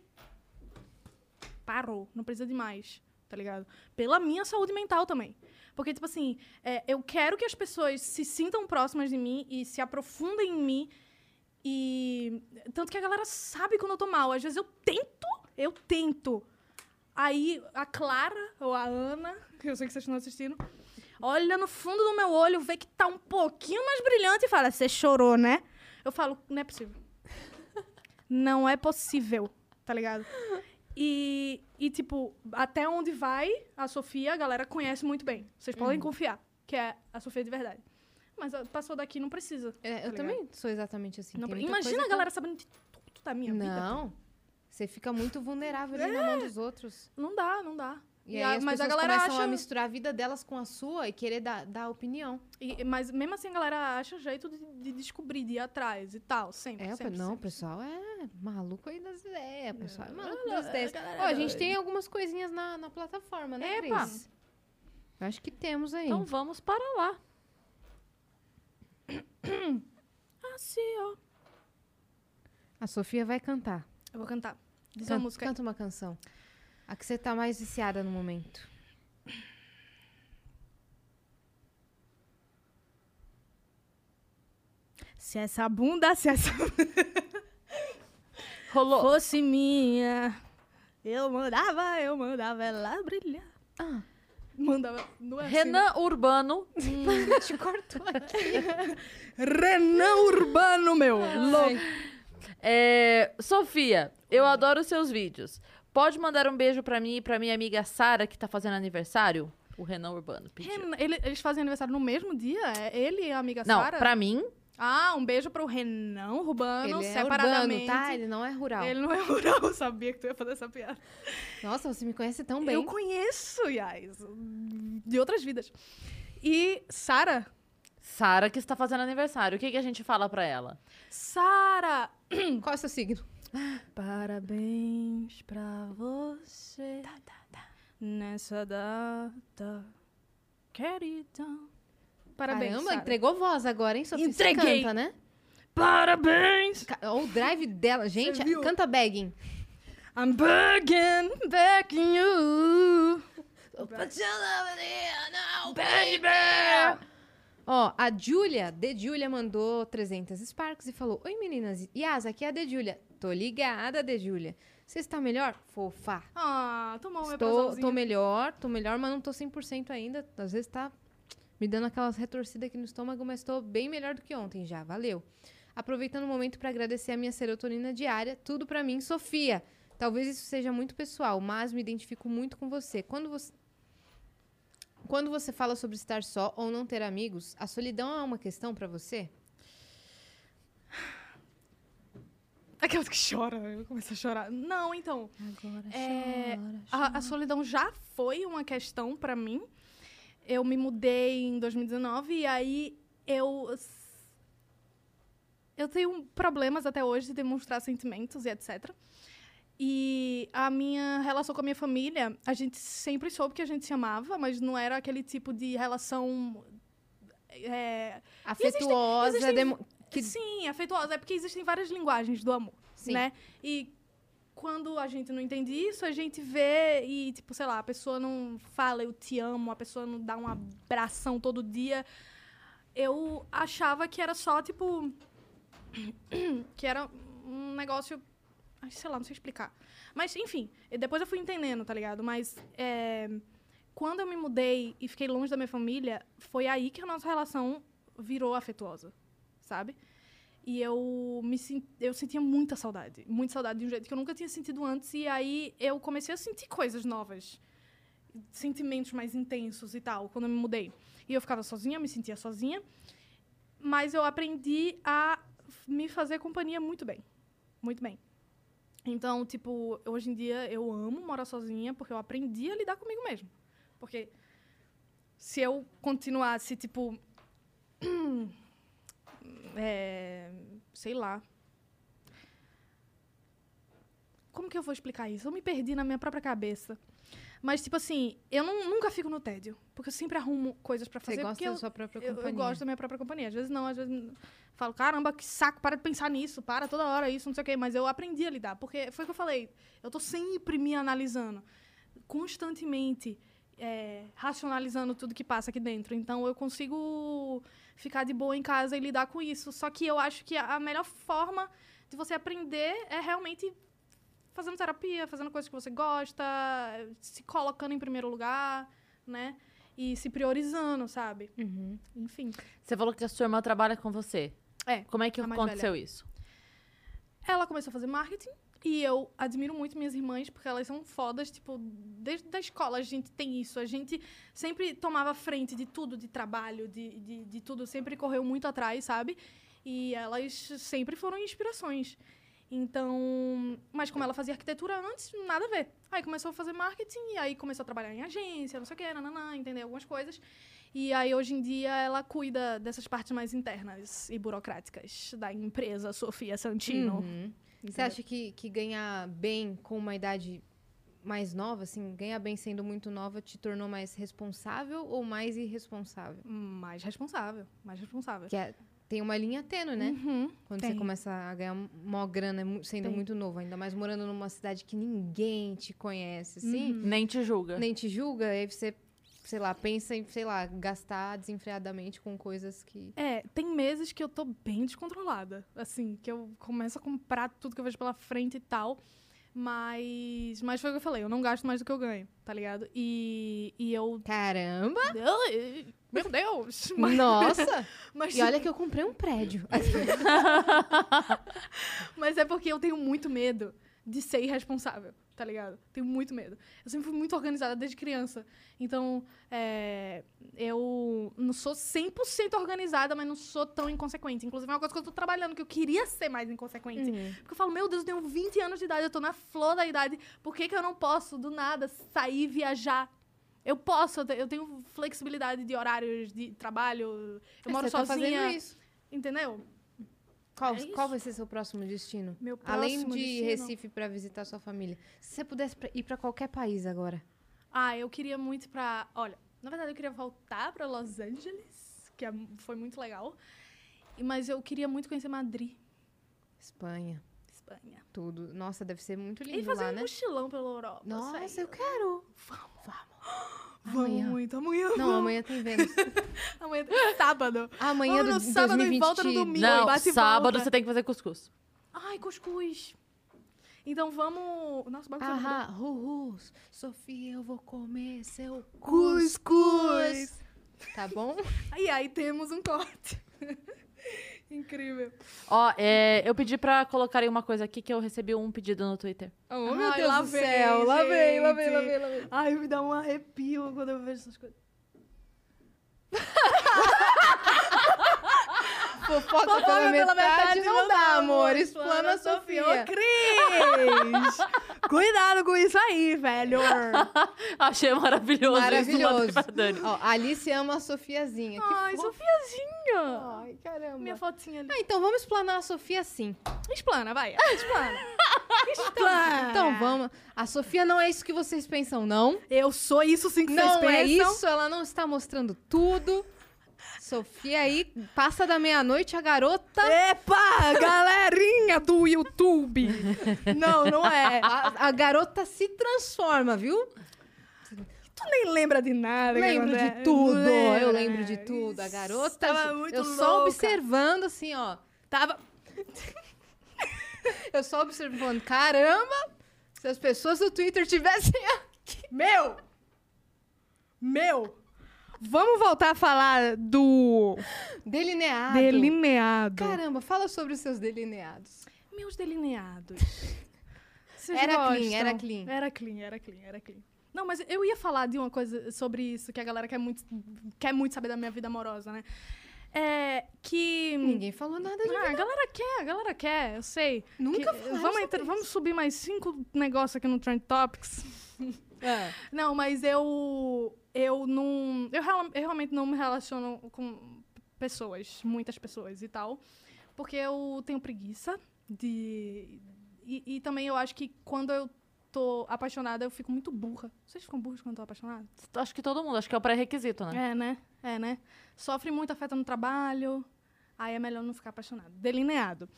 Parou, não precisa de mais, tá ligado? Pela minha saúde mental também. Porque, tipo assim, é, eu quero que as pessoas se sintam próximas de mim e se aprofundem em mim. E. Tanto que a galera sabe quando eu tô mal. Às vezes eu tento, eu tento. Aí a Clara ou a Ana, que eu sei que vocês estão assistindo, olha no fundo do meu olho, vê que tá um pouquinho mais brilhante e fala: Você chorou, né? Eu falo: Não é possível. Não é possível, tá ligado?
Uhum.
E, e, tipo, até onde vai a Sofia, a galera conhece muito bem. Vocês podem confiar. que é a Sofia de verdade. Mas ó, passou daqui, não precisa.
É, eu
ligado?
também sou exatamente assim.
Não
Tem
pre-
muita
Imagina
coisa
a
que eu-
galera sabendo de tudo da minha vida.
Não. Você fica muito vulnerável ali na mão dos outros.
Não dá, não dá.
E,
E
aí
a-
as
mas a
pessoas
galera
começam a
acha-
misturar a vida delas com a sua e querer dar, dar opinião.
E- mas mesmo assim a galera acha jeito de, de descobrir, de ir atrás e tal, sempre.
É,
sempre,
não, o
sempre.
pessoal é maluco aí das ideias. O pessoal é maluco
Não,
das ideias.
a galera
Ó, a
é
gente
doida.
tem algumas coisinhas na, na plataforma, né,
Epa!
Cris? Eu acho que temos aí.
Então vamos para lá.
Ah, sim, ó.
A Sofia vai cantar.
Eu vou cantar. Diz
Can-
uma música. aí.
Canta uma canção. A que você tá mais viciada no momento.
Se essa bunda, se essa
Rolou.
fosse minha, eu mandava, eu mandava ela brilhar.
Ah.
Mandava. Não é assim,
Renan Urbano.
Te cortou aqui.
né? Renan Urbano, meu. Louco.
É, Sofia, eu adoro seus vídeos. Pode mandar um beijo pra mim e pra minha amiga Sara, que tá fazendo aniversário? O Renan Urbano pediu.
Renan- ele- eles fazem aniversário no mesmo dia? É ele e a amiga
Não,
Sara?
pra mim,
Ah, um beijo pro Renan Urbano,
Ele é urbano,
separadamente.
tá? Ele não é rural.
Ele não é rural, eu sabia que tu ia fazer essa piada.
Nossa, você me conhece tão bem.
Eu conheço, Yas, de outras vidas. E Sara?
Sara que está fazendo aniversário. O que, que a gente fala pra ela?
Sara!
Qual é o seu signo?
Parabéns pra você
Tá,
nessa data querida. Parabéns,
Caramba,
Sara.
entregou voz agora, hein, Sofia? Você
Entreguei.
canta, né?
Parabéns!
Ca- Olha o drive dela, gente.
viu?
Canta begging.
I'm begging, begging you.
Ó, a Júlia, The Júlia mandou 300 Sparks e falou: Oi meninas, Yas, aqui é a The Júlia. Tô ligada, The Júlia. Você está melhor? Fofa.
Ah, tomou meu
Estou, tô
pauzãozinho.
melhor, tô melhor, mas não tô 100% ainda. Às vezes tá me dando aquelas retorcidas aqui no estômago, mas tô bem melhor do que ontem já. Valeu. Aproveitando o momento para agradecer a minha serotonina diária, tudo pra mim, Sofia. Talvez isso seja muito pessoal, mas me identifico muito com você. Quando você Quando você fala sobre estar só ou não ter amigos, a solidão é uma questão pra você?
Aquelas que choram, eu começo a chorar. Não, então.
Agora
É, A, a solidão já foi uma questão pra mim. Eu me mudei em 2019 e aí eu. Eu tenho problemas até hoje de demonstrar sentimentos e etc. E a minha relação com a minha família, a gente sempre soube que a gente se amava, mas não era aquele tipo de relação. é,
afetuosa,
existem-
demo- que
Sim, afetuosa. É porque existem várias linguagens do amor,
Sim.
né? E quando a gente não entende isso, a gente vê e, tipo, sei lá, a pessoa não fala eu te amo, a pessoa não dá um abração todo dia. Eu achava que era só, tipo... que era um negócio... ai, Sei lá, não sei explicar. Mas, enfim, e depois eu fui entendendo, tá ligado? Mas, é, quando eu me mudei e fiquei longe da minha família, foi aí que a nossa relação virou afetuosa, sabe? E eu me sen- eu sentia muita saudade, muita saudade de um jeito que eu nunca tinha sentido antes e aí eu comecei a sentir coisas novas, sentimentos mais intensos e tal, quando eu me mudei. E eu ficava sozinha, me sentia sozinha, mas eu aprendi a f- me fazer companhia muito bem. Muito bem. Então, tipo, hoje em dia eu amo morar sozinha porque eu aprendi a lidar comigo mesma. Porque se eu continuasse, tipo. é, sei lá. Como que eu vou explicar isso? Eu me perdi na minha própria cabeça. Mas, tipo assim, eu não- nunca fico no tédio. Porque eu sempre arrumo coisas pra
você
fazer.
gosta
porque
da
eu-
sua própria
eu,
companhia.
eu gosto da minha própria companhia. Às vezes não, às vezes falo, caramba, que saco, para de pensar nisso, para toda hora isso, não sei o quê. Mas eu aprendi a lidar, porque foi o que eu falei. Eu tô sempre me analisando, constantemente é, racionalizando tudo que passa aqui dentro. Então eu consigo ficar de boa em casa e lidar com isso. Só que eu acho que a a melhor forma de você aprender é realmente fazendo terapia, fazendo coisas que você gosta, se colocando em primeiro lugar, né? E se priorizando, sabe?
Uhum.
Enfim.
Você falou que a sua irmã trabalha com você.
É,
Como é que
a mais
aconteceu isso?
Ela começou a fazer marketing E eu admiro muito minhas irmãs, porque elas são fodas, tipo, desde da escola a gente tem isso. A gente sempre tomava frente de tudo, de trabalho, de, de, de tudo, sempre correu muito atrás, sabe? E elas sempre foram inspirações. Então, mas como ela fazia arquitetura antes, nada a ver. Aí começou a fazer marketing, e aí começou a trabalhar em agência, não sei o que, nananã, entender algumas coisas. E aí, hoje em dia, ela cuida dessas partes mais internas e burocráticas da empresa Sofia Santino.
Uhum. Você acha que, que ganhar bem com uma idade mais nova, assim, ganhar bem sendo muito nova, te tornou mais responsável ou mais irresponsável?
Mais responsável, mais responsável.
Que é- tem uma linha tênue, né?
Uhum,
Quando você
tem.
começa a ganhar mó grana mu- sendo
Tem.
muito novo, ainda mais morando numa cidade que ninguém te conhece, assim,
Nem te
Uhum.
julga.
nem te julga, aí você, sei lá, pensa em, sei lá, gastar desenfreadamente com coisas que.
É, tem meses que eu tô bem descontrolada. Assim, que eu começo a comprar tudo que eu vejo pela frente e tal. Mas, mas foi o que eu falei, eu não gasto mais do que eu ganho, tá ligado? E, e eu.
Caramba!
Ai, Meu Deus! Mas,
Nossa!
mas-
e olha que eu comprei um prédio.
Mas é porque eu tenho muito medo de ser irresponsável, tá ligado? Tenho muito medo. Eu sempre fui muito organizada desde criança. Então, é, eu não sou 100% organizada, mas não sou tão inconsequente. Inclusive, é uma coisa que eu tô trabalhando, que eu queria ser mais
Hum.
inconsequente. Porque eu falo, meu Deus, eu tenho 20 anos de idade, eu tô na flor da idade. Por que, que eu não posso, do nada, sair e viajar? Eu posso, eu te- eu tenho flexibilidade de horários, de trabalho. Eu moro
você tá
sozinha.
fazendo isso.
Entendeu?
Qual,
É isso.
qual vai ser seu próximo destino?
Meu
Além de
próximo destino.
Recife pra visitar sua família. Se você pudesse pra- ir pra qualquer país agora.
Ah, eu queria muito pra. Olha, na verdade eu queria voltar pra Los Angeles, que é- foi muito legal. E- Mas eu queria muito conhecer Madrid,
Espanha,
Espanha.
tudo. Nossa, deve ser muito
E
lindo
fazer
lá,
um
né?
mochilão pela Europa.
Nossa,
sair.
eu quero.
Vamos
amanhã.
muito, amanhã.
Não, amanhã tem Vênus.
Amanhã, sábado.
Amanhã
Vamos
do
no sábado e volta no
2020.
domingo.
Não,
bate e
sábado
volta.
você tem que fazer cuscuz.
Ai, cuscuz. Então vamos. Nossa, bagulho.
Ahá, uhus. Sofia, eu vou comer seu cuscuz.
Cuscuz!
Tá bom?
E aí temos um corte. Incrível.
Ó, é, eu pedi pra colocarem uma coisa aqui que eu recebi um pedido no Twitter.
Oh,
Ai, lá vem,
lavei, lavei,
gente.
lavei, lavei.
Ai, me dá um arrepio quando eu vejo essas coisas.
Fofoca, pela, metade, não dá, amor. Explana a
Ô,
Sofia.
Cris! Cuidado com isso aí, velho.
Achei maravilhoso, isso.
Maravilhoso.
mandei pra Dani.
Ó, Alice ama a Sofiazinha. Que
Ai,
fofo.
Sofiazinha!
Ai, caramba.
Minha fotinha ali.
Ah, então vamos explanar a Sofia assim. sim.
Tá. Explana, vai. Explana. Explana.
Então vamos. A Sofia não é isso que vocês pensam, não.
Eu sou isso sim que
Não
vocês
é
pensam.
isso, ela não está mostrando tudo. Sofia aí, passa da meia-noite a garota.
Epa, galerinha do YouTube. Não, não é.
A, a garota se transforma, viu?
Tu nem lembra de nada. que
Lembro
acontece.
de tudo. eu
Lembra.
lembro de tudo. A
Isso,
garota.
Tava muito
eu só
louca.
observando, assim, ó.
Tava...
Eu só observando. Caramba! Se as pessoas do Twitter tivessem aqui.
Meu! Meu! Vamos voltar a falar do
Delineado.
delineado.
Caramba, fala sobre os seus delineados.
Meus delineados. Vocês
Era clean,
gostam?
era clean.
Era clean, era clean, era clean. Não, mas eu ia falar de uma coisa sobre isso, que a galera quer muito, quer muito saber da minha vida amorosa, né? É que...
Ninguém falou nada de
Ah, a galera quer, a galera quer, eu sei.
Nunca
que,
falaram
vamos,
sobre
entrar- vamos subir mais cinco negócios aqui no Trend Topics.
Ah,
Não, mas eu. Eu não. Eu, real- eu realmente não me relaciono com pessoas, muitas pessoas e tal. Porque eu tenho preguiça de. E, e também eu acho que quando eu tô apaixonada, eu fico muito burra. Vocês ficam burros quando estão apaixonados?
Acho que todo mundo, acho que é o pré-requisito, né?
É, né? É, né? Sofre muito, afeta no trabalho. Aí é melhor não ficar apaixonado. Delineado.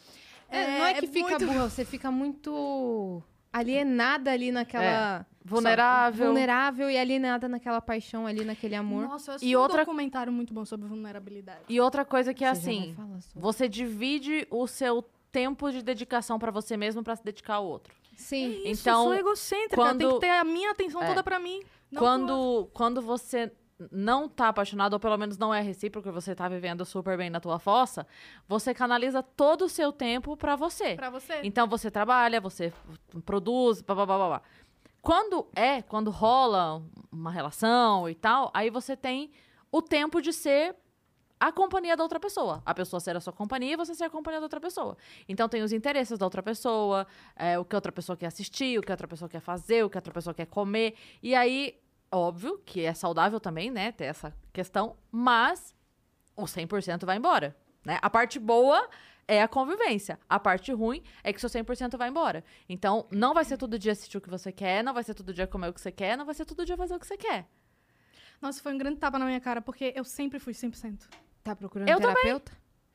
é, não é que fica
muito-
burra, você fica muito alienada ali
É,
naquela.
Vulnerável.
Só- vulnerável e alienada naquela paixão ali, naquele amor.
Nossa, eu assisti
E outra-
um documentário muito bom sobre vulnerabilidade.
E outra coisa que é
Você já vai
assim,
falar sobre-
você divide o seu tempo de dedicação pra você mesmo pra se dedicar ao outro.
Sim.
Isso,
Então,
eu sou egocêntrica, tem
quando-
que ter a minha atenção
É.
toda pra mim. não pro
quando, quando você não tá apaixonado, ou pelo menos não é recíproco, você tá vivendo super bem na tua fossa, você canaliza todo o seu tempo pra você.
Pra você.
Então você trabalha, você produz, blá, blá, blá, blá, blá. Quando é, quando rola uma relação e tal, aí você tem o tempo de ser a companhia da outra pessoa. A pessoa ser a sua companhia e você ser a companhia da outra pessoa. Então tem os interesses da outra pessoa, é, o que a outra pessoa quer assistir, o que a outra pessoa quer fazer, o que a outra pessoa quer comer. E aí, óbvio que é saudável também, né, ter essa questão, mas o 100% vai embora, né? A parte boa é a convivência. A parte ruim é que seu 100% vai embora. Então, não vai ser todo dia assistir o que você quer, não vai ser todo dia comer o que você quer, não vai ser todo dia fazer o que você quer.
Nossa, foi um grande tapa na minha cara, porque eu sempre fui 100%.
Tá procurando
Eu também.
terapeuta?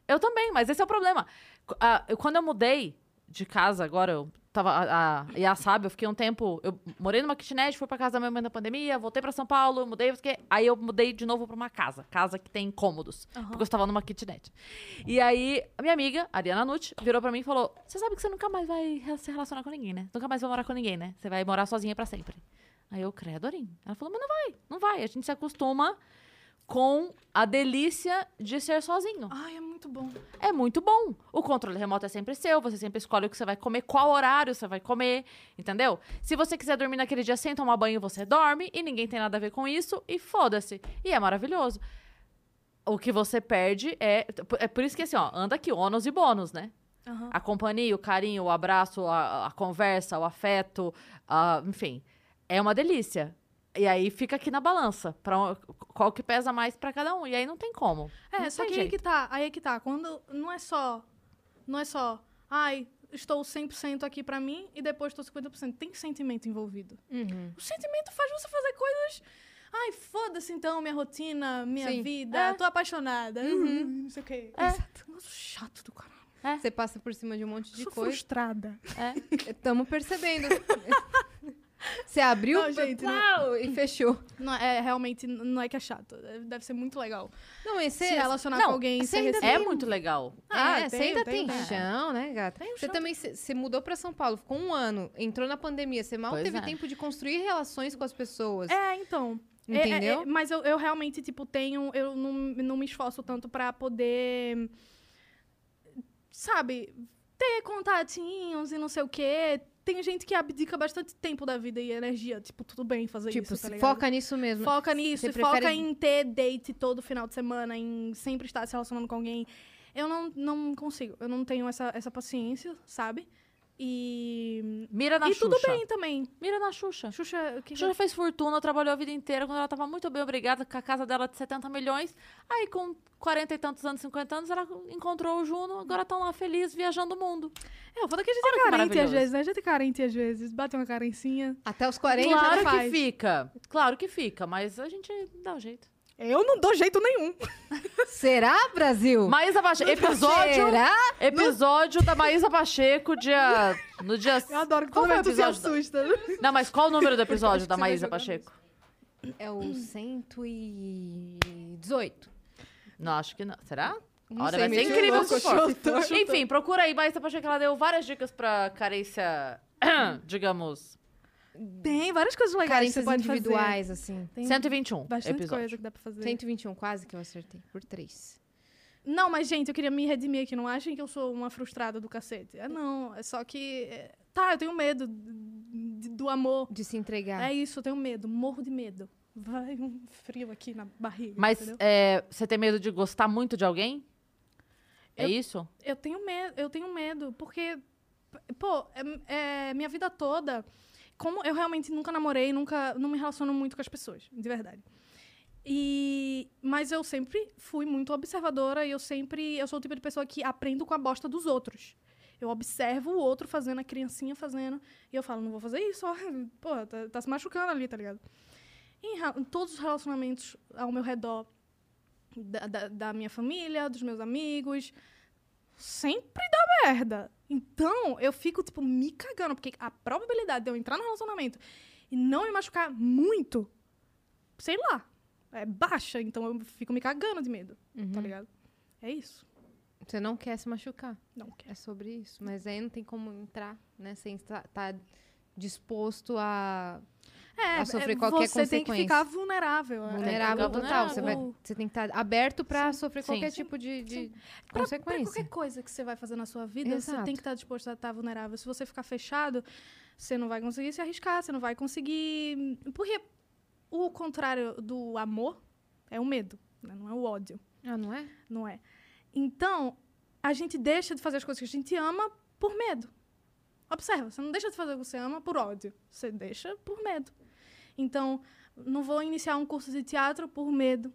Eu também, mas esse é o problema. Qu- ah, eu- quando eu mudei de casa agora, eu tava. A, a e a sabe, eu fiquei um tempo. Eu morei numa kitnet, fui pra casa da minha mãe na pandemia, voltei pra São Paulo, mudei, porque aí eu mudei de novo pra uma casa, casa que tem cômodos.
Aham.
Porque eu estava numa kitnet. E aí, a minha amiga, a Ariana Nutt, virou pra mim e falou: Você sabe que você nunca mais vai re- se relacionar com ninguém, né? Nunca mais vai morar com ninguém, né? Você vai morar sozinha pra sempre. Aí eu, credo, Arim. Ela falou: Mas não vai, não vai. A gente se acostuma com a delícia de ser sozinho.
Ai, é muito bom.
É muito bom. O controle remoto é sempre seu, você sempre escolhe o que você vai comer, qual horário você vai comer, entendeu? Se você quiser dormir naquele dia sem tomar banho, você dorme e ninguém tem nada a ver com isso e foda-se. E é maravilhoso. O que você perde é. É por isso que assim, ó, anda aqui, ônus e bônus, né?
Aham.
A companhia, o carinho, o abraço, a, a conversa, o afeto, a- enfim. É uma delícia. E aí fica aqui na balança, pra, um- qual que pesa mais pra cada um. E aí não tem como.
É,
Não
só
tem
que aí
jeito.
que tá, aí é que tá. Quando não é só, não é só, ai, estou 100% aqui pra mim e depois estou 50%. Tem sentimento envolvido.
Uhum.
O sentimento faz você fazer coisas. Ai, foda-se então minha rotina, minha
Sim.
vida,
É. Uhum.
tô apaixonada. Uhum. Não sei o quê.
É.
Exato. Nossa, chato do caralho.
Você passa por cima de um monte de
É. Sou
coisa.
frustrada.
É.
Estamos percebendo. Você abriu
Não, gente, não-
plau, e fechou.
Não, é, realmente, n- não é que é chato. É, Deve ser muito legal.
Não, esse é
Se relacionar
Não,
com alguém e
você
ser
ainda
recebido.
É
Tem-
muito legal.
Ah,
É,
você
tenho,
ainda
tenho,
tem
tenho.
chão, né, gata?
Tenho
você
um chão,
também se, se mudou pra São Paulo, ficou um ano, entrou na pandemia, você mal
Pois
teve
é.
tempo de construir relações com as pessoas.
É, então. É, é,
Entendeu?
é, mas eu, eu realmente, tipo, tenho. Eu não, não me esforço tanto pra poder. Sabe? Ter contatinhos e não sei o quê. Tem gente que abdica bastante tempo da vida e energia. Tipo, tudo bem fazer
tipo,
isso. tá
se
ligado?
foca nisso mesmo.
Foca nisso,
Você
e
prefere-
foca em ter date todo final de semana, em sempre estar se relacionando com alguém. Eu não, não consigo, eu não tenho essa, essa paciência, sabe? E.
Mira na
e
Xuxa.
tudo bem também.
Mira na Xuxa.
Xuxa, o que
Xuxa fez fortuna, trabalhou a vida inteira. Quando ela tava muito bem, obrigada, com a casa dela de 70 milhões. Aí, com 40 e tantos anos, 50 anos, ela encontrou o Juno. Agora estão lá felizes, viajando o mundo.
É, o foda é que a gente
Olha que
é carente às
maravilhoso.
vezes, né? A gente é carente às vezes. Bate uma carencinha.
Até os 40
claro que
faz.
fica. Claro que fica, mas a gente dá um jeito.
Eu não dou jeito nenhum.
Será, Brasil?
Maísa Pacheco. Episódio,
Será?
episódio da Maísa Pacheco, dia. No dia.
Eu adoro que
qual
todo
foi o
mundo se
episódio? da-
assusta.
Não, mas qual o número do episódio
que
da
você vai
Maísa
jogar
Pacheco?
É o 118.
Não, acho que não. Será?
Não
Olha,
sei,
vai ser
meti o
incrível
louco,
se for.
chutou, chutou.
Enfim, procura aí, Baísa Pacheco. Ela deu várias dicas pra carência, digamos,
Tem várias coisas legais que
Carências
você pode
individuais, assim.
fazer. Tem
121
bastante
episódio.
coisa que dá pra fazer.
121 quase que eu acertei, por 3.
Não, mas, gente, eu queria me redimir aqui. Não achem que eu sou uma frustrada do cacete. É, não. É só que... é, Tá, eu tenho medo d- d- do amor.
De se entregar.
É isso, eu tenho medo. Morro de medo. Vai um frio aqui na barriga,
Mas
entendeu?
é, você tem medo de gostar muito de alguém? É
Eu-
isso?
Eu tenho medo, eu tenho medo, porque, p- pô, é, é, minha vida toda, como eu realmente nunca namorei, nunca, não me relaciono muito com as pessoas, de verdade. E, mas eu sempre fui muito observadora e eu sempre, eu sou o tipo de pessoa que aprendo com a bosta dos outros. Eu observo o outro fazendo, a criancinha fazendo, e eu falo, não vou fazer isso, ó. Porra, tá, tá se machucando ali, tá ligado? Em, ra- em todos os relacionamentos ao meu redor, da- da- da minha família, dos meus amigos, sempre dá merda. Então, eu fico, tipo, me cagando, porque a probabilidade de eu entrar no relacionamento e não me machucar muito, sei lá, é baixa. Então, eu fico me cagando de medo, tá ligado? É isso.
Você não quer se machucar.
Não quero.
É sobre isso. Mas aí não tem como entrar, né? Sem estar tá disposto a
É,
a sofrer
é,
qualquer
você tem que
consequência.
ficar vulnerável. é.
Vulnerável
ficar
total. Você, vai,
vulnerável.
você tem que estar aberto pra sofrer
sim.
qualquer tipo de, de
Pra, pra
consequência.
qualquer coisa que você vai fazer na sua vida, você
Exato.
tem que estar disposto a estar vulnerável. Se você ficar fechado, você não vai conseguir se arriscar, você não vai conseguir. hum, Porque o contrário do amor é o medo, né? não é o ódio,
Ah, não é?
não é? Então, a gente deixa de fazer as coisas que a gente ama por medo. Observa, você não deixa de fazer o que você ama por ódio, você deixa por medo. Então, não vou iniciar um curso de teatro por medo.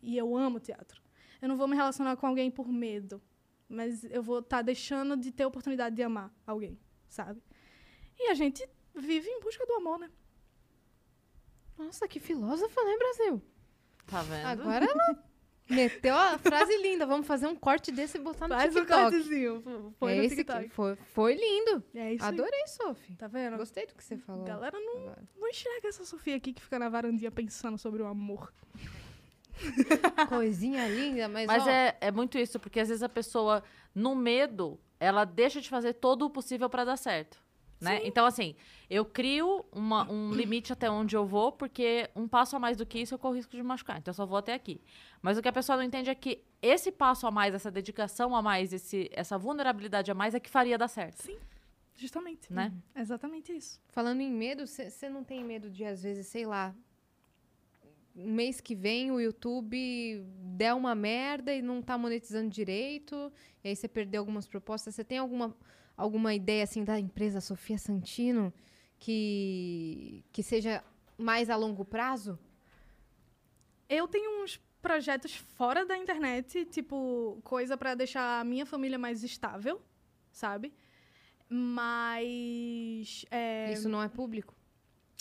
E eu amo teatro. Eu não vou me relacionar com alguém por medo. Mas eu vou estar deixando de ter a oportunidade de amar alguém, sabe? E a gente vive em busca do amor, né?
Nossa, que filósofa, né, Brasil?
Tá vendo?
Agora ela meteu a frase linda. Vamos fazer um corte desse e botar no
Faz um
TikTok.
cortezinho. pô, Põe
É
no
esse que-
TikTok.
foi, foi lindo.
É isso aí.
Adorei, Sophie.
Tá vendo?
Gostei do que você falou.
Galera, não,
É, agora.
não enxerga essa Sofia aqui que fica na varandinha pensando sobre o amor.
Coisinha linda, mas,
Mas
ó,
é, é muito isso, porque às vezes a pessoa, no medo, ela deixa de fazer todo o possível pra dar certo. Né? Então, assim, eu crio uma- um limite até onde eu vou, porque um passo a mais do que isso eu corro risco de machucar. Então, eu só vou até aqui. Mas o que a pessoa não entende é que esse passo a mais, essa dedicação a mais, esse, essa vulnerabilidade a mais é que faria dar certo.
Sim, justamente.
Né?
É exatamente isso.
falando em medo, você não tem medo de, às vezes, sei lá, um mês que vem o YouTube der uma merda e não tá monetizando direito, e aí você perdeu algumas propostas. Você tem alguma, alguma ideia, assim, da empresa Sofia Santino que, que seja mais a longo prazo?
Eu tenho uns projetos fora da internet, tipo, coisa pra deixar a minha família mais estável, sabe? Mas. é,
Isso não é público?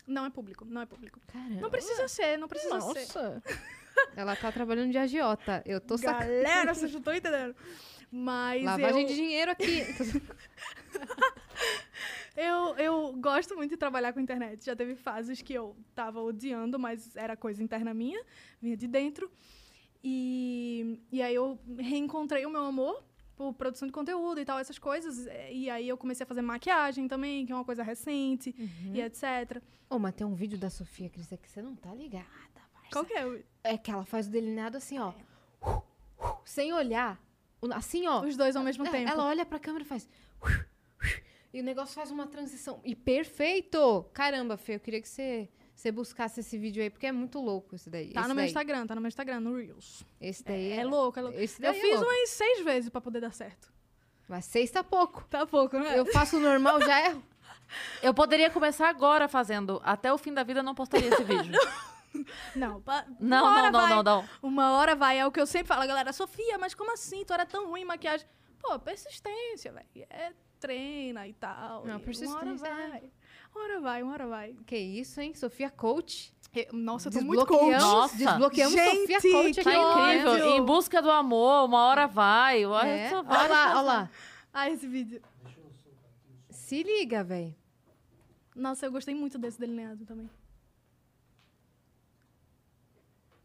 Não é público, não é público.
Caramba.
Não precisa ser, não precisa ser.
Ela tá trabalhando de agiota. Eu tô sacando.
Galera, vocês não estão entendendo. Mas
Lavagem
eu,
de dinheiro aqui.
eu, eu gosto muito de trabalhar com internet. Já teve fases que eu tava odiando, mas era coisa interna minha, vinha de dentro. E, e aí eu reencontrei o meu amor por produção de conteúdo e tal, essas coisas. E aí eu comecei a fazer maquiagem também, que é uma coisa recente, e etc.
Ô, mas tem um vídeo da Sofia, Cris, é que você não tá ligada, parça.
Qual que é? o-
É que ela faz o delineado assim,
É.
ó. Sem olhar. O- Assim, ó.
Os dois ao mesmo
É,
tempo.
Ela olha pra câmera e faz. E o negócio faz uma transição. E perfeito! Caramba, Fê, eu queria que você, você buscasse esse vídeo aí, porque é muito louco esse daí.
Tá
esse
no meu
daí.
Instagram, tá no meu Instagram, no Reels.
Esse daí
É,
é,
louco, é louco.
Esse
Eu
daí é
fiz um-
louco.
umas seis vezes pra poder dar certo.
Mas seis tá pouco.
Tá pouco, né?
Eu faço o normal, já é erro.
Eu poderia começar agora fazendo. Até o fim da vida eu não postaria esse vídeo.
Não, pa-
Não,
uma
não,
hora
não,
vai.
não, não.
Uma hora vai, é o que eu sempre falo, galera. Sofia, mas como assim? Tu era tão ruim em maquiagem. Pô, persistência, velho. É treina e tal.
Não,
e
persistência,
Uma hora
né?
vai. Uma hora vai, uma hora vai.
Que isso, hein? Sofia Coach.
Eu- nossa, eu tô muito
Desbloqueamos,
coach.
Nossa.
desbloqueamos
Gente,
Sofia Coach
que
aqui.
Tá incrível.
ódio.
Em busca do amor, uma hora vai. Uma hora
É.
só vai.
Olha lá, olha lá.
Ah, esse vídeo.
Se liga, velho.
Nossa, eu gostei muito desse delineado também.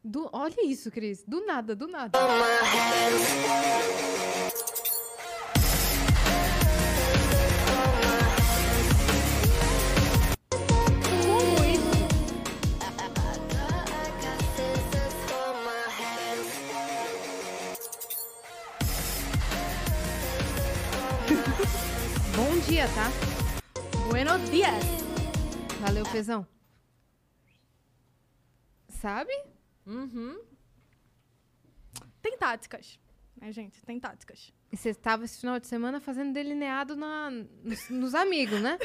Do- Olha isso, Cris. Do nada, do nada. Bom dia, tá?
Buenos dias!
Valeu, Pezão. Sabe?
Uhum.
Tem táticas, né, gente? Tem táticas.
E você estava esse final de semana fazendo delineado na, nos, nos amigos, né?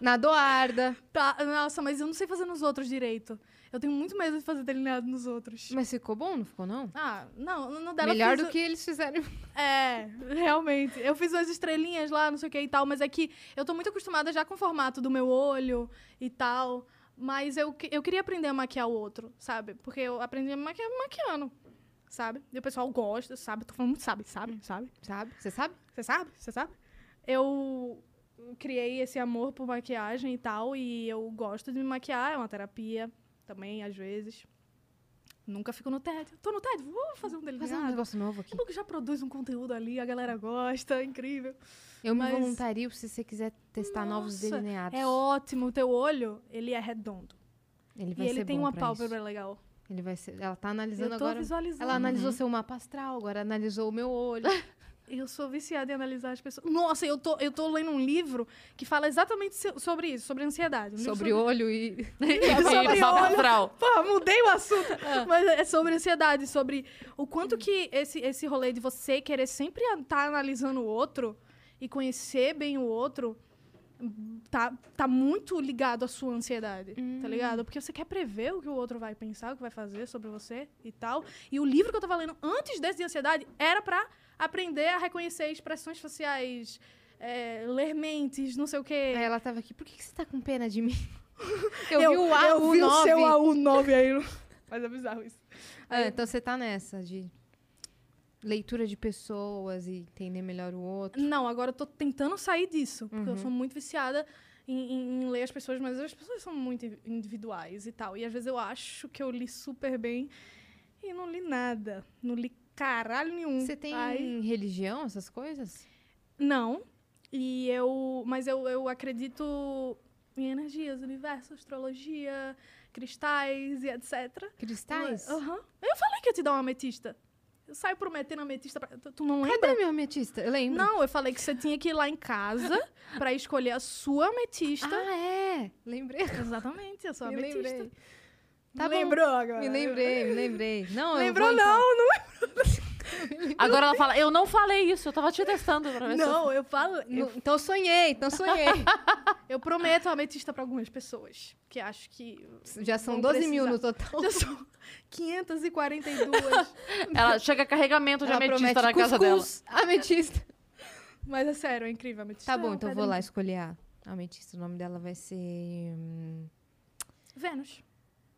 Na Doarda.
Tá, nossa, mas eu não sei fazer nos outros direito. Eu tenho muito medo de fazer delineado nos outros.
Mas ficou bom, não ficou, não?
Ah, não, no dela eu
Melhor
fiz-
do que eles fizeram.
É, realmente. Eu fiz umas estrelinhas lá, não sei o que e tal, mas é que eu tô muito acostumada já com o formato do meu olho e tal. Mas eu, que- eu queria aprender a maquiar o outro, sabe? Porque eu aprendi a maquiar maquiando, sabe? E o pessoal gosta, sabe? Tô falando muito sabe, sabe, sabe?
Sabe? Você sabe?
Você sabe? Você sabe? Eu criei esse amor por maquiagem e tal, e eu gosto de me maquiar, é uma terapia também, às vezes. Nunca fico no tédio. Tô no tédio, vou fazer um
Vou fazer
delineado.
um negócio novo aqui.
Tipo que já produz um conteúdo ali, a galera gosta, é incrível.
Eu me
Mas-
voluntario se você quiser testar novos
Nossa,
delineados.
É ótimo, o teu olho, ele é redondo.
Ele
E
vai
ele
ser
tem
bom
uma
pra
pálpebra
isso.
legal.
Ele vai ser. Ela tá
Eu
analisando
tô
agora.
visualizando. né?
Ela analisou seu mapa astral, agora analisou o meu olho.
Eu sou viciada em analisar as pessoas. Nossa, eu tô, eu tô lendo um livro que fala exatamente so- sobre isso, sobre É. ansiedade. Um livro
sobre olho e.
Tá
Sobre
Mapa
olho.
astral.
Pô, mudei o assunto. Mas é sobre ansiedade, sobre o quanto que esse, esse rolê de você querer sempre estar analisando o outro e conhecer bem o outro tá, tá muito ligado à sua ansiedade, tá ligado? Porque você quer prever o que o outro vai pensar, o que vai fazer sobre você e tal. E o livro que eu tava lendo antes desse de ansiedade era pra aprender a reconhecer expressões faciais, é, ler mentes, não sei o quê.
Aí ela tava aqui, por que, que você tá com pena de mim?
É, eu vi o
AU9.
seu AU9 aí. no- Mas é bizarro isso.
Ah, então você tá nessa de leitura de pessoas e entender melhor o outro.
Não, agora eu tô tentando sair disso, porque eu
Uhum.
sou muito viciada em, em- em ler as pessoas, mas as pessoas são muito in- individuais e tal. E às vezes eu acho que eu li super bem e não li nada. Não li caralho nenhum.
Você tem um
Aí-
religião, essas coisas?
Não. E eu. Mas eu, eu acredito em energias, universo, astrologia, cristais e etc.
Cristais?
Aham. Eu falei que ia te dar uma ametista. Eu saio prometendo ametista pra. Tu tu não ah, lembra?
Cadê meu ametista? Eu lembro. Ah,
Não, eu falei que você tinha que ir lá em casa pra escolher a sua ametista.
Ah, é! Lembrei.
Exatamente, a sua
Me
ametista.
lembrei.
Me
Tá bom.
agora?
Me lembrei, me lembrei. Não, eu
Lembrou
vou,
não,
então.
Agora ela fala, eu não falei isso, eu tava te testando. Pra ver se eu
não. eu falo. Eu,
Não, Então sonhei, então sonhei.
eu prometo a ametista pra algumas pessoas, que acho que
Já são
Vão
12 mil no
precisar.
total.
já são 542.
Ela chega carregamento de
Ela
ametista
promete
na casa dela.
cuscuz, Ametista.
Mas é sério, é incrível a ametista.
Tá
é
bom,
uma
então eu
pedra
vou lá
incrível.
escolher a a ametista. O nome dela vai ser. hum,
Vênus.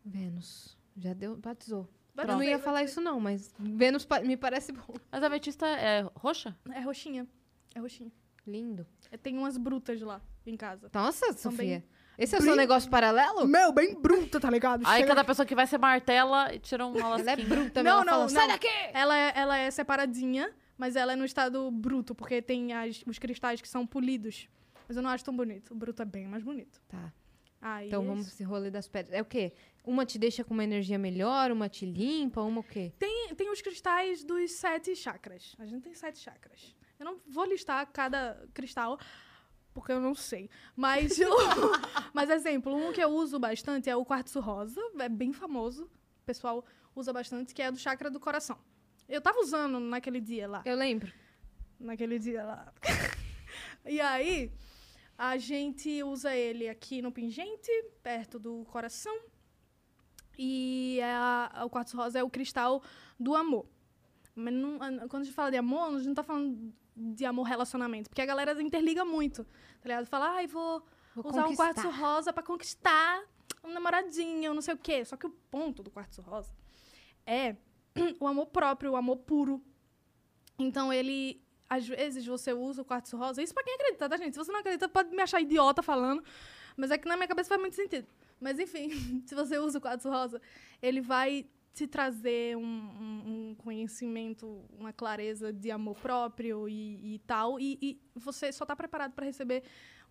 Vênus. Já deu, batizou.
Bateu.
Eu não ia falar isso, não, mas Vênus pa- me parece bom.
Mas a ametista é roxa?
É roxinha. É roxinha.
Lindo.
É, Tem umas brutas lá em casa.
Nossa,
Também.
Sofia. Esse é o seu negócio paralelo?
Meu, bem bruta, tá ligado?
Aí cada pessoa que vai ser martela e tira um uma
Ela é
lasquinha.
bruta,
Não,
ela
não,
fala,
não.
sai daqui!
Ela é, ela é separadinha, mas ela é no estado bruto, porque tem as- os cristais que são polidos. Mas eu não acho tão bonito. O bruto é bem mais bonito.
Tá,
Aí
então
é
vamos
isso.
esse rolê das pedras. É o quê? Uma te deixa com uma energia melhor, uma te limpa, uma o quê?
Tem, tem os cristais dos sete chakras. A gente tem sete chakras. Eu não vou listar cada cristal, porque eu não sei. Mas, eu- mas exemplo, um que eu uso bastante é o quartzo rosa. É bem famoso. O pessoal usa bastante, que é do chakra do coração. Eu tava usando naquele dia lá.
Eu lembro.
naquele dia lá. e aí, a gente usa ele aqui no pingente, perto do coração. E a- o quartzo rosa é o cristal do amor. Mas não- a- quando a gente fala de amor, a gente não tá falando de amor relacionamento, porque a galera interliga muito, tá ligado? Fala, ai, vou,
Vou
usar um
conquistar.
quartzo rosa pra conquistar um namoradinho, não sei o quê. Só que o ponto do quartzo rosa é o amor próprio, o amor puro. Então ele às vezes você usa o quartzo rosa, isso pra quem acredita, tá, gente? Se você não acredita, pode me achar idiota falando, mas é que na minha cabeça faz muito sentido. Mas enfim, se você usa o quartzo rosa, ele vai te trazer um, um- um conhecimento, uma clareza de amor próprio e, e tal. E, e você só tá preparado pra receber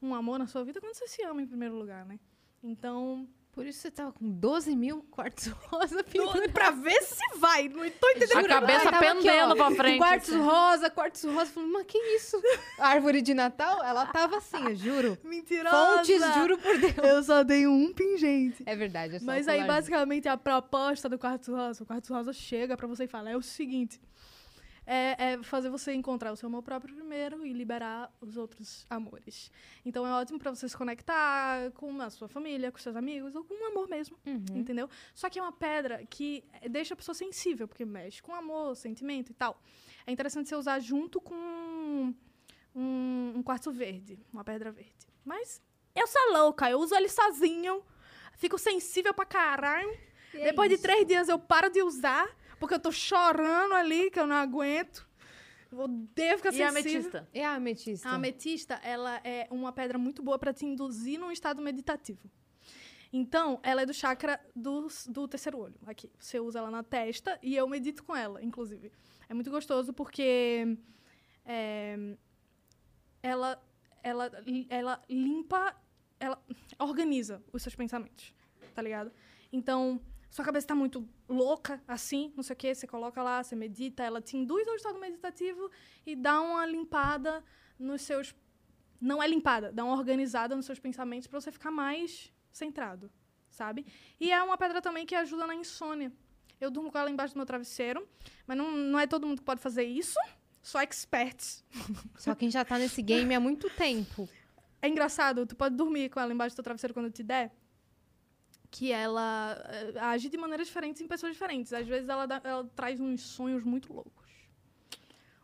um amor na sua vida quando você se ama em primeiro lugar, né? Então,
Por isso você tava com 12 mil quartos rosa pendurados.
pra ver se vai, não tô entendendo.
A cabeça
Ai, tava aqui,
pendendo
ó,
pra frente. assim.
Quartos rosa, quartos rosa. Falei, mas que isso? A árvore de Natal, ela tava assim, eu juro.
Mentirosa.
Fontes, juro por Deus.
Eu só dei um pingente.
É verdade, é só
Mas
um
aí,
colarzinho.
basicamente, a proposta do Quartzo Rosa, o Quartzo Rosa chega pra você e fala, é o seguinte, é, é fazer você encontrar o seu amor próprio primeiro e liberar os outros amores. Então, é ótimo pra você se conectar com a sua família, com seus amigos, ou com um amor mesmo,
Uhum.
entendeu? Só que é uma pedra que deixa a pessoa sensível, porque mexe com amor, sentimento e tal. É interessante você usar junto com um, um quartzo verde, uma pedra verde. Mas eu sou louca, eu uso ele sozinho, fico sensível pra caralho.
E é
Depois de
isso.
três dias eu paro de usar, porque eu tô chorando ali, que eu não aguento. Eu odeio ficar
E a
sensível.
ametista?
É a ametista.
A ametista, ela é uma pedra muito boa pra te induzir num estado meditativo. Então, ela é do chakra do, do terceiro olho, aqui. Você usa ela na testa e eu medito com ela, inclusive. É muito gostoso porque é, ela, ela, ela limpa, ela organiza os seus pensamentos, tá ligado? Então, sua cabeça está muito louca, assim, não sei o quê, você coloca lá, você medita, ela te induz ao estado meditativo e dá uma limpada nos seus. Não é limpada, dá uma organizada nos seus pensamentos para você ficar mais centrado, sabe? E é uma pedra também que ajuda na insônia. Eu durmo com ela embaixo do meu travesseiro, mas não, não é todo mundo que pode fazer isso, só experts.
Só quem já tá nesse game há muito tempo.
É engraçado, tu pode dormir com ela embaixo do teu travesseiro quando eu te der. Que ela eh, age de maneiras diferentes em pessoas diferentes. Às vezes ela, dá- ela traz uns sonhos muito loucos.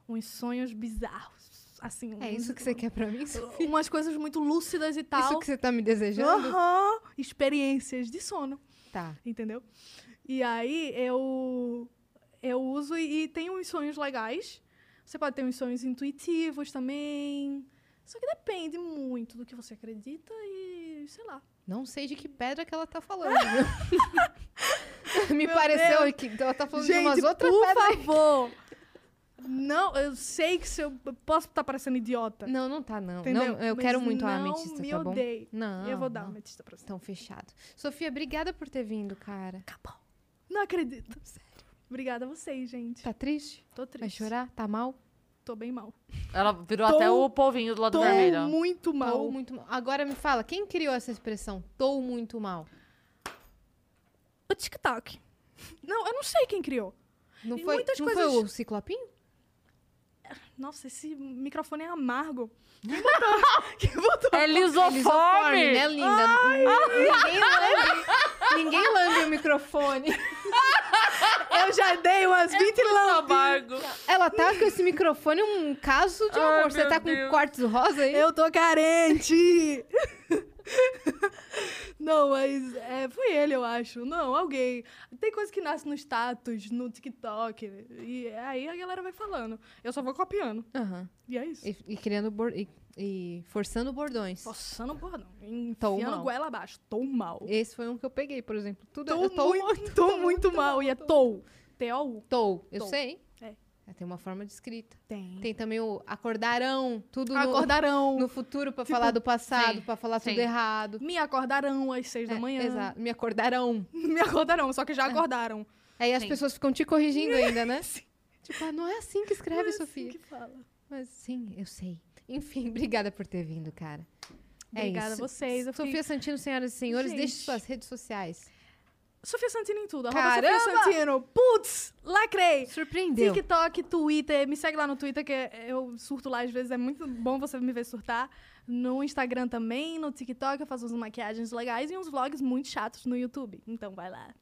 Uns sonhos bizarros. Assim,
É
uns-
isso que você quer pra mim? Isso
Umas coisas muito lúcidas e tal.
que você tá me desejando?
Aham. Experiências de sono
Tá.
entendeu? E aí eu eu uso e, e tem uns sonhos legais. Você pode ter uns sonhos intuitivos também. Só que depende muito do que você acredita e sei lá.
Não sei de que pedra que ela tá falando. viu? me
Meu
pareceu
Deus.
que ela tá falando de
Gente,
umas outras
por
pedras.
favor. Não, eu sei que se eu eu posso estar parecendo idiota.
Não, não tá, não.
entendeu?
Não, eu
Mas
quero muito a
não
ametista,
me
tá bom?
odeie.
Não.
eu vou dar
não.
uma ametista pra você.
Então, fechado. Sofia, obrigada por ter vindo, cara.
Acabou. Não acredito. Sério. Obrigada a vocês, gente.
Tá triste?
Tô triste.
Vai chorar? Tá mal?
Tô bem mal.
Ela virou
Tô-
até o polvinho do lado
Tô
vermelho.
muito mal.
Tô muito mal. Agora me fala, quem criou essa expressão? Tô muito mal.
O TikTok. Não, eu não sei quem criou.
Não
E
foi,
muitas
não
coisas-
foi o Ciclopinho?
Nossa, esse microfone é amargo. Quem botou? Quem botou?
É
Forme,
lisofome!
né, linda? Ninguém lambe, ninguém lambe o microfone.
Eu já dei umas 20 lambis.
Amargo.
Ela tá com esse microfone um caso de
Ai,
amor. Você
meu
tá com
Deus.
quartos rosa aí?
Eu tô carente. Não, mas é, foi ele, eu acho. Não, alguém. Tem coisa que nasce no status, no TikTok. E aí a galera vai falando. Eu só vou copiando.
Aham.
E é isso.
E, e criando bor- e, e forçando bordões.
Forçando o bordão.
Tô
Enfiando
mal.
goela abaixo. Tô mal.
Esse foi um que eu peguei, por exemplo. Tudo
Tô,
eu tô
muito, tô muito, mal. E é tou. T-O-U.
Tô, eu
Tô.
sei.
É.
Tem uma forma de escrita.
Tem.
Tem também o acordarão, tudo no-
Acordarão.
no futuro pra
Tipo,
falar do passado,
sim,
pra falar tudo
sim.
errado.
Me acordarão às seis da
É,
manhã.
exato. Me acordarão.
Me acordarão, só que já acordaram.
Aí as
Sim.
pessoas ficam te corrigindo ainda, né? Tipo, ah, não é assim que escreve,
É assim
Sofia.
que fala.
Mas sim, eu sei. Enfim, obrigada por ter vindo, cara. É
Obrigada a
isso.
vocês. Eu
Sofia
fiquei-
Santino, senhoras e senhores,
Gente.
deixe suas redes sociais.
Sofia Santino em tudo. Arroba
Caramba!
Sofia Santino. Putz, lacrei.
Surpreendeu.
TikTok, Twitter, me segue lá no Twitter, que eu surto lá às vezes, é muito bom você me ver surtar. No Instagram também, no TikTok, eu faço umas maquiagens legais e uns vlogs muito chatos no YouTube. Então vai lá.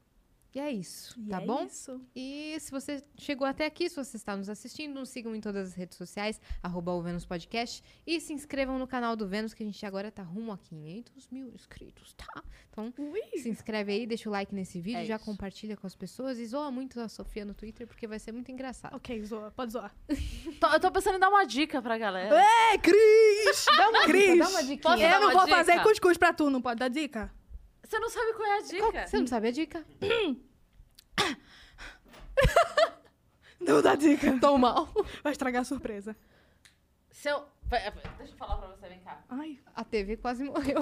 E é isso,
E
tá
é
bom?
Isso.
E se você chegou até aqui, se você está nos assistindo, nos sigam em todas as redes sociais, arroba o Vênus Podcast. E se inscrevam no canal do Vênus, que a gente agora tá rumo a 500 mil inscritos, tá? Então, se inscreve aí, deixa o like nesse vídeo,
É
já
isso.
compartilha com as pessoas e zoa muito a Sofia no Twitter, porque vai ser muito engraçado.
Ok, zoa. Pode zoar.
Tô- eu tô pensando em dar uma dica pra galera.
É, Cris! Dá uma Cris!
dá uma diquinha.
Posso dar
Eu não
uma
vou
dica?
fazer cuscuz pra tu, não pode dar dica?
Você não sabe qual é a
Qual-
dica?
Você não sabe a dica?
Não dá dica.
Tô mal.
Vai estragar a surpresa.
Se eu... vai- vai- Deixa eu falar pra você, vem cá.
Ai,
A TV quase morreu.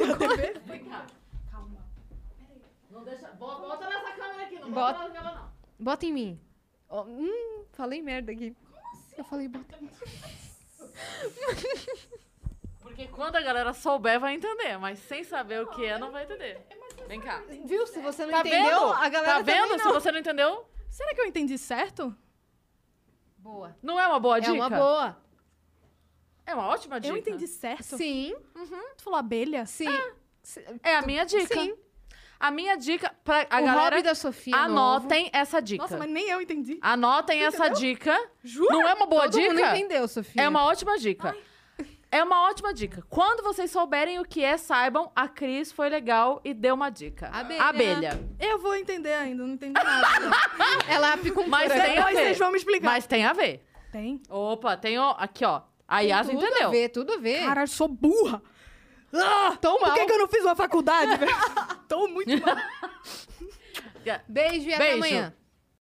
Vem cá. Calma. Não deixa... Bota, bota nessa câmera aqui, não
Bota.
bota, na câmera não.
Bota em mim. Ó, hum, falei merda aqui. assim? Eu falei bota em mim.
Porque quando a galera souber, vai entender. Mas sem saber o que é, não vai entender. Vem cá.
Viu? Se assim, você não
Tá
entendeu,
vendo?
a galera
Tá vendo?
também
Se
não.
você não entendeu,
será que eu entendi certo?
Boa.
não é uma boa
É
dica.
uma boa.
É uma ótima dica.
Eu entendi certo?
Sim,
Tu falou abelha?
sim.
É a minha dica.
Sim.
A minha dica pra a
o
galera
hobby da Sofia. é novo.
anotem essa dica.
Nossa, mas nem eu entendi.
Anotem essa dica.
Jura?
Não é uma boa
Todo mundo
dica?
entendeu, Sofia.
É uma ótima dica. É uma ótima dica. Quando vocês souberem o que é, saibam, a Cris foi legal e deu uma dica.
Abelha.
Eu vou entender ainda, não entendi nada.
Ela fica um
Mas tem a
Depois
ver.
vocês vão me explicar.
Mas tem a ver.
Tem?
Opa, tem o... aqui, ó. A
Tem
Yas
tudo
entendeu.
a ver, tudo a ver.
Cara, eu sou burra. Ah,
Tô
Por que,
mal.
que eu não fiz uma faculdade? velho? Tô muito mal.
Beijo e até
Beijo.
amanhã.